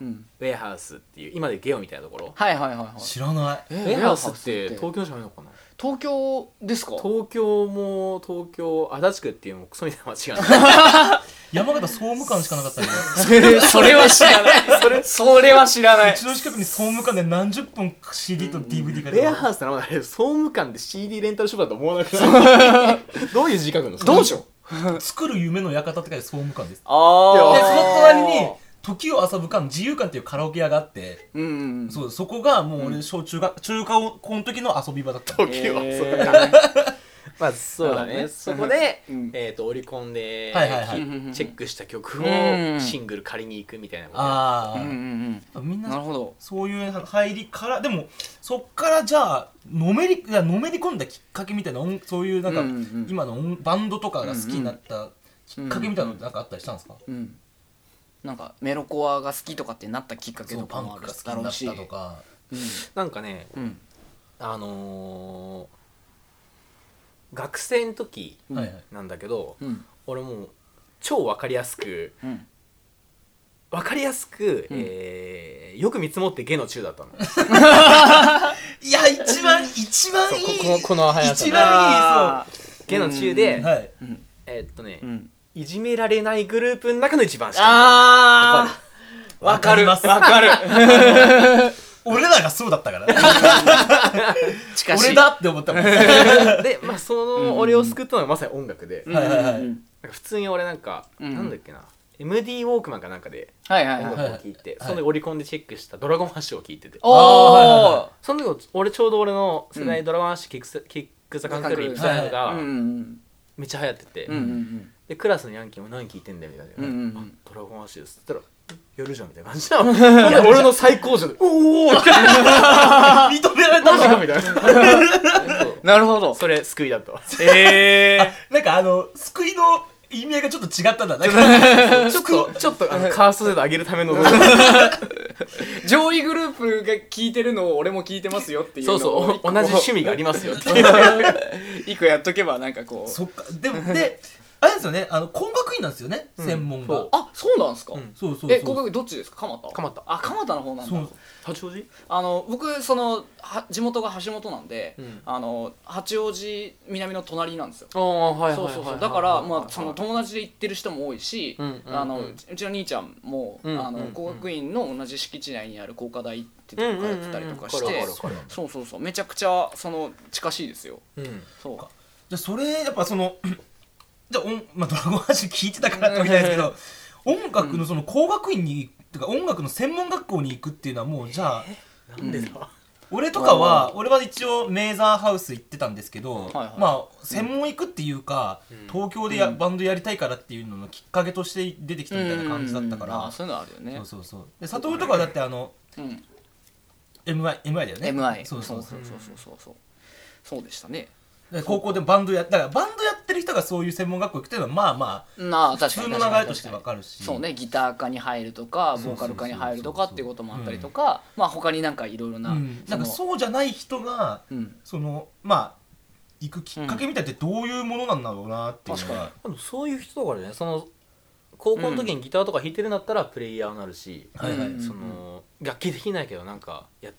[SPEAKER 2] うん
[SPEAKER 3] ウェアハウスっていう今でゲオみたいなところ、
[SPEAKER 2] はいはいはいはい
[SPEAKER 1] 知らない。
[SPEAKER 2] えー
[SPEAKER 3] ウェアハウスって
[SPEAKER 2] ウェアハウ
[SPEAKER 3] 東京じゃないのかな
[SPEAKER 2] ス東京ですか
[SPEAKER 3] 東京も東京足立区っていうもうクソみたいな街がある
[SPEAKER 1] 山形総務官しかなかったけど、う
[SPEAKER 2] それは知らないそれそれは知らない
[SPEAKER 1] ちの近くに総務官で何十本 CD と DVD が
[SPEAKER 3] ウェア
[SPEAKER 1] て
[SPEAKER 3] ハウスって名前だけど総務官で CD レンタルショップだと思わなくて どういう字書くの
[SPEAKER 2] どうしよう
[SPEAKER 1] る作る夢の館って書いて総務官です。
[SPEAKER 2] あ
[SPEAKER 1] で、
[SPEAKER 2] あ
[SPEAKER 1] その隣に、時を遊ぶ館、自由館っていうカラオケ屋があって、
[SPEAKER 2] うんうん
[SPEAKER 1] そうそこがもう俺小中学、中高校の時の遊び場だったの
[SPEAKER 3] 時を
[SPEAKER 2] え
[SPEAKER 3] 遊ぶ
[SPEAKER 2] ー
[SPEAKER 3] まあそう
[SPEAKER 2] な
[SPEAKER 3] だ
[SPEAKER 2] るほど
[SPEAKER 3] ね
[SPEAKER 2] ね
[SPEAKER 3] そこで、
[SPEAKER 2] うん
[SPEAKER 3] えー、とオリコンで、
[SPEAKER 1] はいはいはい
[SPEAKER 3] きチェックした曲
[SPEAKER 2] う
[SPEAKER 3] を
[SPEAKER 2] ん
[SPEAKER 3] シングル借りに行くみたいなこと
[SPEAKER 1] あ
[SPEAKER 2] う
[SPEAKER 1] あ、
[SPEAKER 2] んうん
[SPEAKER 1] みん
[SPEAKER 2] うんなる
[SPEAKER 1] な
[SPEAKER 2] ほど
[SPEAKER 1] そういう入りからでもそっからじゃあのめりいやのめり込んだきっかけみたいな音そういうなんか、
[SPEAKER 2] うんうんうん
[SPEAKER 1] 今の音バンドとかが好きになったきっかけみたいなのってなんかあったりしたんですか、
[SPEAKER 2] うんなんかメロコアが好きとかってなったきっかけ
[SPEAKER 1] そ
[SPEAKER 2] と
[SPEAKER 1] うパ
[SPEAKER 2] か
[SPEAKER 1] ン
[SPEAKER 2] もあ
[SPEAKER 1] ク
[SPEAKER 2] る
[SPEAKER 1] が好きに
[SPEAKER 2] だろ
[SPEAKER 1] な
[SPEAKER 2] う
[SPEAKER 1] っ
[SPEAKER 2] した
[SPEAKER 1] とか
[SPEAKER 2] うん
[SPEAKER 3] なんかね
[SPEAKER 2] うん
[SPEAKER 3] あのー学生の時
[SPEAKER 2] うん
[SPEAKER 1] はいはい
[SPEAKER 3] なんだけど、
[SPEAKER 2] うん
[SPEAKER 3] 俺もう超わかりやすく
[SPEAKER 2] うん
[SPEAKER 3] わかりやすく、えーよく見積もって下の中 だったの
[SPEAKER 1] いや一番一番いい
[SPEAKER 3] そうこここの速
[SPEAKER 1] 一
[SPEAKER 3] さ
[SPEAKER 1] 番
[SPEAKER 2] あー
[SPEAKER 3] 下の中で、
[SPEAKER 1] はい
[SPEAKER 3] えーっとね、
[SPEAKER 2] うん
[SPEAKER 3] いじめられないグループの中の一番下
[SPEAKER 2] あ
[SPEAKER 4] わかる
[SPEAKER 1] わ
[SPEAKER 4] わ
[SPEAKER 1] かります
[SPEAKER 4] かる
[SPEAKER 1] 俺らがそうだったからね
[SPEAKER 4] 近しい
[SPEAKER 1] 俺だって思ったも ん
[SPEAKER 3] で、まあ、その俺を救ったのはまさに音楽で、
[SPEAKER 4] うん
[SPEAKER 1] はいはいはい
[SPEAKER 4] うん
[SPEAKER 3] なんか普通に俺なんか、
[SPEAKER 4] うん
[SPEAKER 3] なんだっけな MD ウォークマンかなんかで
[SPEAKER 4] はいはい
[SPEAKER 3] 音
[SPEAKER 4] はい
[SPEAKER 3] 楽を聴いて、
[SPEAKER 1] はい
[SPEAKER 3] そのオリコンでチェックした「ドラゴンハッシュ」を聴いてて
[SPEAKER 4] お
[SPEAKER 1] あ
[SPEAKER 4] お
[SPEAKER 3] その時俺ちょうど俺の世代「ドラゴンハッシュキックス」キックザカントリーみたいなの
[SPEAKER 4] う
[SPEAKER 3] が
[SPEAKER 4] んうん
[SPEAKER 3] めっちゃ流行ってて、
[SPEAKER 4] うんうんうん
[SPEAKER 3] でクラスのヤンキーも何聴いてんだよみたいな「
[SPEAKER 4] うんうんうん
[SPEAKER 3] あドラゴンハッシュです」って言ったら「やるじゃん」みた いな感じなのなんで俺の最高じゃん「おお!」みたいな
[SPEAKER 1] 認められ
[SPEAKER 3] マ
[SPEAKER 1] た
[SPEAKER 3] ジか
[SPEAKER 1] の
[SPEAKER 3] みたいなそう
[SPEAKER 4] なるほど
[SPEAKER 3] それ救いだと
[SPEAKER 4] ええ
[SPEAKER 1] なんかあの救いの意味合いがちょっと違ったんだなんか
[SPEAKER 3] ちょっとちょっとあ のカースト制度上げるた めの
[SPEAKER 2] 上位グループが聞いてるのを俺も聞いてますよっていうの
[SPEAKER 3] そ
[SPEAKER 2] を
[SPEAKER 3] うそう同じ趣味がありますよっていう
[SPEAKER 2] 一個やっとけばなんかこう
[SPEAKER 1] そっかでもであれですよねあの工学院なんですよね、専門が
[SPEAKER 3] そう
[SPEAKER 2] あそうなんですか、
[SPEAKER 3] うん
[SPEAKER 1] そうそうそう
[SPEAKER 2] え合格どっちですか蒲田
[SPEAKER 3] 蒲田
[SPEAKER 2] あ蒲田の方なん
[SPEAKER 1] そ
[SPEAKER 2] だ
[SPEAKER 1] う
[SPEAKER 3] 八王子
[SPEAKER 2] あの僕そのは地元が橋本なんで、
[SPEAKER 3] うん
[SPEAKER 2] あの八王子南の隣なんですよ
[SPEAKER 3] ああはい
[SPEAKER 2] そうそうそうだからまあその友達で行ってる人も多いし、
[SPEAKER 3] うんうんうん
[SPEAKER 2] あのうちの兄ちゃんも、
[SPEAKER 3] うんうんうん
[SPEAKER 2] あの工学院の同じ敷地内にある工科大ってとこ通ってたりとかして、
[SPEAKER 3] うんうんうんうんわかるわかるわかる
[SPEAKER 2] そうそうそうめちゃくちゃその近しいですよ
[SPEAKER 3] うん
[SPEAKER 2] そう
[SPEAKER 1] かじゃあそれやっぱそのじゃあ音、まあ、ドラゴンハッシュ聞いてたからってわけじゃないですけど音楽のその工学院にとか音楽の専門学校に行くっていうのはもうじゃあ
[SPEAKER 3] なんでだ
[SPEAKER 1] 俺とかは俺は一応メーザーハウス行ってたんですけど、
[SPEAKER 2] いはい
[SPEAKER 1] まあ専門行くっていうか、東京でや、バンドやりたいからっていうののきっかけとして出てきたみたいな感じだったから、
[SPEAKER 2] あーそういうのあるよね
[SPEAKER 1] そうそうそうで佐藤とかはだってあの
[SPEAKER 2] うん
[SPEAKER 1] MI, MI だよね
[SPEAKER 2] MI
[SPEAKER 1] そうそうそ
[SPEAKER 2] そううそうそうそうそうそうでしたね
[SPEAKER 1] で高校でバンドやだからバンドやってる人がそういう専門学校行くっていうのはまあま
[SPEAKER 2] なあ
[SPEAKER 1] あ
[SPEAKER 2] 確
[SPEAKER 1] 普
[SPEAKER 2] か
[SPEAKER 1] 通
[SPEAKER 2] に
[SPEAKER 1] の流
[SPEAKER 2] 確かに
[SPEAKER 1] れとしてわかるし
[SPEAKER 2] そうねギター科に入るとかボーカル科に入るとかっていうこともあったりとかまあ他になんかいろいろな,、
[SPEAKER 1] うん、なんか
[SPEAKER 2] その
[SPEAKER 1] そうじゃない人が
[SPEAKER 2] うん
[SPEAKER 1] そのまあ行くきっかけみたいってどういうものなんだろうなっていうのは
[SPEAKER 2] 確
[SPEAKER 3] でもそういう人だからねその高校の時にギターとか弾いてるんだったらプレイヤーになるし、
[SPEAKER 1] かにはいはい、
[SPEAKER 2] うん
[SPEAKER 3] その楽器できないけどなんかや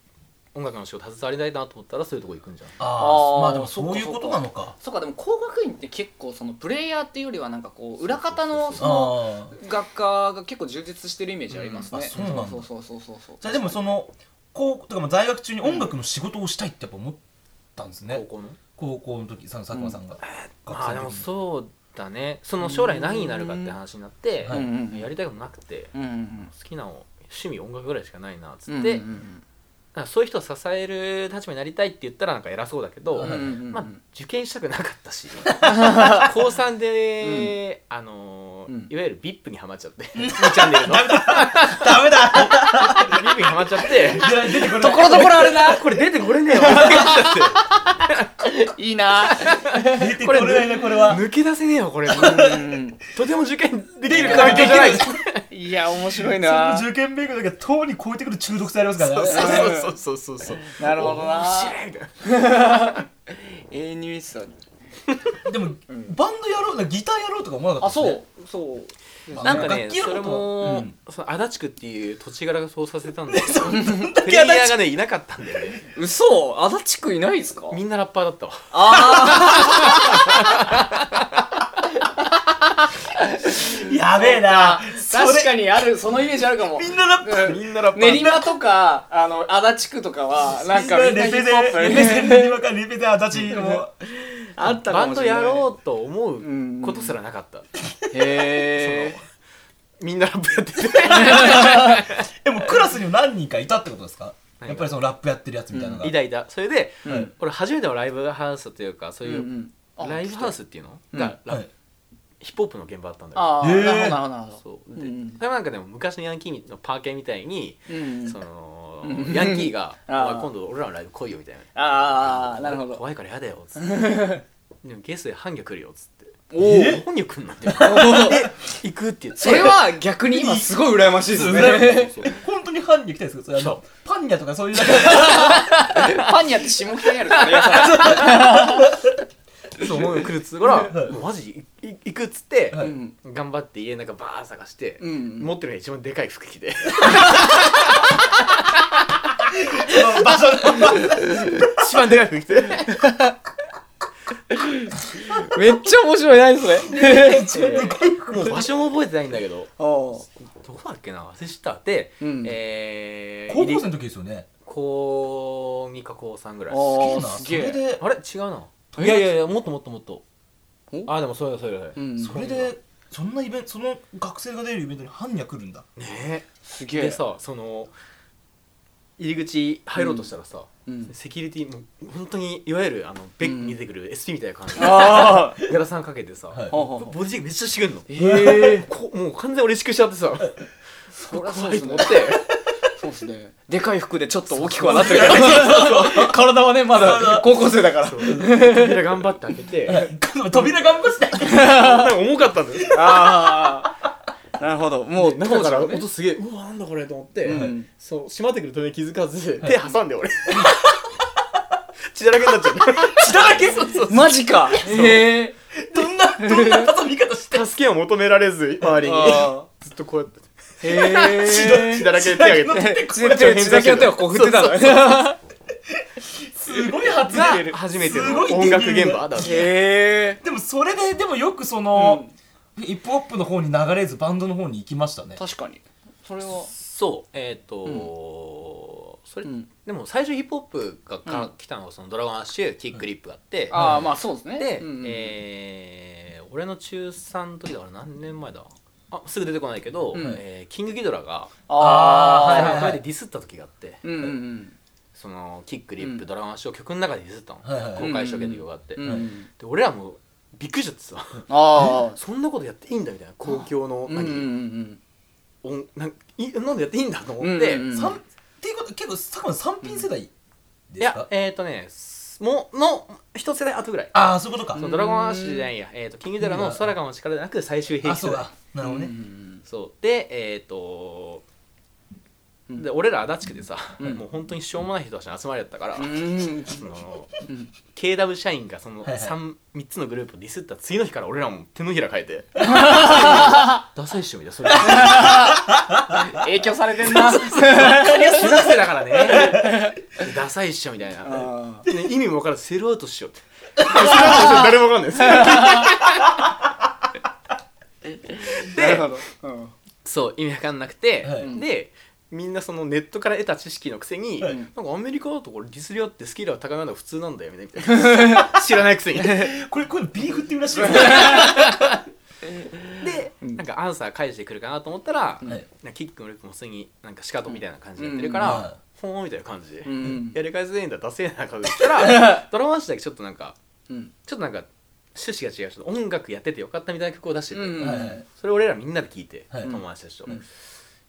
[SPEAKER 3] 音楽の仕事携わりたいなと思ったらそういうとこ行くんじゃん
[SPEAKER 1] あ
[SPEAKER 2] あ
[SPEAKER 1] あ
[SPEAKER 2] ー
[SPEAKER 1] まあでもそういうことなのか
[SPEAKER 2] そうかでも工学院って結構そのプレイヤーっていうよりはなんかこう裏方の
[SPEAKER 3] そう
[SPEAKER 2] そ
[SPEAKER 1] あ
[SPEAKER 2] の
[SPEAKER 1] あ
[SPEAKER 2] 学科が結構充実してるイメージありますね、
[SPEAKER 1] うんあそうなんだ
[SPEAKER 2] そうそうそうそうそう
[SPEAKER 1] じゃあでもその高校とかまあ大学中に音楽の仕事をしたいってやっぱ思ったんですね、
[SPEAKER 3] 高校の
[SPEAKER 1] 高校の時その佐久間さんが、学
[SPEAKER 3] まあ
[SPEAKER 1] 生
[SPEAKER 3] で
[SPEAKER 1] の
[SPEAKER 3] も
[SPEAKER 1] 時に
[SPEAKER 3] そうだねその将来何になるかって話になって
[SPEAKER 1] うん
[SPEAKER 2] うん
[SPEAKER 3] やりたいことなくて
[SPEAKER 2] うんうん
[SPEAKER 3] 好きなの趣味音楽ぐらいしかないなっつ
[SPEAKER 2] うん
[SPEAKER 3] って、
[SPEAKER 2] うんうん
[SPEAKER 3] なんかそういう人を支える立場になりたいって言ったらなんか偉そうだけど、
[SPEAKER 1] うん
[SPEAKER 2] うんうんうん
[SPEAKER 3] まあ、受験したくなかったし高3で、あのー
[SPEAKER 2] うん
[SPEAKER 3] いわゆる VIP にはまっちゃって 2チャンネルの VIP
[SPEAKER 1] ダメだ
[SPEAKER 3] にはまっちゃって
[SPEAKER 1] 出てこ
[SPEAKER 2] と
[SPEAKER 1] ない
[SPEAKER 2] ころどころあるな
[SPEAKER 3] これ出てこれねえわ
[SPEAKER 2] いいな
[SPEAKER 1] 出てこれ ないなこれは
[SPEAKER 3] 抜け出せねえよこれ
[SPEAKER 2] うん
[SPEAKER 3] とても受験できる環境じゃないそう
[SPEAKER 2] いや面白い
[SPEAKER 1] その
[SPEAKER 2] な
[SPEAKER 1] 受験勉強だけはとうに超えてくる中毒性ありますからね
[SPEAKER 3] そうそうそうそう
[SPEAKER 2] なるほどな
[SPEAKER 3] 面白いみたいな
[SPEAKER 2] 永遠に見てた
[SPEAKER 1] でも、バンドやろうギターやろうとか思わなか
[SPEAKER 2] あ
[SPEAKER 1] ったですね
[SPEAKER 2] そうそう
[SPEAKER 3] なんかね
[SPEAKER 1] 楽器の
[SPEAKER 3] そ
[SPEAKER 1] こ
[SPEAKER 3] れ
[SPEAKER 1] とはう
[SPEAKER 3] も
[SPEAKER 1] ん
[SPEAKER 3] その足立区っていう土地柄がそうさせたんだよ
[SPEAKER 1] だ
[SPEAKER 3] プ
[SPEAKER 1] け足立
[SPEAKER 3] レイヤーがねいなかったんだよね
[SPEAKER 2] 嘘足立区いないですか
[SPEAKER 3] みんなラッパーだったわ
[SPEAKER 2] あ
[SPEAKER 1] やべえな
[SPEAKER 2] あ
[SPEAKER 1] それ
[SPEAKER 2] 確かにあるそのイメージあるかも
[SPEAKER 1] みんなラップ
[SPEAKER 2] うん
[SPEAKER 3] みんなラッパー
[SPEAKER 2] 練馬とかあの足立区とか はなんかみん
[SPEAKER 1] レ
[SPEAKER 2] なヒ
[SPEAKER 1] ペゼ
[SPEAKER 2] ップホップ
[SPEAKER 1] レペゼレペゼレペゼ足立も
[SPEAKER 2] あった
[SPEAKER 3] バ
[SPEAKER 2] か
[SPEAKER 3] ン
[SPEAKER 2] も
[SPEAKER 3] ド
[SPEAKER 2] しれな
[SPEAKER 3] や
[SPEAKER 2] い
[SPEAKER 3] ろうと思
[SPEAKER 2] ん
[SPEAKER 3] うことすらなかった
[SPEAKER 2] うへえ
[SPEAKER 3] みんなラップやってて
[SPEAKER 1] でもクラスにも何人かいたってことですか
[SPEAKER 3] 何が
[SPEAKER 1] やっぱりそのラップやってるやつみたいなのが、
[SPEAKER 3] いたいたそれで
[SPEAKER 1] うん
[SPEAKER 3] 俺初めてのライブハウスというかそうい
[SPEAKER 2] うんう
[SPEAKER 3] うん
[SPEAKER 2] あ
[SPEAKER 3] ライブハウスっていうの
[SPEAKER 2] うん
[SPEAKER 3] がラ
[SPEAKER 1] はい
[SPEAKER 3] ヒップホップの現場だったんだよ
[SPEAKER 2] ああ
[SPEAKER 1] へ
[SPEAKER 2] な
[SPEAKER 1] ー
[SPEAKER 2] るほどなるほどなるほど
[SPEAKER 3] そう
[SPEAKER 2] う
[SPEAKER 3] で
[SPEAKER 2] ん
[SPEAKER 3] それもなんかでも昔のヤンキーのパーケみたいに
[SPEAKER 2] うん
[SPEAKER 3] そのヤンキーが「
[SPEAKER 2] あー
[SPEAKER 3] おい今度俺らのライブ来いよ」みたいな
[SPEAKER 2] ああなるほど
[SPEAKER 3] 怖いからやだよっつってでもゲストで半魚来るよっつって
[SPEAKER 2] おお
[SPEAKER 3] 「本魚来んの?」って 行くって言って
[SPEAKER 2] それは逆に今すごい羨ましいですね
[SPEAKER 1] え本当に犯人来たんですかそれあのパンニャとかそういうなんか
[SPEAKER 2] パンにあって下北にあるからね
[SPEAKER 3] そう思う来るっつうから
[SPEAKER 1] はい
[SPEAKER 3] もうマジいい行くっつって、
[SPEAKER 1] はい
[SPEAKER 2] うん
[SPEAKER 3] 頑張って家の中バー探して、
[SPEAKER 2] うん
[SPEAKER 3] 持ってるのが一番でかい服着て
[SPEAKER 1] 場所
[SPEAKER 3] 一番でかい服着て
[SPEAKER 2] めっちゃ面白いないそれ
[SPEAKER 1] でかい服を
[SPEAKER 3] 場所も覚えてないんだけど
[SPEAKER 2] おお
[SPEAKER 3] どこフだっけな忘れしたで、
[SPEAKER 2] うん
[SPEAKER 3] えー
[SPEAKER 1] 高校生の時ですよね
[SPEAKER 3] 高2か高3ぐらい
[SPEAKER 2] あ
[SPEAKER 1] そう
[SPEAKER 2] ー
[SPEAKER 1] な
[SPEAKER 2] す
[SPEAKER 1] そ
[SPEAKER 2] げえ
[SPEAKER 1] れで
[SPEAKER 3] あれ違うな
[SPEAKER 2] え
[SPEAKER 3] いやいやいやもっともっともっと
[SPEAKER 2] お
[SPEAKER 3] あでもそれだそれだそれだ
[SPEAKER 2] うん
[SPEAKER 1] それでそんなイベントその学生が出るイベントに般若来るんだ
[SPEAKER 3] ねえ
[SPEAKER 2] すげえ
[SPEAKER 3] でさその入り口入ろうとしたらさ、
[SPEAKER 2] うん
[SPEAKER 3] セキュリティもう本当にいわゆるあのベッ
[SPEAKER 2] うん
[SPEAKER 3] クに出てくる SP みたいな感じで、
[SPEAKER 2] あ
[SPEAKER 3] ガラサンかけてさ、
[SPEAKER 1] はい
[SPEAKER 2] あはは
[SPEAKER 3] ボディチェックめっちゃしてくんの
[SPEAKER 2] へえ
[SPEAKER 3] こもう完全に俺しくしちゃって
[SPEAKER 2] そ
[SPEAKER 3] さ
[SPEAKER 2] りゃそう
[SPEAKER 3] 怖
[SPEAKER 2] で
[SPEAKER 3] い
[SPEAKER 2] す
[SPEAKER 3] と
[SPEAKER 2] ね
[SPEAKER 3] 思って
[SPEAKER 2] そうですねでかい服でちょっと大きくはなってるけど体はねまだ高校生だから
[SPEAKER 3] 扉頑張って開けて な ん
[SPEAKER 1] 扉頑張って
[SPEAKER 3] か重かったんだよ
[SPEAKER 2] ああなるほどもう
[SPEAKER 3] 中から
[SPEAKER 2] 当時はね
[SPEAKER 3] 音すげえうわなんだこれと思って、
[SPEAKER 2] うん
[SPEAKER 3] そう閉まってくる扉に気づかず手挟 んで俺血だらけになっちゃう
[SPEAKER 2] 血だらけマジかへえ
[SPEAKER 1] どんなどんな畳み方して
[SPEAKER 3] 助けを求められず周りに
[SPEAKER 2] あ
[SPEAKER 3] ずっとこうやって
[SPEAKER 2] へえ
[SPEAKER 3] 血だ血だらけで手上げて
[SPEAKER 2] 血だけ血だけの手をこう振ってたのね
[SPEAKER 1] すごい初
[SPEAKER 3] が
[SPEAKER 1] めて
[SPEAKER 3] 初めて
[SPEAKER 1] す
[SPEAKER 3] の
[SPEAKER 1] ごい
[SPEAKER 3] 音楽現場だった
[SPEAKER 2] へえ
[SPEAKER 1] でもそれででもよくその、ヒップホップの方に流れずバンドの方に行きましたね
[SPEAKER 5] 確かにそれは
[SPEAKER 3] そうえっ、と、それ、
[SPEAKER 2] うん
[SPEAKER 3] でも最初ヒップホップがから
[SPEAKER 5] うん
[SPEAKER 3] 来たのがそのドラゴンアッシュキックリップがあって、
[SPEAKER 5] ああまあそうですね
[SPEAKER 3] で、
[SPEAKER 2] うんうん
[SPEAKER 3] えー俺の中3の時だから何年前だあすぐ出てこないけど、
[SPEAKER 2] ん
[SPEAKER 3] えーキングギドラが
[SPEAKER 1] あーはいはい
[SPEAKER 3] それでディスった時があって
[SPEAKER 2] うんうん
[SPEAKER 3] そのキックリップ、
[SPEAKER 2] うん
[SPEAKER 3] ドラゴンアッシュを曲の中でディスったの、
[SPEAKER 1] はいはいはい
[SPEAKER 3] 公開初見の曲があって、
[SPEAKER 2] うんう
[SPEAKER 3] で
[SPEAKER 2] ん
[SPEAKER 3] 俺らもびっくりしちゃってさ
[SPEAKER 2] ああ
[SPEAKER 3] そんなことやっていいんだみたいな公共の
[SPEAKER 2] うんうんうん
[SPEAKER 3] 何、音なんいなんでやっていいんだと思
[SPEAKER 2] うんう
[SPEAKER 3] っ
[SPEAKER 2] ん
[SPEAKER 3] て、
[SPEAKER 2] うん
[SPEAKER 1] 三っていうこと結構佐久間さん三品世代
[SPEAKER 3] い
[SPEAKER 1] ですか、
[SPEAKER 3] やえっ、ー、とねすもの一世代後ぐらい
[SPEAKER 1] ああそういうことか、
[SPEAKER 3] そうドラゴンアッシュじゃないや、えー、とキングギドラの空からの力でなく最終兵
[SPEAKER 1] あ
[SPEAKER 3] 器世
[SPEAKER 1] そう
[SPEAKER 3] 代
[SPEAKER 1] だなるほどね、
[SPEAKER 3] そうでえっ、と
[SPEAKER 2] うん
[SPEAKER 3] で俺ら足立区でさ、
[SPEAKER 2] うん
[SPEAKER 3] もう本当にしょうもない人たちの集まりだったから、
[SPEAKER 2] うん
[SPEAKER 3] その
[SPEAKER 2] うん
[SPEAKER 3] KW 社員がその
[SPEAKER 1] はいはい
[SPEAKER 3] 3, 三つのグループをディスった次の日から俺らも手のひら変 えてダサいっしょみたいなそれ
[SPEAKER 5] 影響されてん な
[SPEAKER 3] 手出せだからね ダサいっしょみたいな、
[SPEAKER 2] あー
[SPEAKER 3] ね、意味も分からずセルアウトしようってセルアウトしよう誰も分かんないです
[SPEAKER 2] なるほどうん
[SPEAKER 3] そう意味わかんなくて、
[SPEAKER 1] はい
[SPEAKER 3] でみんなそのネットから得た知識のくせに、
[SPEAKER 1] はい
[SPEAKER 3] なんかアメリカだとこれディスり合ってスキルが高めるのが普通なんだよみたいな知らないくせにで
[SPEAKER 1] これこういうのビーフって言うらしい
[SPEAKER 3] なんかアンサー返してくるかなと思ったら、
[SPEAKER 1] い
[SPEAKER 3] なんかキックもループも普通になんかシカトみたいな感じでやってるから、
[SPEAKER 1] うんうん
[SPEAKER 3] ほーんみたいな感じで、
[SPEAKER 2] うん
[SPEAKER 3] やり返せないんだダセえな感じでしたらドラマンシだけちょっとなんか
[SPEAKER 2] うん
[SPEAKER 3] ちょっとなんか趣旨が違うちょっと音楽やっててよかったみたいな曲を出してて、
[SPEAKER 2] うん
[SPEAKER 1] はいはい
[SPEAKER 3] それ俺らみんなで聞いて、
[SPEAKER 1] はい
[SPEAKER 3] 友達たちと、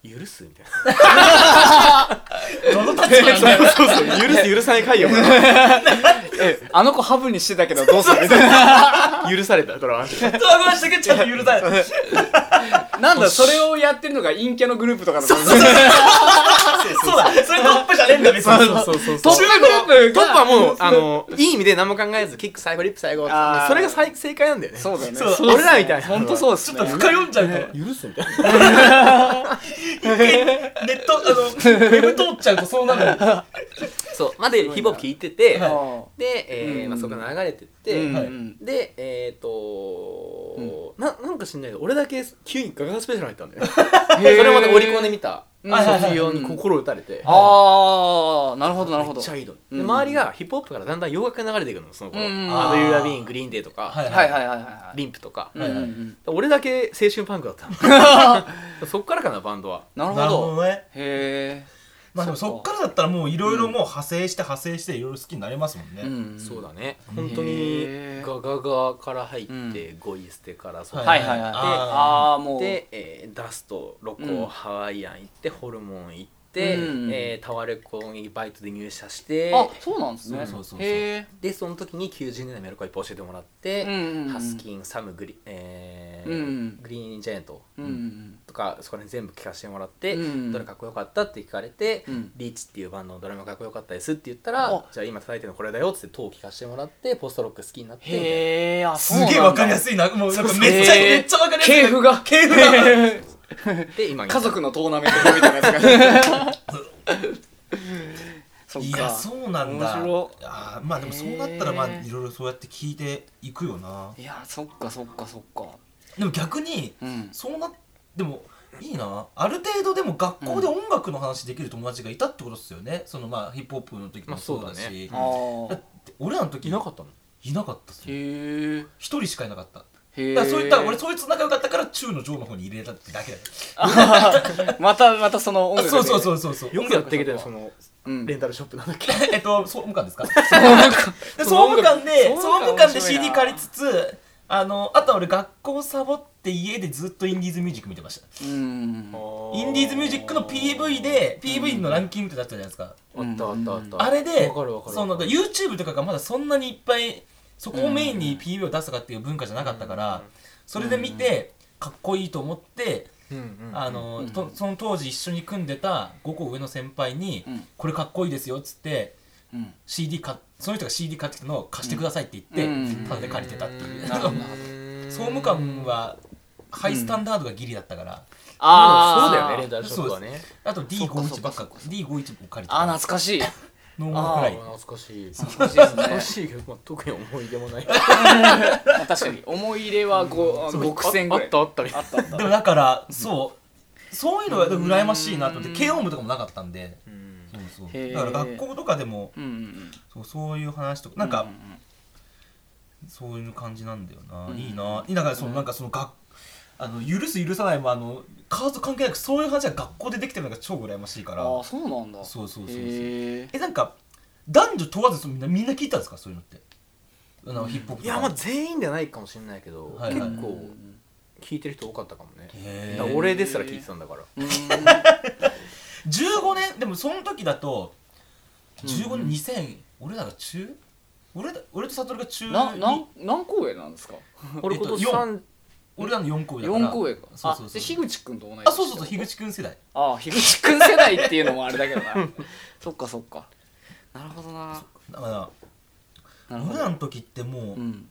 [SPEAKER 3] 許すみたいな
[SPEAKER 1] どの立場なんだよ
[SPEAKER 3] そうそう、許す許さない会よ。
[SPEAKER 2] えあの子ハブにしてたけどどうするみたいな
[SPEAKER 3] 許された、ドラマ。
[SPEAKER 1] ドラゴンアッシュだけちょっと許さない
[SPEAKER 2] なんだそれをやってるのが陰キャのグループとかのトップ
[SPEAKER 1] そうだそれトップじゃねえんだ別に
[SPEAKER 3] そうそう
[SPEAKER 2] グ
[SPEAKER 3] トッ
[SPEAKER 2] ループ
[SPEAKER 3] プは
[SPEAKER 2] が
[SPEAKER 3] もう、あの、いい意味で何も考えず、キック最後、リップ最後。
[SPEAKER 2] あー
[SPEAKER 3] それがさい正解なんだよね。
[SPEAKER 2] そうだよね
[SPEAKER 1] そう
[SPEAKER 3] 俺らみたいな。
[SPEAKER 2] 本当そうです
[SPEAKER 1] ちょっ
[SPEAKER 2] ね
[SPEAKER 1] と深読んじゃうから
[SPEAKER 3] 許すみたい
[SPEAKER 1] ネットあのウェブ通っちゃうと そうなるの
[SPEAKER 3] な。そう。まで、ヒップホップ聞いてて、
[SPEAKER 1] はい
[SPEAKER 3] で、え
[SPEAKER 2] う
[SPEAKER 3] ー
[SPEAKER 2] ん
[SPEAKER 3] まあそこから流れてっ
[SPEAKER 2] うん
[SPEAKER 1] は
[SPEAKER 3] て、
[SPEAKER 1] い
[SPEAKER 2] うん
[SPEAKER 3] で、えっと、ななんか知んないけど、俺だけ急にガガガスペシャル入ったんだよね。それまたオリコンで見た。卒業に心打たれて。
[SPEAKER 2] ああなるほどなるほど
[SPEAKER 3] めっちゃいいの
[SPEAKER 2] うん
[SPEAKER 3] で周りがヒップホップからだんだん洋楽が流れていくのその頃、
[SPEAKER 2] うんうん
[SPEAKER 3] アドユー・ア・ビーングリーンデーとか、
[SPEAKER 1] はい
[SPEAKER 2] はいはいはいはい
[SPEAKER 3] リンプとか、
[SPEAKER 1] はいはい
[SPEAKER 2] うん
[SPEAKER 3] 俺だけ青春パンクだった のそっからかなバンドは
[SPEAKER 2] なるほ
[SPEAKER 1] なるほ
[SPEAKER 2] ど
[SPEAKER 1] どね
[SPEAKER 2] へ
[SPEAKER 1] まあでもそっからだったらもういろいろもう派生して派生していろいろ好きになりますもんね、
[SPEAKER 2] えん
[SPEAKER 3] そうだ
[SPEAKER 2] ね
[SPEAKER 3] ね本当
[SPEAKER 2] へ
[SPEAKER 3] に
[SPEAKER 2] ー
[SPEAKER 3] ガガガから入って、
[SPEAKER 2] うん
[SPEAKER 3] ゴイ捨てからそっ
[SPEAKER 2] はいはいはい
[SPEAKER 1] あ
[SPEAKER 2] ああーもう
[SPEAKER 3] で、えーダストロコ、
[SPEAKER 2] うん
[SPEAKER 3] ハワイアン行ってホルモン行って、
[SPEAKER 2] うん
[SPEAKER 3] えータワレコにバイトで入社して
[SPEAKER 5] あそうなんですね
[SPEAKER 1] そうそうそうそう
[SPEAKER 5] へ
[SPEAKER 3] でその時に90年代のメロコアいっぱい教えてもらって、
[SPEAKER 2] うんうんうん
[SPEAKER 3] ハスキンサムグリ,、えー
[SPEAKER 2] うん
[SPEAKER 3] グリーンジャイアント
[SPEAKER 2] うん
[SPEAKER 3] とかそこら辺全部聞かせてもらって、
[SPEAKER 2] うん
[SPEAKER 3] どれかっこよかったって聞かれて、
[SPEAKER 2] うん
[SPEAKER 3] リーチっていうバンドのどれもかっこよかったですって言ったら、
[SPEAKER 2] あ
[SPEAKER 3] じゃあ今叩いてるのこれだよっつってトー聞かせてもらってポストロック好きになってみたいな
[SPEAKER 2] へえあそう
[SPEAKER 1] すげえわかりや
[SPEAKER 2] い
[SPEAKER 1] すいなもうなんかめっちゃ
[SPEAKER 2] へー
[SPEAKER 1] めっちゃわかりやすい
[SPEAKER 2] 系譜が
[SPEAKER 1] 系譜が
[SPEAKER 3] で今 に
[SPEAKER 2] 家族のトーナメントみたいなやつがそっか
[SPEAKER 1] いやそうなんだ
[SPEAKER 2] 面白
[SPEAKER 1] あーまあでもそうなったらまあ
[SPEAKER 2] へー
[SPEAKER 1] いろいろそうやって聞いていくよない
[SPEAKER 2] やそっかそっかそっか
[SPEAKER 1] でも逆に
[SPEAKER 2] うん
[SPEAKER 1] そうなでもいいなある程度でも学校で音楽の話できる友達がいたってことですよね、そのまあヒップホップの時もそうだし、
[SPEAKER 2] あー
[SPEAKER 1] で俺らの時
[SPEAKER 3] いなかったの
[SPEAKER 1] いなかったっすね
[SPEAKER 2] へえ
[SPEAKER 1] 一人しかいなかっただ
[SPEAKER 2] へえ
[SPEAKER 1] からそういった 俺そいつ仲良かったから中の上の方に入れたってだけだよ
[SPEAKER 6] またまたその音
[SPEAKER 1] あ
[SPEAKER 6] 楽で
[SPEAKER 1] そうそうそうそうそう
[SPEAKER 3] よくやってきたよその
[SPEAKER 2] うん
[SPEAKER 3] レンタルショップなんだっけ
[SPEAKER 1] えっと、総務官ですかで総務官で、総務
[SPEAKER 2] 総
[SPEAKER 1] 官
[SPEAKER 2] 務官
[SPEAKER 1] で
[SPEAKER 2] 面白いな
[SPEAKER 1] CD 借りつつ、あの、あとは俺学校サボって家でずっとインディーズミュージック見てました。
[SPEAKER 2] うん
[SPEAKER 1] インディーズミュージックの PV で、PV のランキングってなったじゃないですか。
[SPEAKER 3] あったあったあった
[SPEAKER 1] あれで
[SPEAKER 3] わかるわか、る
[SPEAKER 1] その YouTube とかがまだそんなにいっぱい、そこをメインに PV を出すとかっていう文化じゃなかったから、それで見て、かっこいいと思って、
[SPEAKER 3] うんうん
[SPEAKER 1] あの、とその当時一緒に組んでた5個上の先輩に、
[SPEAKER 2] うん
[SPEAKER 1] これかっこいいですよっつって、
[SPEAKER 2] うん
[SPEAKER 1] CD かその人が CD 買ってきたのを貸してくださいって言
[SPEAKER 2] う
[SPEAKER 1] って、
[SPEAKER 2] ん
[SPEAKER 1] ただで借りてたっていう、
[SPEAKER 2] なる ほど
[SPEAKER 1] 総務官はハイスタンダードがギリだったから、
[SPEAKER 3] あ
[SPEAKER 2] あー
[SPEAKER 3] あそうだよねレンタルショップはね
[SPEAKER 1] あと
[SPEAKER 2] そ
[SPEAKER 1] D51
[SPEAKER 2] っ
[SPEAKER 1] ば
[SPEAKER 2] か
[SPEAKER 1] っか
[SPEAKER 2] そっか
[SPEAKER 1] D51 を借りて
[SPEAKER 2] あー
[SPEAKER 1] た
[SPEAKER 2] 懐かしい
[SPEAKER 1] のもくらい
[SPEAKER 3] あー懐かしい
[SPEAKER 2] 懐か
[SPEAKER 3] 懐
[SPEAKER 2] しいですね
[SPEAKER 3] かしいけどまあ特に思い出もない
[SPEAKER 2] まあ確かに思い入れはごあ極戦ぐ
[SPEAKER 3] あ
[SPEAKER 2] ら
[SPEAKER 3] っ
[SPEAKER 2] い
[SPEAKER 3] たあったみたい
[SPEAKER 2] あったあった
[SPEAKER 1] でもだからそうそういうのが羨ましいなと思って軽音部とかもなかったんでそうそう
[SPEAKER 2] へー
[SPEAKER 1] だから学校とかでも
[SPEAKER 2] うんうんうん
[SPEAKER 1] そうそういう話とかなんか、
[SPEAKER 2] ううん
[SPEAKER 1] そういう感じなんだよな、
[SPEAKER 2] うん
[SPEAKER 1] いいなだからその、なんかその学あの許す許さないもあのカード関係なくそういう話が学校でできてるのが超羨ましいか
[SPEAKER 2] あ
[SPEAKER 1] ら
[SPEAKER 2] ーそうなんだ
[SPEAKER 1] そうそうそうそう
[SPEAKER 2] へえ
[SPEAKER 1] えなんか男女問わずそのみんなみんな聞いたんですかそういうのってあのヒップホップ
[SPEAKER 3] い
[SPEAKER 1] とか
[SPEAKER 3] やまあ全員ではないかもしれないけど
[SPEAKER 1] はい
[SPEAKER 3] 結
[SPEAKER 1] はい
[SPEAKER 3] 構聞いてる人多かったかもね
[SPEAKER 1] へ
[SPEAKER 3] だ
[SPEAKER 1] ー
[SPEAKER 3] から俺ですら聞いてたんだから
[SPEAKER 1] 15年でもその時だと15年2000俺らが中俺だ俺と悟が中
[SPEAKER 2] なな
[SPEAKER 1] に
[SPEAKER 2] ん何公演なんですか
[SPEAKER 3] 俺今年
[SPEAKER 1] えっと
[SPEAKER 3] 3
[SPEAKER 1] 俺らの4校だから
[SPEAKER 2] 4公演か
[SPEAKER 1] そう
[SPEAKER 2] あ
[SPEAKER 1] そうそ
[SPEAKER 2] で
[SPEAKER 1] う
[SPEAKER 2] 樋口くんと同い年
[SPEAKER 1] あそうそうそう樋口くん世代
[SPEAKER 2] ああ樋口くん世代っていうのもあれだけどな そっかそっかなるほどな
[SPEAKER 1] だから
[SPEAKER 2] なるほ
[SPEAKER 1] 俺ら
[SPEAKER 2] ど
[SPEAKER 1] の時ってもう、
[SPEAKER 2] うん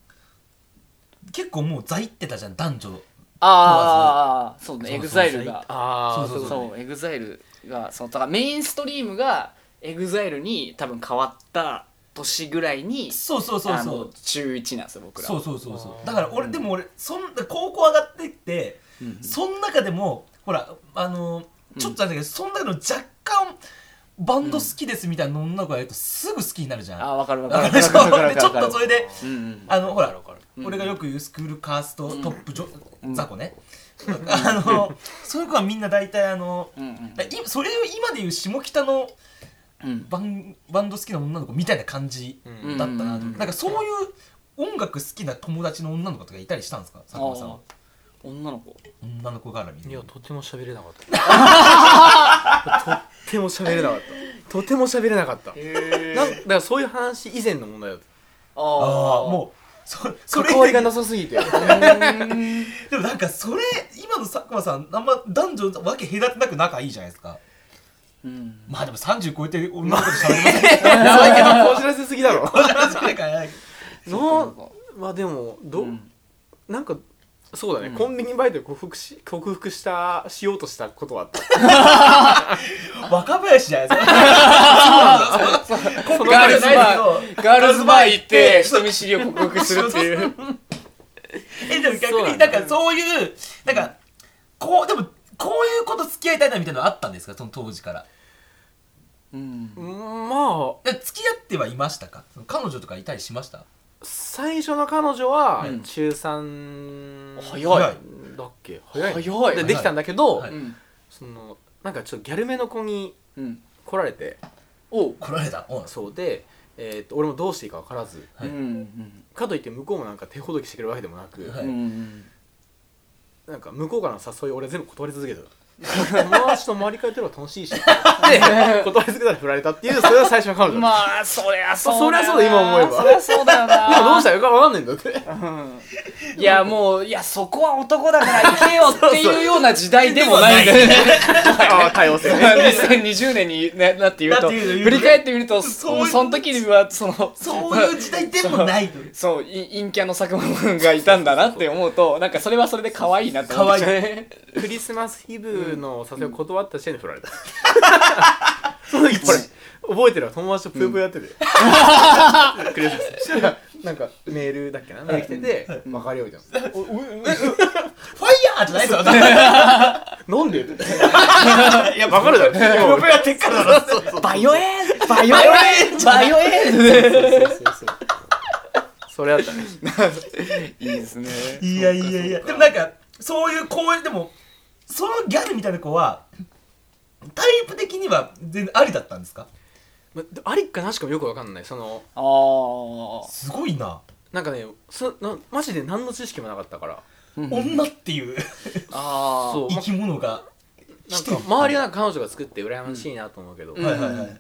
[SPEAKER 1] 結構もう在ってたじゃん男女
[SPEAKER 2] あーあーあーそうね
[SPEAKER 1] そ
[SPEAKER 2] エ
[SPEAKER 1] う
[SPEAKER 2] グ
[SPEAKER 1] そう
[SPEAKER 2] ザイルが
[SPEAKER 3] ああ
[SPEAKER 1] そうそう
[SPEAKER 3] そう
[SPEAKER 2] そうエグザイルがそのだからメインストリームがエグザイルに多分変わった年ぐらいに
[SPEAKER 1] そうそうそう
[SPEAKER 2] あ
[SPEAKER 1] そ
[SPEAKER 2] の
[SPEAKER 1] う
[SPEAKER 2] 中1なんですよ僕ら
[SPEAKER 1] そうそうそうそ
[SPEAKER 3] あ
[SPEAKER 1] う
[SPEAKER 3] ー
[SPEAKER 1] だから俺でも俺そんな高校上がってって、
[SPEAKER 2] うん
[SPEAKER 1] その中でもほらあのーちょっとなんだけど、その中の若干バンド好きですみたいな女の子がいるとすぐ好きになるじゃん、
[SPEAKER 2] あ分かる分か
[SPEAKER 1] わ
[SPEAKER 2] る
[SPEAKER 1] か
[SPEAKER 2] わ
[SPEAKER 1] る
[SPEAKER 2] か
[SPEAKER 1] で
[SPEAKER 2] る
[SPEAKER 1] しょ
[SPEAKER 2] わかる
[SPEAKER 1] でちょ
[SPEAKER 2] わかる
[SPEAKER 1] っと それで
[SPEAKER 2] うんうん
[SPEAKER 1] あのほら
[SPEAKER 3] わかるわか
[SPEAKER 2] うん
[SPEAKER 1] 俺がよく言うスクールカーストトップ女、
[SPEAKER 2] ん
[SPEAKER 1] 雑魚ね、あのそういう子はみんな大体あの、
[SPEAKER 2] うんうん
[SPEAKER 1] だいそれを今で言う下北の
[SPEAKER 2] うん
[SPEAKER 1] バンバンド好きな女の子みたいな感じ
[SPEAKER 3] る
[SPEAKER 2] うん
[SPEAKER 1] だったなと、
[SPEAKER 2] うん
[SPEAKER 1] なんかそういう音楽好きな友達の女の子とかいたりしたんですか佐久間さんは
[SPEAKER 2] 女の子
[SPEAKER 1] 女の子絡みで
[SPEAKER 3] いやとても喋れなかったとっても喋れなかった とても喋れなかったなんだからそういう話以前の問題だっ
[SPEAKER 1] あ
[SPEAKER 2] あ
[SPEAKER 1] あもうそそ
[SPEAKER 3] た
[SPEAKER 1] れ
[SPEAKER 3] 関わりがなさすぎて
[SPEAKER 1] でもなんかそれ今の佐久間さんあんま男女わけ隔てなく仲いいじゃないですか
[SPEAKER 2] ううん
[SPEAKER 1] まあでも30超えて女の子と喋りませんけど
[SPEAKER 3] 最近のこじらせすぎだ ろ
[SPEAKER 2] そう
[SPEAKER 3] の
[SPEAKER 2] か
[SPEAKER 3] まあでもど、
[SPEAKER 2] うん
[SPEAKER 3] なんかそうだね、コンビニバイトで克服し克服したしようとしたことはあった
[SPEAKER 1] 若林じゃないですか
[SPEAKER 2] そうガールズバーガールズバー行って
[SPEAKER 1] そ
[SPEAKER 2] 人見知りを克服するっていう
[SPEAKER 1] えでも逆
[SPEAKER 3] そうな
[SPEAKER 1] に
[SPEAKER 3] んだ
[SPEAKER 1] なんかそういうなんかこうでもこういうこと付き合いたいなみたいなのあったんですかその当時から
[SPEAKER 2] うん
[SPEAKER 3] うんまあ
[SPEAKER 1] え付き合ってはいましたかその彼女とかいたりしました
[SPEAKER 3] 最初の彼女は
[SPEAKER 2] うん
[SPEAKER 3] 中3
[SPEAKER 2] 早い
[SPEAKER 1] 早い
[SPEAKER 3] だっけ早い
[SPEAKER 2] 早い
[SPEAKER 3] でできたんだけど、
[SPEAKER 1] は
[SPEAKER 2] う
[SPEAKER 1] い
[SPEAKER 2] ん
[SPEAKER 3] そのなんかちょっとギャルめの子に
[SPEAKER 2] うん
[SPEAKER 3] 来られて
[SPEAKER 2] おう
[SPEAKER 1] 来られたおい
[SPEAKER 3] そうで、えー、と俺もどうしていいか分からず
[SPEAKER 1] はい
[SPEAKER 2] うんうん
[SPEAKER 3] かといって向こうもなんか手ほどきしてくれるわけでもなく、
[SPEAKER 1] はい
[SPEAKER 2] うん
[SPEAKER 3] なんか向こうからの誘い俺全部断り続 けてた友達と周りからやってる方が楽 しいしで断り続けたら振られたっていうそれが最初の彼女、
[SPEAKER 2] まあそりゃそうだよな
[SPEAKER 3] そりゃそうだ今思えば
[SPEAKER 2] そりゃそうだよな
[SPEAKER 3] でもどうしたらいいか分かんないんだって
[SPEAKER 2] いやもういやそこは男だから行けよっていうような時代でもないんだよね
[SPEAKER 3] ああ多様性
[SPEAKER 2] 2020年にねなって言う
[SPEAKER 1] だっ
[SPEAKER 2] と
[SPEAKER 1] て言うと
[SPEAKER 2] 振り返ってみると
[SPEAKER 1] そういう
[SPEAKER 2] そその時にはその
[SPEAKER 1] そういう時代でもないと いう
[SPEAKER 2] そうい陰キャの佐久間君がいたんだなって思うとなんかそれはそれで可愛いなって思っちゃう
[SPEAKER 3] クリスマスイブの誘いを断った時点で振られたその時これ覚えてるわ友達とプープーやってて、クリスマスそしたらなんかメールだっけなメール来てて「別れよう」みたいな
[SPEAKER 1] ファイヤーじゃないですよ
[SPEAKER 3] なんでい や、わかるだろ。
[SPEAKER 1] プロペラテックだろ
[SPEAKER 2] バイオエーバイオエーバイオエー
[SPEAKER 3] それあったね。
[SPEAKER 2] いいですね
[SPEAKER 1] いやいやいやでもなんかそういう公演でもそのギャルみたいな子はタイプ的には全然ありだったんですか
[SPEAKER 3] まありかなしかもよくわかんない。その、
[SPEAKER 2] ああ
[SPEAKER 1] すごいな
[SPEAKER 3] なんかね、そなマジで何の知識もなかったから。
[SPEAKER 1] 女っていう
[SPEAKER 2] ああ
[SPEAKER 3] そう
[SPEAKER 1] 生き物が
[SPEAKER 3] なんか、周りはなんか彼女が作って羨ましいなと思うけど、
[SPEAKER 2] うん
[SPEAKER 1] はいはいはい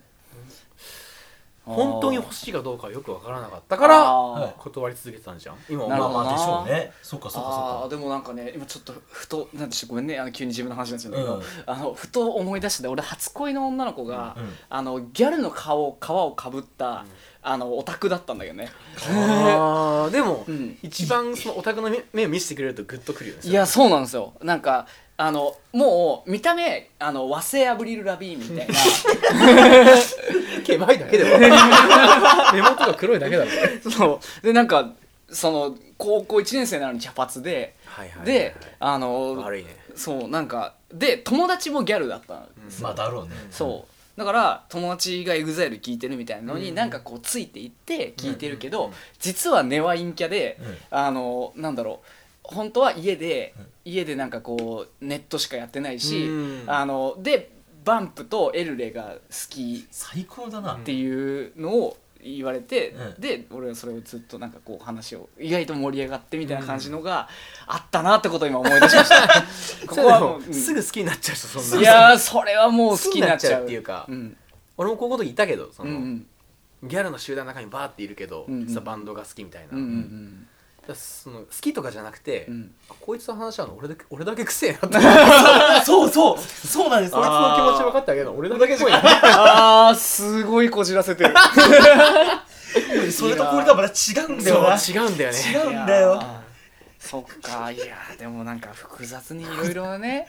[SPEAKER 3] 本当に欲しいかどうかはよくわからなかった
[SPEAKER 2] か
[SPEAKER 3] から、
[SPEAKER 1] はい
[SPEAKER 3] 断り続けてたんじゃん。今
[SPEAKER 2] なる
[SPEAKER 1] まあ
[SPEAKER 2] ほ
[SPEAKER 1] ま
[SPEAKER 2] どな
[SPEAKER 1] あでしょうねそっかそっ
[SPEAKER 2] ああ
[SPEAKER 1] か
[SPEAKER 2] ーでもなんかね今ちょっとふとなんでしょうごめんねあの急に自分の話になっちゃうんだけ
[SPEAKER 1] うん
[SPEAKER 2] ど、あのふと思い出して俺初恋の女の子が、
[SPEAKER 1] うん
[SPEAKER 2] あのギャルの顔皮をかぶった、あのオタクだったんだよね、
[SPEAKER 3] あーでも、
[SPEAKER 2] うん
[SPEAKER 3] 一番そのオタクの目目を見せてくれるとグッとくるよね
[SPEAKER 2] いやそうなんですよなんかあのもう見た目あの和製アブリル・ラビーンみたい な
[SPEAKER 3] ケバいだけでは 目元が黒いだけだろ
[SPEAKER 2] そうでなんかその高校1年生なのに茶髪で、
[SPEAKER 3] はいはい
[SPEAKER 2] であの
[SPEAKER 3] 悪いね
[SPEAKER 2] そうなんかで友達もギャルだったの
[SPEAKER 1] まあだろうね
[SPEAKER 2] そうだから友達が EXILE 聞いてるみたいなのに、なんかこうついていって聞いてるけど、実は根は陰キャで、
[SPEAKER 1] うん
[SPEAKER 2] あのなんだろう本当は家で、家でなんかこうネットしかやってないし、
[SPEAKER 3] うん
[SPEAKER 2] あのでバンプとエルレが好き
[SPEAKER 1] 最高だな
[SPEAKER 2] っていうのを言われて、
[SPEAKER 1] うん
[SPEAKER 2] で俺はそれをずっとなんかこう話を意外と盛り上がってみたいな感じのがあったなってことを今思い出しましたこ
[SPEAKER 3] こ
[SPEAKER 2] こ
[SPEAKER 3] こは
[SPEAKER 2] は
[SPEAKER 3] も
[SPEAKER 2] も
[SPEAKER 3] う
[SPEAKER 2] う、
[SPEAKER 3] す
[SPEAKER 2] ぐ
[SPEAKER 3] ぐ好きになっちゃう人そん
[SPEAKER 2] い
[SPEAKER 3] な
[SPEAKER 2] やーそれはもう好
[SPEAKER 3] 好
[SPEAKER 2] きに
[SPEAKER 3] きに
[SPEAKER 2] な
[SPEAKER 3] な
[SPEAKER 2] っ
[SPEAKER 3] っ
[SPEAKER 2] ち
[SPEAKER 3] ち
[SPEAKER 2] ゃ
[SPEAKER 3] ゃ
[SPEAKER 2] う
[SPEAKER 3] うっていうか
[SPEAKER 2] うん
[SPEAKER 3] 俺も高校の時いたけどそ
[SPEAKER 2] うんうん
[SPEAKER 3] のギャルの集団の中にバーっているけど
[SPEAKER 2] うんうん
[SPEAKER 3] 実はバンドが好きみたいな
[SPEAKER 2] うんうん
[SPEAKER 3] だからその好きとかじゃなくて
[SPEAKER 2] うん
[SPEAKER 3] あこいつと話し合うの俺だけ俺だけくせえなってこいつの気
[SPEAKER 1] そうそうそうなんですあ
[SPEAKER 3] 持ち分かってあげるの俺だ けじゃん
[SPEAKER 2] あーすごいこじらせてる
[SPEAKER 1] ーそれとこれとはまた違うんだよな
[SPEAKER 3] そう違うんだよね
[SPEAKER 1] 違うんだよ
[SPEAKER 2] いやーそっかいやーでもなんか複雑にいろいろね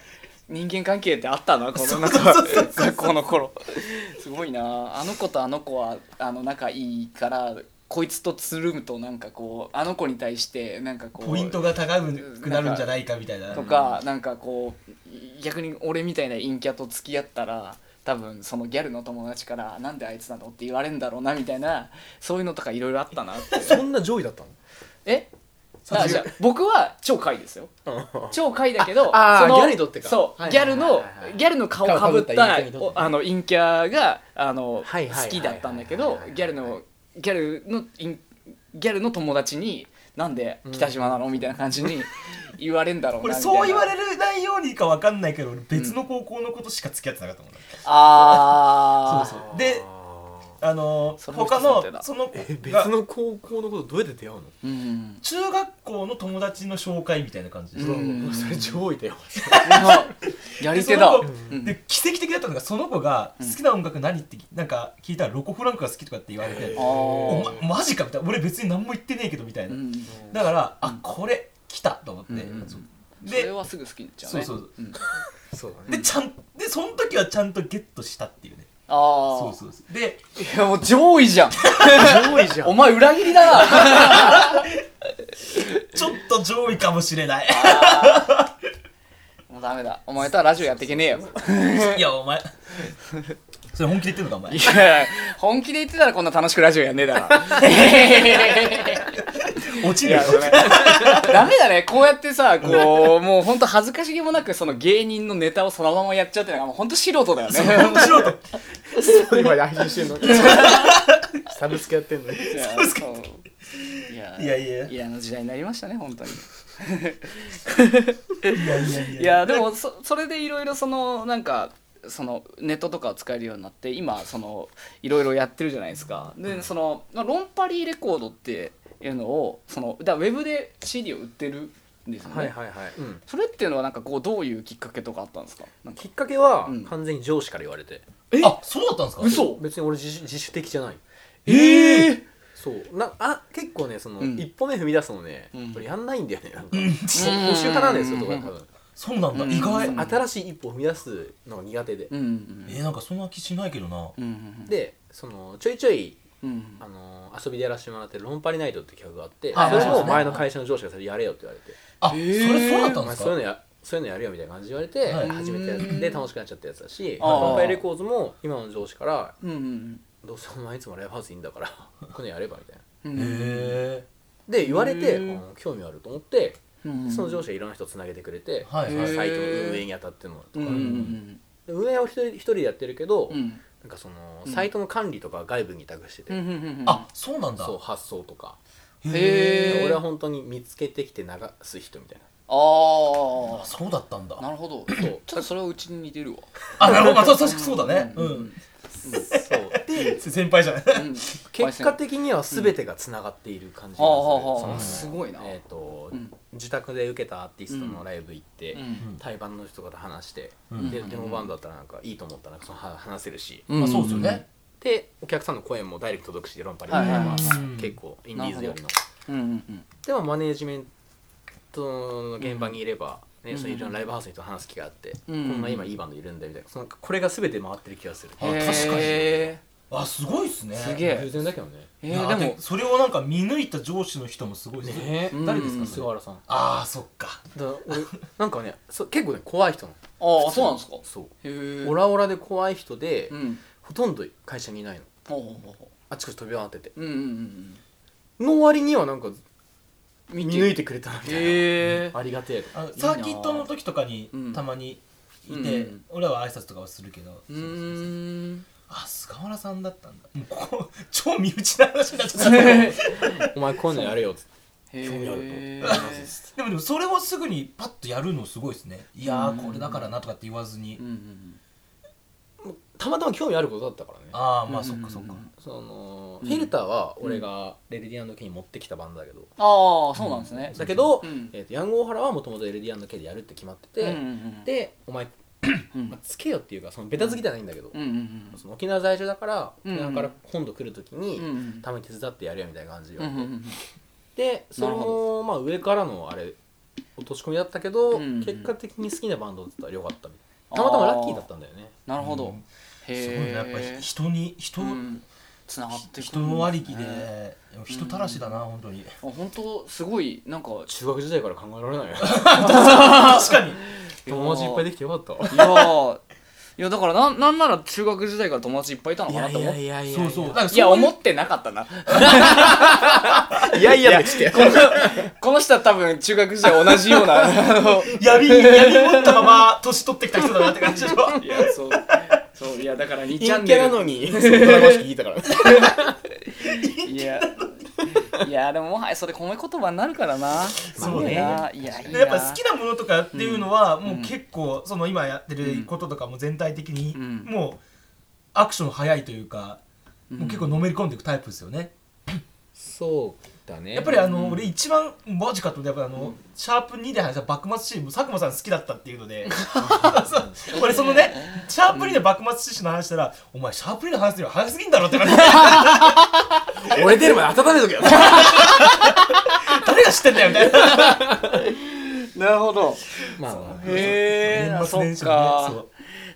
[SPEAKER 2] 人間関係ってあったなこの中学校の頃すごいなあの子とあの子はあの仲いいからこいつとつるむとなんかこうあの子に対してなんかこう
[SPEAKER 1] ポイントが高くなるんじゃないかみたいな
[SPEAKER 2] とか、なんかこう逆に俺みたいな陰キャと付き合ったら多分そのギャルの友達から「なんであいつなの?」って言われるんだろうなみたいなそういうのとかいろいろあったなって
[SPEAKER 3] そんな上位だったの
[SPEAKER 2] えあじゃあ僕は超怪ですよ超怪だけど
[SPEAKER 3] ああ
[SPEAKER 2] その
[SPEAKER 3] ギャルにとってか
[SPEAKER 2] そう、
[SPEAKER 3] はい
[SPEAKER 2] ギ
[SPEAKER 3] はい
[SPEAKER 2] ャ
[SPEAKER 3] はい
[SPEAKER 2] ルのギャルの顔かぶった
[SPEAKER 3] 顔かぶった陰キャにとって
[SPEAKER 2] おあの陰キャがあの、
[SPEAKER 3] はいはいはいはい
[SPEAKER 2] 好きだったんだけどギャルのギャルの陰ギャルの友達に「なんで北島なの?」みたいな感じに言われるんだろうなみ
[SPEAKER 1] 俺
[SPEAKER 2] たいな
[SPEAKER 1] そう言われる内容にかわかんないけど俺別の高校のことしか付き合ってなかったもんね
[SPEAKER 2] ああ
[SPEAKER 1] そうそうであの
[SPEAKER 2] それも一つ
[SPEAKER 1] 他
[SPEAKER 2] の手
[SPEAKER 1] の
[SPEAKER 2] だ
[SPEAKER 1] その
[SPEAKER 3] え別
[SPEAKER 1] が
[SPEAKER 3] の高校のことどうやって出会うの
[SPEAKER 2] うん
[SPEAKER 1] 中学校の友達の紹介みたいな感じでし
[SPEAKER 2] う
[SPEAKER 1] た
[SPEAKER 2] ん
[SPEAKER 3] それ上位だよ
[SPEAKER 2] やり手だ
[SPEAKER 1] でその子
[SPEAKER 2] うん
[SPEAKER 1] で奇跡的だったのがその子が好きな音楽何ってなんか聞いたらロコ・フランクが好きとかって言われて
[SPEAKER 3] へー
[SPEAKER 1] お
[SPEAKER 2] あ
[SPEAKER 1] まマジかみたいな俺別に何も言ってねえけどみたい
[SPEAKER 2] ーう
[SPEAKER 1] なんだからあこれ来たと思って
[SPEAKER 2] うんうん
[SPEAKER 1] そう
[SPEAKER 2] それ
[SPEAKER 1] で
[SPEAKER 2] はすぐ好きになっちゃう
[SPEAKER 1] そう
[SPEAKER 2] ね
[SPEAKER 1] そう
[SPEAKER 2] うん
[SPEAKER 3] そうだ
[SPEAKER 1] でちゃんでその時はちゃんとゲットしたっていうね
[SPEAKER 2] ああ
[SPEAKER 1] そうそうそうで
[SPEAKER 2] いやもう上位じゃん
[SPEAKER 3] 上位じゃ
[SPEAKER 2] お前裏切りだな
[SPEAKER 1] ちょっと上位かもしれない
[SPEAKER 2] もうダメだお前とはラジオやっていけねえよ
[SPEAKER 1] いや お前それ本気で言ってんのかお前
[SPEAKER 2] いや本気で言ってたらこんな楽しくラジオやんねえだろ
[SPEAKER 1] 落ち
[SPEAKER 2] い
[SPEAKER 1] るよ
[SPEAKER 2] やごめんダメだねこうやってさこうもうほんと恥ずかしげもなくその芸人のネタをそのままやっちゃうってのがもうほんと素人だよね
[SPEAKER 1] 面白いと
[SPEAKER 3] ん今配信してんの サブスクやってんのに
[SPEAKER 2] いやそういや
[SPEAKER 1] いやいや
[SPEAKER 2] 嫌な時代になりましたね本当に
[SPEAKER 1] いやいやい
[SPEAKER 2] いやでもそそれでいろいろそのなんかそのネットとかを使えるようになって今そのいろいろやってるじゃないですかでそのまあロンパリーレコードっていうのをそのだからウェブで CD を売ってるんですよね、
[SPEAKER 3] はいはいはい、うん
[SPEAKER 2] それっていうのはなんかこうどういうきっかけとかあったんですかなんか
[SPEAKER 3] きっかけは
[SPEAKER 2] うん
[SPEAKER 3] 完全に上司から言われて、
[SPEAKER 1] あそうだったんですか
[SPEAKER 2] 嘘
[SPEAKER 3] 別に俺自主自主的じゃない
[SPEAKER 2] ええ
[SPEAKER 3] そうなあ結構ねその、
[SPEAKER 2] うん
[SPEAKER 3] 一歩目踏み出すのね、
[SPEAKER 2] うん
[SPEAKER 3] 俺やんないんだよねなんか、
[SPEAKER 1] そ
[SPEAKER 2] うん
[SPEAKER 3] 募集派なんですよとか多分、
[SPEAKER 1] そうなんだ
[SPEAKER 2] うん
[SPEAKER 1] 意外
[SPEAKER 2] うん
[SPEAKER 3] 新しい一歩踏み出すのが苦手で、
[SPEAKER 2] うんうん
[SPEAKER 1] えーなんかそんな気しないけどな
[SPEAKER 2] うんうん
[SPEAKER 3] でそのちょいちょい
[SPEAKER 2] うん
[SPEAKER 3] あの遊びでやらせてもらってる「ロンパリナイト」って企画があって
[SPEAKER 1] あ
[SPEAKER 3] それ
[SPEAKER 1] そうです
[SPEAKER 3] も
[SPEAKER 1] ね
[SPEAKER 3] 前の会社の上司がそれやれよって言われて、
[SPEAKER 1] あそ
[SPEAKER 2] えー
[SPEAKER 1] れそうだった
[SPEAKER 3] お
[SPEAKER 1] んで
[SPEAKER 3] 前
[SPEAKER 1] す
[SPEAKER 3] そういう
[SPEAKER 1] か
[SPEAKER 3] のやそういうのやるよみたいな感じで言われて、
[SPEAKER 1] はい
[SPEAKER 3] 初めてやって楽しくなっちゃったやつだし
[SPEAKER 2] あー
[SPEAKER 3] バンパイレコーズも今の上司から
[SPEAKER 2] うんうん
[SPEAKER 3] 「どうせお前いつもライブハウスいいんだからこのやれば」みたいな。
[SPEAKER 2] う
[SPEAKER 1] へ
[SPEAKER 2] ん
[SPEAKER 1] え
[SPEAKER 3] で言われて、
[SPEAKER 2] へー
[SPEAKER 3] うん興味あると思って
[SPEAKER 2] うん
[SPEAKER 3] その上司がいろんな人つなげてくれて、
[SPEAKER 1] はいはい
[SPEAKER 2] へー
[SPEAKER 3] サイトの運営に当たってのとか、
[SPEAKER 2] うんうん
[SPEAKER 3] で運営を一人一人でやってるけど、
[SPEAKER 2] うんうん
[SPEAKER 3] なんかその
[SPEAKER 2] うん
[SPEAKER 3] サイトの管理とかは外部に託してて、
[SPEAKER 2] うんうんうんうん
[SPEAKER 1] あそうなんだ
[SPEAKER 3] そう発想とか、
[SPEAKER 2] へー
[SPEAKER 3] 俺は本当に見つけてきて流す人みたいな
[SPEAKER 2] あ
[SPEAKER 1] あそうだったんだ
[SPEAKER 2] あなるほど
[SPEAKER 3] そう
[SPEAKER 2] ちょっとそれはうちに似てるわ
[SPEAKER 1] あなるほどまあそう確かにそうだねうん、
[SPEAKER 3] そう で
[SPEAKER 1] 先輩じゃない
[SPEAKER 2] うん
[SPEAKER 3] 結果的には全てがつながっている感じ
[SPEAKER 2] はあ
[SPEAKER 3] がする
[SPEAKER 2] はあ
[SPEAKER 3] そ
[SPEAKER 2] はあ
[SPEAKER 3] の
[SPEAKER 2] すごいな
[SPEAKER 3] えーと
[SPEAKER 2] うん
[SPEAKER 3] 自宅で受けたアーティストのライブ行って、
[SPEAKER 2] うん
[SPEAKER 3] 対バンの人と話して、
[SPEAKER 1] うん
[SPEAKER 3] で
[SPEAKER 2] うん
[SPEAKER 3] デモバンドだったらなんかいいと思ったらそのは話せるし、
[SPEAKER 1] まあそうですよね
[SPEAKER 3] でお客さんの声もダイレクト届くし論破リ
[SPEAKER 2] はいはい
[SPEAKER 3] ま
[SPEAKER 2] はい
[SPEAKER 3] あ結構インディーズよりの
[SPEAKER 2] うんうんうん
[SPEAKER 3] でもマネージメントの現場にいれば、ね
[SPEAKER 2] うん
[SPEAKER 3] そういろんなライブハウスの人と話す機会あって、
[SPEAKER 2] うん
[SPEAKER 3] こんな今いいバンドいるんだみたいなそのこれが全て回ってる気がする
[SPEAKER 1] あ確かに
[SPEAKER 2] へ
[SPEAKER 1] あすごいっすね
[SPEAKER 2] すげえ
[SPEAKER 3] 偶然だけどね
[SPEAKER 2] ー
[SPEAKER 1] い
[SPEAKER 2] え
[SPEAKER 1] や
[SPEAKER 2] ーでも
[SPEAKER 1] それをなんか見抜いた上司の人もすごいですね
[SPEAKER 3] ね
[SPEAKER 2] うん
[SPEAKER 3] 誰ですか菅原さん
[SPEAKER 1] ああそっか
[SPEAKER 3] だ俺 なんかねそう結構ね怖い人なの
[SPEAKER 2] ああそうなんですか
[SPEAKER 3] そう
[SPEAKER 2] へえ
[SPEAKER 3] オラオラで怖い人で、
[SPEAKER 2] うん
[SPEAKER 3] ほとんど会社にいないの
[SPEAKER 2] ほうほうほうほ
[SPEAKER 3] あちこち飛び回ってて
[SPEAKER 2] ううんうんうん
[SPEAKER 3] の割にはなんか
[SPEAKER 2] うん
[SPEAKER 3] 見
[SPEAKER 2] 見
[SPEAKER 3] 抜
[SPEAKER 2] て
[SPEAKER 3] いてくれたみたいな、
[SPEAKER 2] へえ
[SPEAKER 3] ありがてえ
[SPEAKER 1] あの
[SPEAKER 2] な
[SPEAKER 1] サーキットの時とかに
[SPEAKER 2] うん
[SPEAKER 1] たまにいて、
[SPEAKER 2] うん
[SPEAKER 1] 俺らは挨拶とかはするけど、
[SPEAKER 2] うーん
[SPEAKER 1] あ菅原さんだったんだもう ここ超身内な話になっちゃ った
[SPEAKER 3] お前こういうのやれよっつって
[SPEAKER 2] へ
[SPEAKER 3] 興味あると
[SPEAKER 2] え
[SPEAKER 1] でもでもそれをすぐにパッとやるのすごいですねいやーこれだからなとかって言わずに、
[SPEAKER 2] うんうん
[SPEAKER 3] たまたま興味あることだったからね
[SPEAKER 1] ああ
[SPEAKER 2] うん
[SPEAKER 1] まあそっかそっか、
[SPEAKER 3] その
[SPEAKER 2] うん
[SPEAKER 3] フィルターは俺がレルディアンド K に持ってきたバンドだけど、
[SPEAKER 2] ああそうなんですね
[SPEAKER 3] だけど、
[SPEAKER 2] うん
[SPEAKER 3] えー、とヤングオハラはもともとレルディアンド K でやるって決まってて、
[SPEAKER 2] うんうんうん
[SPEAKER 3] でお前、
[SPEAKER 2] うん
[SPEAKER 3] まあ、つけよっていうかそのベタ好きじゃないんだけど、
[SPEAKER 2] うんうん
[SPEAKER 3] その沖縄在住だから
[SPEAKER 2] うん
[SPEAKER 3] 沖縄から今度来る時
[SPEAKER 2] う
[SPEAKER 3] に、
[SPEAKER 2] んうんうん
[SPEAKER 3] たまに手伝ってやるよみたいな感じで
[SPEAKER 2] う
[SPEAKER 3] 言
[SPEAKER 2] ん
[SPEAKER 3] わ
[SPEAKER 2] うん
[SPEAKER 3] れて、
[SPEAKER 2] うん
[SPEAKER 3] でそれ
[SPEAKER 2] なる
[SPEAKER 3] もまあ上からのあれ落とし込みだったけど、
[SPEAKER 2] うんうん
[SPEAKER 3] 結果的に好きなバンドだったらよかったみたいなたまたまラッキーだったんだよね
[SPEAKER 2] なるほ
[SPEAKER 1] う
[SPEAKER 2] ど
[SPEAKER 1] ん
[SPEAKER 2] へえ
[SPEAKER 1] すごいねやっぱり人に人、
[SPEAKER 2] つながってくるんですね
[SPEAKER 1] 人ありきで人たらしだな、本当に
[SPEAKER 2] あ本当すごいなんか
[SPEAKER 3] 中学時代から考えられないよ
[SPEAKER 1] 確かに
[SPEAKER 3] 友達いっぱいできてよかった
[SPEAKER 2] いやーいやだからなんなんなら中学時代から友達いっぱいいたのかなって思ってい
[SPEAKER 3] やい
[SPEAKER 1] そうそうなんかそう
[SPEAKER 2] や
[SPEAKER 1] いう
[SPEAKER 2] 思ってなかったな
[SPEAKER 3] いやいやって来て
[SPEAKER 2] この人は多分中学時代同じようなあの
[SPEAKER 1] 闇闇持ったまま年取ってきた人だなって感じでしょ
[SPEAKER 2] いやそうそういやだから2チャ
[SPEAKER 3] 陰
[SPEAKER 2] ン
[SPEAKER 3] キ
[SPEAKER 2] ネ
[SPEAKER 3] ャな
[SPEAKER 2] ル
[SPEAKER 3] のにドラマ式聞いたから
[SPEAKER 2] いやいやでももはやそれ褒め言葉になるからな
[SPEAKER 1] そうね
[SPEAKER 2] いやいやいいな
[SPEAKER 1] やっぱ好きなものとかっていうのは、もう結構その今やってることとかも全体的に、
[SPEAKER 2] うん
[SPEAKER 1] もうアクション早いというか、
[SPEAKER 2] うん
[SPEAKER 1] もう結構のめり込んでいくタイプですよね
[SPEAKER 3] そうだね
[SPEAKER 1] やっぱりあの、俺一番マジかと思ったやっぱあの、シャープ2で話した幕末シーンも佐久間さん好きだったっていうのでそう俺そのねシャープ2で幕末志士の話したら、お前シャープ2の話するより早すぎんだろって感じ
[SPEAKER 3] 俺出る まで温めとけよ
[SPEAKER 1] 誰が知ってんだよみたいな
[SPEAKER 2] なるほど
[SPEAKER 3] まあまあ
[SPEAKER 2] へえ
[SPEAKER 1] 年末
[SPEAKER 2] そっ
[SPEAKER 1] 年始のねそ
[SPEAKER 2] か
[SPEAKER 1] う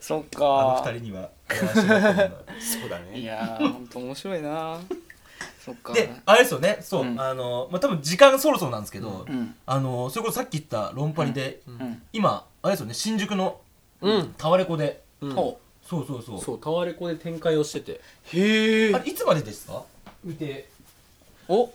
[SPEAKER 2] そっ
[SPEAKER 1] あ
[SPEAKER 2] か
[SPEAKER 1] の二人にはお話しなかったんだ
[SPEAKER 3] そうだ
[SPEAKER 2] い
[SPEAKER 3] ね
[SPEAKER 2] やーほんと面白いな そっか
[SPEAKER 1] であれですよねそう、
[SPEAKER 2] うん
[SPEAKER 1] あのまあ多分時間そろそろなんですけど、
[SPEAKER 2] うん
[SPEAKER 1] あのそれこそさっき言った論破りで、
[SPEAKER 2] うん
[SPEAKER 1] 今あれですよね新宿の
[SPEAKER 3] うん
[SPEAKER 1] タワレコで、
[SPEAKER 3] うん
[SPEAKER 2] ほ
[SPEAKER 1] そうそうそう
[SPEAKER 3] そうタワレコで展開をしてて
[SPEAKER 2] うへ
[SPEAKER 1] あ
[SPEAKER 2] え
[SPEAKER 1] れいつまでですか
[SPEAKER 3] 見て
[SPEAKER 2] お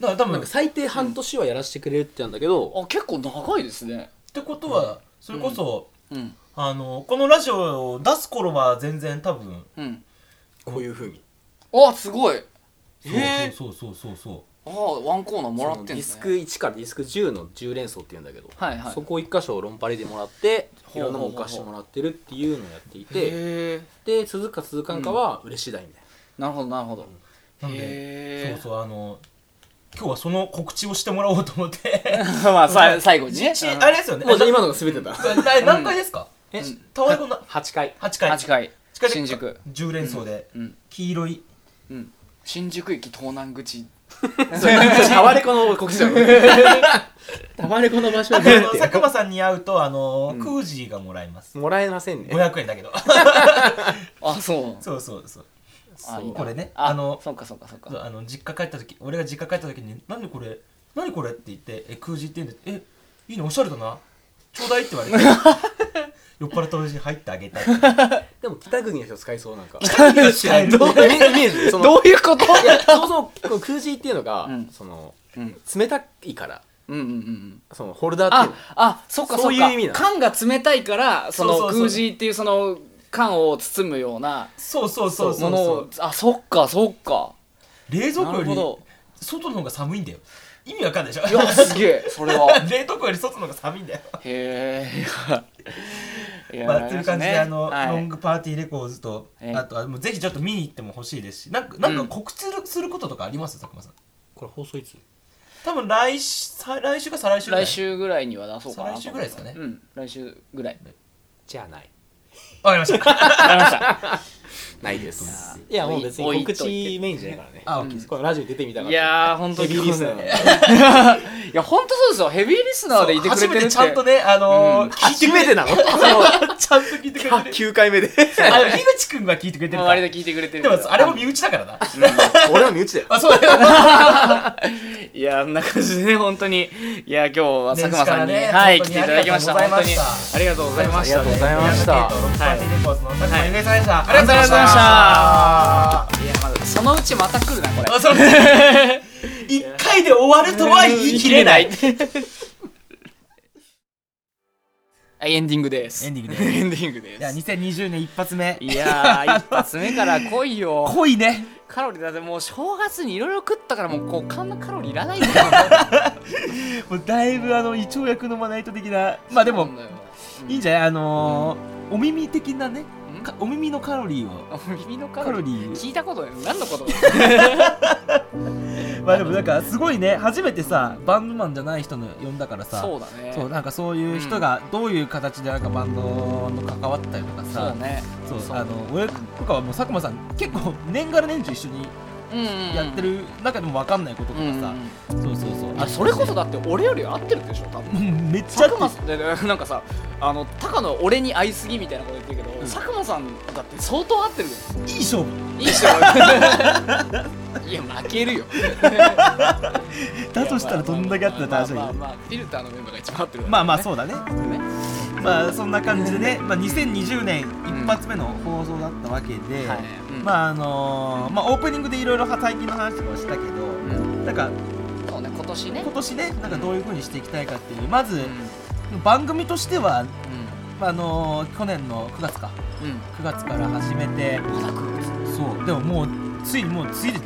[SPEAKER 1] だから多
[SPEAKER 3] な
[SPEAKER 1] 分
[SPEAKER 3] ん
[SPEAKER 1] っ
[SPEAKER 3] か最低半年はやらせてくれるって言うんだけど
[SPEAKER 2] あ結構長いですね
[SPEAKER 1] てことは、それこそ、
[SPEAKER 2] うん
[SPEAKER 1] あのこのラジオを出す頃は全然多分
[SPEAKER 2] うん
[SPEAKER 3] こういうふうに
[SPEAKER 2] あすごいへえ
[SPEAKER 1] そうそうそうそうそ
[SPEAKER 2] あワンコーナーもらって
[SPEAKER 3] そ
[SPEAKER 2] ん
[SPEAKER 3] のディ
[SPEAKER 2] です
[SPEAKER 3] ス
[SPEAKER 2] ね
[SPEAKER 3] ク1からディスク10の10連奏って言うんだけど
[SPEAKER 2] はいはい
[SPEAKER 3] そこ1箇所を論パレでもらってい
[SPEAKER 2] ほう
[SPEAKER 3] ろんなもん置かしてもらってるっていうのをやっていて
[SPEAKER 2] へえ
[SPEAKER 3] で続くか続かんかは嬉しいだいみたい
[SPEAKER 2] なるほどなる ほど
[SPEAKER 1] うなん
[SPEAKER 2] へ
[SPEAKER 1] で
[SPEAKER 2] ー
[SPEAKER 1] そうそうあの今日はその告知をしてもらおうと思って
[SPEAKER 2] まあさ最後にね
[SPEAKER 1] しあれですよね
[SPEAKER 3] なもうじゃあ今のが全て だ
[SPEAKER 1] あな何回ですか、
[SPEAKER 3] え
[SPEAKER 1] タワレコの
[SPEAKER 3] 8回
[SPEAKER 1] 8回
[SPEAKER 2] 8回
[SPEAKER 1] 近い
[SPEAKER 2] 新宿
[SPEAKER 1] 10連奏で、
[SPEAKER 2] うん
[SPEAKER 1] 黄色い
[SPEAKER 2] うん新宿駅東南口
[SPEAKER 3] タワレコの告知だろタワレコの場所
[SPEAKER 1] あ
[SPEAKER 3] に出る
[SPEAKER 1] の
[SPEAKER 3] って
[SPEAKER 1] 佐久間さんに会うとあの、クージーがもらえます
[SPEAKER 3] もらえませんね
[SPEAKER 1] 500円だけど
[SPEAKER 2] あそう
[SPEAKER 1] そうそうそう
[SPEAKER 2] あいいな
[SPEAKER 1] これねあの
[SPEAKER 2] そうかそうかそうか
[SPEAKER 1] そうあの実家帰った時俺が実家帰った時に「何これ何これ?」って言って「え空ージーって言うんでえいいねおしゃれだなちょうだいって言 われて酔っ払った親父に入ってあげたい
[SPEAKER 3] でも北国の人使いそうなんか
[SPEAKER 1] どう
[SPEAKER 3] イメイメージそ
[SPEAKER 2] ど
[SPEAKER 3] の
[SPEAKER 2] ういうこと
[SPEAKER 3] いやそもそもこの空耳っていうのが、
[SPEAKER 2] うん
[SPEAKER 3] その
[SPEAKER 2] うん
[SPEAKER 3] 冷たいから
[SPEAKER 2] うんうんうん
[SPEAKER 3] そのホルダーって
[SPEAKER 2] あ
[SPEAKER 3] いうの
[SPEAKER 2] あそっかそ
[SPEAKER 3] そ
[SPEAKER 2] っ
[SPEAKER 3] ういう
[SPEAKER 2] か
[SPEAKER 3] 意味なの
[SPEAKER 2] 缶が冷たいからそ
[SPEAKER 1] そ
[SPEAKER 2] の
[SPEAKER 1] うそうそう
[SPEAKER 2] 空耳っていうその缶を包むような
[SPEAKER 1] そうそうそうそ
[SPEAKER 2] も
[SPEAKER 1] う
[SPEAKER 2] の
[SPEAKER 1] そ
[SPEAKER 2] を
[SPEAKER 1] う
[SPEAKER 2] あそっかそっか
[SPEAKER 1] 冷蔵庫
[SPEAKER 2] な
[SPEAKER 1] よ
[SPEAKER 2] るほど
[SPEAKER 1] り外の方が寒いんだよ意味わかんないでし
[SPEAKER 2] い
[SPEAKER 1] ょ
[SPEAKER 2] やすげ えそれは
[SPEAKER 1] 冷凍庫より外の方が寒いんだよ
[SPEAKER 2] へ えいや
[SPEAKER 1] まあ、っていう感じで、あの、
[SPEAKER 2] はい
[SPEAKER 1] ロングパーティーレコーズと、
[SPEAKER 2] はい
[SPEAKER 1] あとはもうぜひちょっと見に行っても欲しいですしなんかなんか告知することとかあります佐久間さん
[SPEAKER 3] これ放送いつ
[SPEAKER 1] 多分来週再来週か再来週ぐらい
[SPEAKER 2] 来週ぐらいには出そうかなと思
[SPEAKER 1] 再来
[SPEAKER 2] う
[SPEAKER 1] 週ぐらいですかね
[SPEAKER 2] うん来週ぐらい
[SPEAKER 3] じゃあない
[SPEAKER 1] わかりました
[SPEAKER 2] わかりました
[SPEAKER 3] ないですいやもう別
[SPEAKER 2] 置
[SPEAKER 3] に
[SPEAKER 2] いと
[SPEAKER 3] 告
[SPEAKER 2] いて
[SPEAKER 3] 知メインじゃないからね
[SPEAKER 1] あ OK です
[SPEAKER 3] このラジオに出てみたかっ
[SPEAKER 2] い
[SPEAKER 3] た
[SPEAKER 2] やー本当に
[SPEAKER 3] ヘビーリスナー
[SPEAKER 2] いや本当そうですよヘビーリスナーでいてくれて
[SPEAKER 1] 初
[SPEAKER 2] るっ
[SPEAKER 1] め
[SPEAKER 2] て
[SPEAKER 1] てちゃ んとねあのー
[SPEAKER 3] 初めてなの
[SPEAKER 1] ちゃんと聞いてくれてる
[SPEAKER 3] 9回目で
[SPEAKER 1] あの樋口くんは聞いてくれてる
[SPEAKER 2] 周りで聞いてくれてる
[SPEAKER 1] で
[SPEAKER 2] から
[SPEAKER 1] もあれも身内だからな
[SPEAKER 3] 俺は身内だよ
[SPEAKER 1] あそうだよ
[SPEAKER 2] いやーんな感じでね本当にいや今日は佐久間さんに、
[SPEAKER 1] 年始からね
[SPEAKER 2] はい
[SPEAKER 1] 本当
[SPEAKER 2] 来て
[SPEAKER 1] に
[SPEAKER 2] いただきました
[SPEAKER 1] あり
[SPEAKER 2] 本
[SPEAKER 1] がとう
[SPEAKER 2] 当
[SPEAKER 1] ござ
[SPEAKER 2] に
[SPEAKER 1] いました
[SPEAKER 2] ありがとうございました
[SPEAKER 3] ありがとうございました
[SPEAKER 1] ロングパーティーレコーズの佐久間ゆめさんでしたありがとうございまし
[SPEAKER 2] あ
[SPEAKER 1] た
[SPEAKER 2] いやまあそのうちまた来るなこれ
[SPEAKER 1] あそうね一回で終わるとは言い切れない
[SPEAKER 2] はいエンディングです
[SPEAKER 1] エンディングです
[SPEAKER 2] エンディングです
[SPEAKER 1] じゃあ2020年一発目
[SPEAKER 2] いやー一発目から来いよ
[SPEAKER 1] 濃いね
[SPEAKER 2] カロリーだってもう正月にいろいろ食ったからもうこう缶のカロリーいらないんだよ
[SPEAKER 1] もうだいぶあの胃腸薬のまないと的な まあでもいいんじゃないあのーお耳的なね
[SPEAKER 2] うん
[SPEAKER 1] かお耳のカロリーを
[SPEAKER 2] ゃ耳のカ
[SPEAKER 1] カ
[SPEAKER 2] ロ
[SPEAKER 1] ロ
[SPEAKER 2] リー
[SPEAKER 1] リー
[SPEAKER 2] 聞いたことない何のこと
[SPEAKER 1] まあでもなんかすごいね初めてさバンドマンじゃない人の呼んだからさ
[SPEAKER 2] そうだね
[SPEAKER 1] そうなんかそういう人がどういう形でなんかバンドの関わったりとか
[SPEAKER 2] そ
[SPEAKER 1] さ
[SPEAKER 2] う、ね
[SPEAKER 1] そう
[SPEAKER 2] そう
[SPEAKER 1] あの俺とかはもう佐久間さん結構年がら年中一緒に
[SPEAKER 2] うんうんうん
[SPEAKER 1] やってる中でも分かんないことと
[SPEAKER 2] う
[SPEAKER 1] か
[SPEAKER 2] んうん
[SPEAKER 1] さ、そうそうそう
[SPEAKER 2] あそれこそだって俺より合ってるでしょ多分
[SPEAKER 1] もうめっちゃ
[SPEAKER 2] 佐久間さんでなんかさあの高野俺に会いすぎみたいなこと言ってるけど、
[SPEAKER 1] ん
[SPEAKER 2] 佐久間さんだって相当合ってるよ
[SPEAKER 1] いい勝負
[SPEAKER 2] い いっしょいや負けるよ
[SPEAKER 1] だとしたらどんだけあってたら楽しみ
[SPEAKER 2] まあまあまあまあフィルターのメンバーが一番合ってる
[SPEAKER 1] まあまあ
[SPEAKER 2] う
[SPEAKER 1] そうだね
[SPEAKER 2] ね
[SPEAKER 1] まあそんな感じでね、まあ、2020年一発目の放送だったわけで、
[SPEAKER 2] はい、うん
[SPEAKER 1] まああのーまあオープニングでいろいろ最近の話とかをしたけど
[SPEAKER 2] うん
[SPEAKER 1] なんか
[SPEAKER 2] そうね今年ね
[SPEAKER 1] 今年ねなんかどういう風にしていきたいかっていうまず
[SPEAKER 2] うん
[SPEAKER 1] 番組としてはあのー去年の9月か
[SPEAKER 2] うんうん
[SPEAKER 1] 9月から始めて
[SPEAKER 2] まだ来る
[SPEAKER 1] そうでももうついにもうついで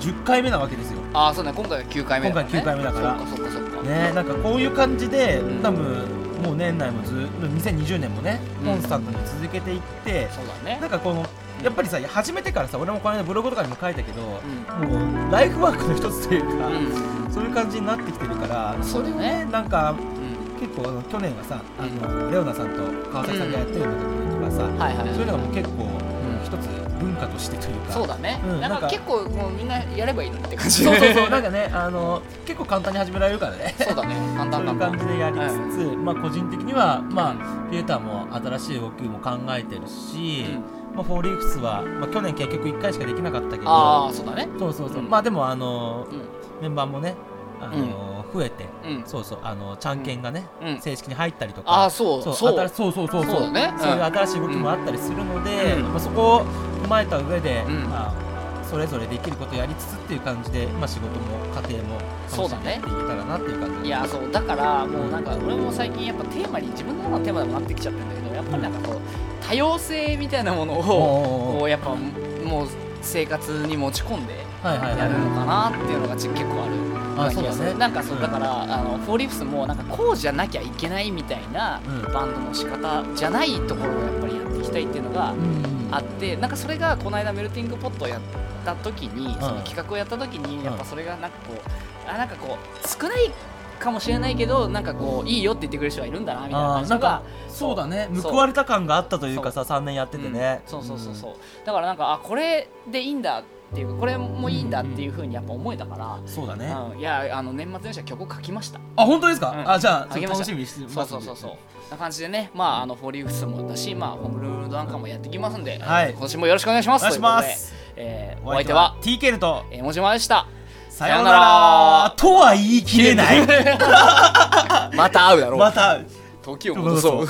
[SPEAKER 1] 10回目なわけですよ
[SPEAKER 2] ああそうね今回は9回目だから、ね、
[SPEAKER 1] 今回9回目だから
[SPEAKER 2] そっかそっかそっか
[SPEAKER 1] ねなんかこういう感じで
[SPEAKER 2] うん
[SPEAKER 1] 多分もう年内もずっと2020年もね
[SPEAKER 2] うん
[SPEAKER 1] コンスタントに続けていって、
[SPEAKER 2] そうだね
[SPEAKER 1] なんかこのやっぱりさ始めてからさ俺もこの間ブログとかにも書いたけど、
[SPEAKER 2] う
[SPEAKER 1] もうライフワークの一つというか、
[SPEAKER 2] ん、
[SPEAKER 1] そういう感じになってきてるから
[SPEAKER 2] そうだよね
[SPEAKER 1] れをなんか
[SPEAKER 2] うん
[SPEAKER 1] 結構あの去年はさあ
[SPEAKER 2] うん
[SPEAKER 1] の、レオナさんと川崎さんがやってるのとかさ、
[SPEAKER 2] うん、はいはいはい
[SPEAKER 1] そういうのがもう結構
[SPEAKER 2] うん
[SPEAKER 1] 一つ文化としてというか
[SPEAKER 2] そうだね、
[SPEAKER 1] うん
[SPEAKER 2] なん
[SPEAKER 1] なん
[SPEAKER 2] か
[SPEAKER 1] か
[SPEAKER 2] 結構もうみんなやればいいのにって感じ
[SPEAKER 1] そう そうそうなんかねあの結構簡単に始められるからね
[SPEAKER 2] そうだね簡
[SPEAKER 1] そう
[SPEAKER 2] 単
[SPEAKER 1] い
[SPEAKER 2] 簡
[SPEAKER 1] う感
[SPEAKER 2] 単
[SPEAKER 1] じでやりつつ、まあ個人的にはまあピエタも新しい動きも考えてるし、まあフォーリーフスは、まあ、去年結局1回しかできなかったけ
[SPEAKER 2] あ
[SPEAKER 1] ど
[SPEAKER 2] あそうだね
[SPEAKER 1] そうそうそう、
[SPEAKER 2] うん
[SPEAKER 1] まあでもあの
[SPEAKER 2] うん
[SPEAKER 1] メンバーもねあの、増えて
[SPEAKER 2] うん
[SPEAKER 1] そうそうあのちゃんけんがね、
[SPEAKER 2] うん
[SPEAKER 1] 正式に入ったりとか
[SPEAKER 2] ああそうそう
[SPEAKER 1] 新しそうそうそうそう
[SPEAKER 2] そうだねうん
[SPEAKER 1] そういう新しい動きもあったりするので、
[SPEAKER 2] うん
[SPEAKER 1] まあ、そこを踏まえた上で、
[SPEAKER 2] うん
[SPEAKER 1] まあ、それぞれできることやりつつっていう感じで、まあ、仕事も家庭も
[SPEAKER 2] そうだね
[SPEAKER 1] 楽しんでやっていけたらなっていう感じ
[SPEAKER 2] いやそうだからもうなんか俺も最近やっぱテーマに自分の中のテーマでもなってきちゃってるんだけどやっぱりなんかこう多様性みたいなものをこ
[SPEAKER 1] おー
[SPEAKER 2] うやっぱもう生活に持ち込んで
[SPEAKER 1] はいはいは
[SPEAKER 2] や
[SPEAKER 1] い
[SPEAKER 2] るのかなっていうのがち結構ある
[SPEAKER 1] あ
[SPEAKER 2] 気
[SPEAKER 1] そう
[SPEAKER 2] が
[SPEAKER 1] だ
[SPEAKER 2] す
[SPEAKER 1] ね
[SPEAKER 2] るなんかそううんだからあのフォーリーフスもなんかこうじゃなきゃいけないみたいな
[SPEAKER 1] うん
[SPEAKER 2] バンドの仕方じゃないところをやっぱりやっていきたいっていうのが
[SPEAKER 1] うん
[SPEAKER 2] あってなんかそれがこの間メルティングポットをやった時に、
[SPEAKER 1] ん
[SPEAKER 2] その企画をやった時にやっぱそれがなんかこうあなんかこう少ないかもしれないけどなんかこういいよって言ってくれる人がいるんだなみたいな
[SPEAKER 1] あ
[SPEAKER 2] 感
[SPEAKER 1] ー
[SPEAKER 2] じ
[SPEAKER 1] な
[SPEAKER 2] と
[SPEAKER 1] んか
[SPEAKER 2] か
[SPEAKER 1] そうだね
[SPEAKER 2] そう
[SPEAKER 1] 報われた感があったというかさ3年やっててね、
[SPEAKER 2] そうそうそうそうだからなんかあこれでいいんだっていうかこれもいいんだっていうふうにやっぱ思えたから、
[SPEAKER 1] うんそうだね、あ
[SPEAKER 2] うん、いやあの年末年始は曲を書きました
[SPEAKER 1] 本当ですか、
[SPEAKER 2] うん
[SPEAKER 1] あじゃあ
[SPEAKER 2] あげまし
[SPEAKER 1] 楽
[SPEAKER 2] た
[SPEAKER 1] しみにしてます
[SPEAKER 2] そうそうそうそうな感じでねまああのフォーリーフスもだしまあホームルールドなんかもやってきますんで、
[SPEAKER 1] はい
[SPEAKER 2] 今年もよろしくお願いしま
[SPEAKER 1] お
[SPEAKER 2] す
[SPEAKER 1] 願いします
[SPEAKER 2] ということで、えーお相手は
[SPEAKER 1] TK と
[SPEAKER 2] えーもじまでした
[SPEAKER 1] さよう ならとは言い切れない
[SPEAKER 2] また会うだろう
[SPEAKER 1] また
[SPEAKER 3] 時を戻そう